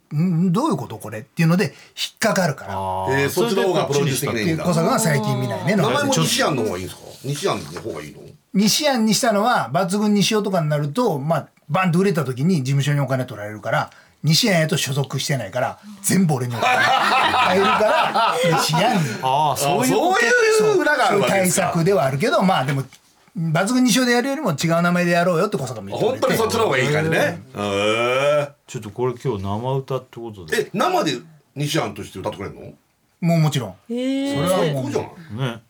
んどういうことこれっていうので引っかかるから
あー
えーそっちの方がプロデュース的
それ
な
で
い
っ
いん
ていう
だ
小坂が最近見ないねの
名前も西安の方がいいんですか西安の方がいいの
西安にしたのは抜群にしようとかになるとまあバンと売れた時に事務所にお金取られるから西安へと所属してないから全部俺にお金入るから西安に
ああそういうこと
そういう裏があ
そう
る
いう
わけで
対
すか
策ではあるけどまあでも抜群にしようでやるよりも違う名前でやろうよって小坂も言ってく
本
れて
当にそっちの方がいい感じねへえ
ちょっとこれ今日生歌ってことで
え生で西安として歌ってくれるの
もうもちろん
へえ
それは
こ
も
う
う
じゃない
ね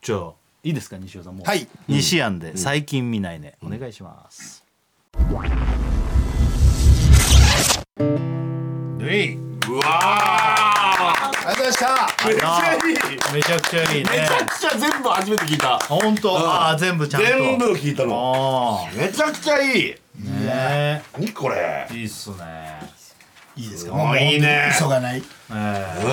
じゃあいいですか西尾さんもう
はい
西安で最近見ないね、お願いしますでいいう
わ
ありがとうございました
ーめっちゃいい
めちゃくちゃいいね
めちゃくちゃ全部初めて聞いた
あ本当ああ全部ちゃんと
全部聞いたの
あ
めちゃくちゃいい
あね
何これ
えいいっすね
いいですか
ごい
もう本当に
ね
嘘がない
すご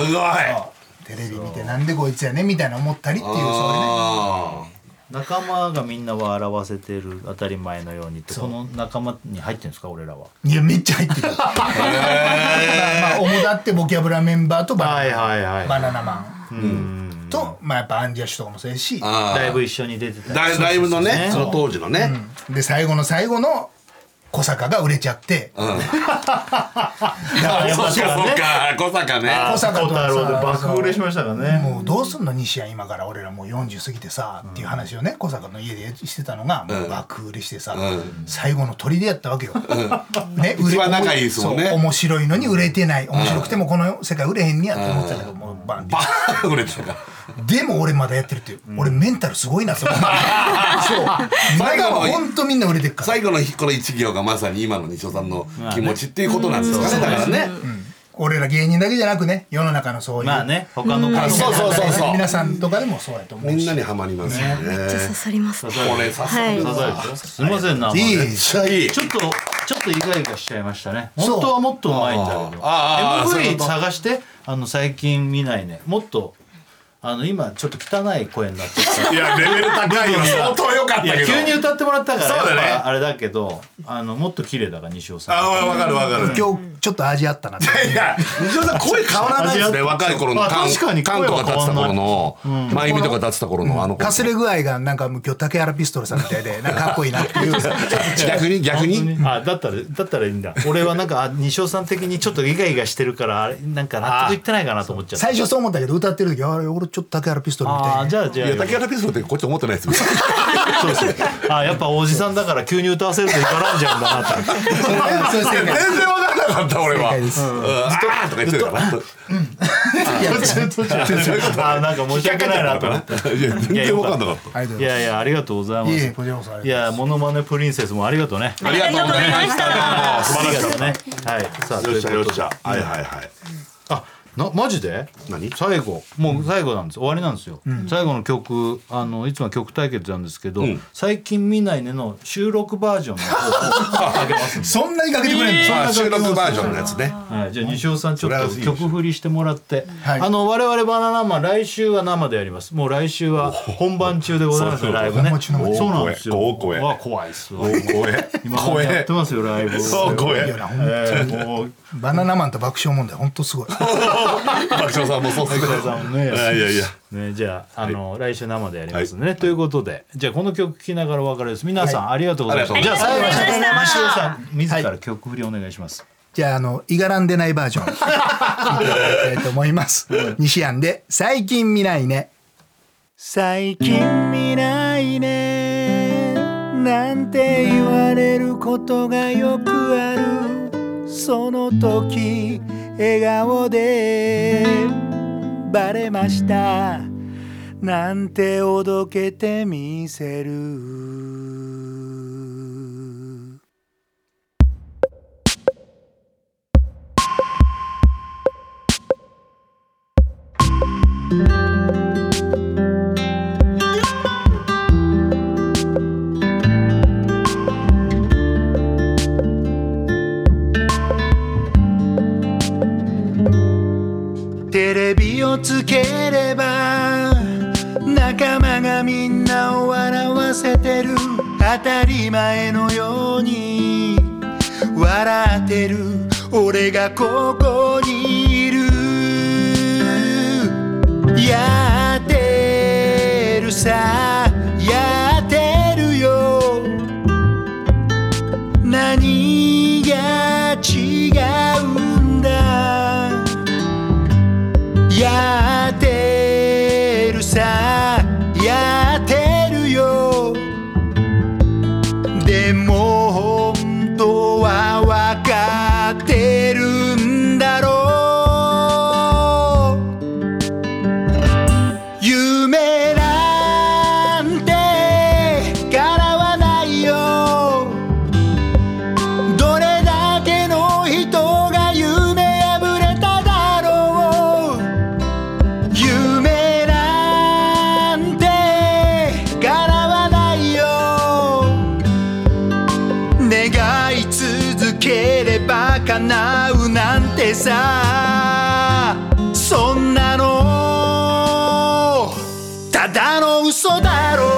い
テレビ見てなんでこいつやねみたいな思ったりっていうそういうね
あ
仲間がみんなを表せてる当たり前のようにってこの仲間に入ってるんですか俺らはい
やめっちゃ 入ってる。まあ主だってボキャブラメンバーとバナナ,、
はいはい
バナナマンと、まあやっぱアンジャッシュとかもそうやし、
あ
ライブ一緒に出てたり
ライライブのねその当時のね
で最後の最後の小坂が売れちゃって、
うん
だからやっ
そう
ぱ
かそうか小坂ね
小坂と
小
か
太郎で
さ
爆売れしましたからね
もうどうすんの西矢今から俺らもう40過ぎてさ、っていう話をね小坂の家でしてたのがもう爆売れしてさ、最後の砦やったわけよ。 ね売れ
一番仲いいですもんね
そう面白いのに売れてない面白くてもこの世界売れへんにやって思ってたけど、もうバンって
バーン売れてるから
でも俺まだやってるっていう、俺メンタルすごいなって思ったそうま
最
だ
後の
ほんとみんな売れてるから
最後のこの一行がまさに今の西尾さんの気持ちっていうことなんですかねだからね
俺ら芸人だけじゃなくね世の中のそういう
まあね他の
関係者
うんそうそうそうそう
皆さんとかでもそうやと思う
みんなにはまりますよね。めっちゃ刺
さります。
これ刺さるわ。
刺さるでしょすみませんな。
いい
もうね
めっちゃいい
ちょっとちょっと意外がしちゃいましたね。本当はもっとうまいんだけど。
あーあーそうい
MV
うこと
探してあの最近見ないね。もっとあの今ちょっと汚い声になってきた。
いやレベル高いよ
部分が
相当良かったけど
いや急に歌ってもらったから
そうだね
やっぱあれだけど、あのもっと綺麗だから西尾さん。
あわわかるわかる
今日ちょっと味あったなって
いや西尾さん声変わらないですね若い頃の
あ
感
確かに
感とか立ってた頃の
うん
前見とか立ってた頃のあの子
かすれ具合がなんかもう今日竹原ピストルさんみたいでなんかかっこいいなっていう
逆に逆に
あだったらだったらいいんだ俺はなんかあ西尾さん的にちょっとイガイガしてるからあれなんか納得いってないかなと思っちゃった
最初そう思ったけど歌ってる時あれ俺ちょっと竹原ピストルみたい
あ
な
ーじゃあじゃあ
いや、竹原ピストルってこっち思ってないですよ。
そうですねあやっぱおじさんだから急に歌わせるといからんじゃうんだなと思って
そうそう
全然わからなかった俺は。うんあーとか言ってたから。
あなんか申し訳ないなと思って
いや、全然わかんなかった。
ありがと
い
うござい
やいやありがとうございま
ますいえい
す
えこちらこそあ
い
りが
やモノマネプリンセスもありがとうね
ありがとうございました。素晴らしかっ
ねはいさあ
た。
とい
よっ
う
し
こ
ゃよ
と
っしゃ。はいはいはい。
あなマジで
何
最後もう最後なんです終わりなんですよ、最後の曲あのいつもは曲対決なんですけど、最近見ないねの収録バージョンの方をあげますん
ます
で
そんなにかけてくれんの、
えー
あ収録バージョンのやつね。
はい、じゃあ西尾さんちょっと曲振りしてもらって、
はい
あの我々バナナマン来週は生でやりますもう来週は本番中でございます
おお
ライブね
本番中の
そうなんですよ
大声大声
わ怖いっすわ
怖え。
今までやってますよライブ
そう、怖
い
え
や。なほん
え
と
ー、もう
バナナマンと爆笑問題本当すごい
爆笑さんもそうっすね。
田さんもね
いやいやいや。
ね、じゃあ、あの、来週生でやりますね、ということで、じゃあ、この曲聴きながらお別れです。皆さん、ありがとうございました。
あり
じゃ
が
あ、最後に、
ありがとうございました
西尾さん、自ら曲振りお願いします。
じゃあ、あの、いがらんでないバージョン、聞いていただきたいと思います。西安で、最近見ないね。最近見ないね。なんて言われることがよくある。その時、笑顔で、バレました。なんておどけてみせる。テレビをつければ仲間がみんなを笑わせてる当たり前のように笑ってる俺がここにいるやってるさやってるよ何が違うんだやってるさやってるよでも本当はわかってるんだろう夢なんてからわないよどれだけの人が夢破れただろう夢なんてからわないよ願い続ければ叶うなんてさそんなのただの嘘だろう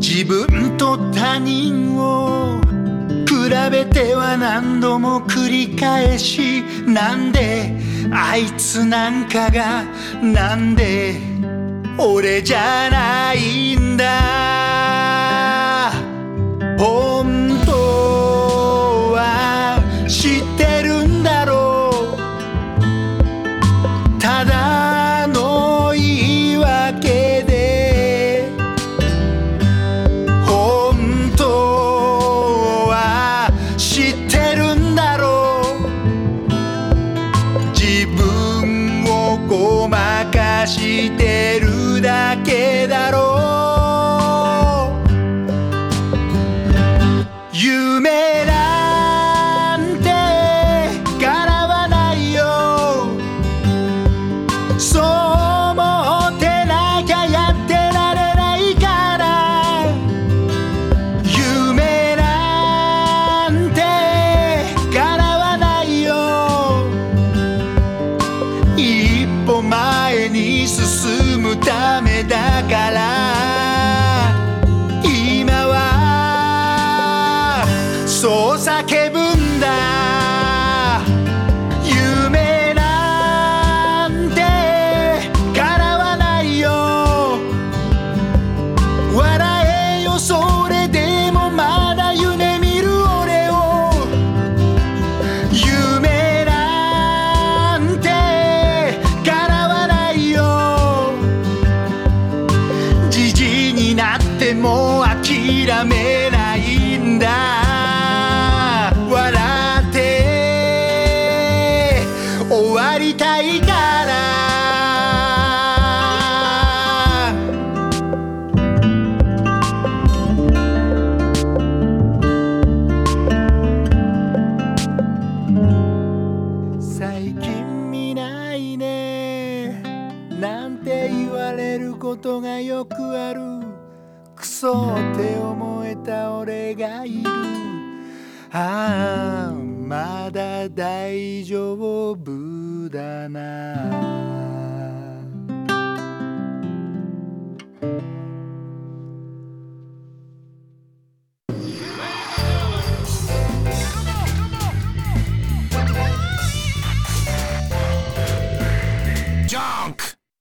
自分と他人を比べては何度も繰り返しなんであいつなんかがなんで俺じゃないんだ本当は知ってるんだろうただの言い訳で本当は知ってるんだろう自分をごまかし
してるだけだろう夢なんて叶わないよそう思ってなきゃやってられないから夢なんて叶わないよ一歩前に進むためだから今はそう叫ぶんだ夢なんて叶わないよ笑えよそれでもまだ夢見る俺を夢なんて叶わないよじじいになっても諦めないんだ笑って終わりたいから最近見ないねなんて言われることがよくあるクソって思えた俺がいるああまだ大丈夫だな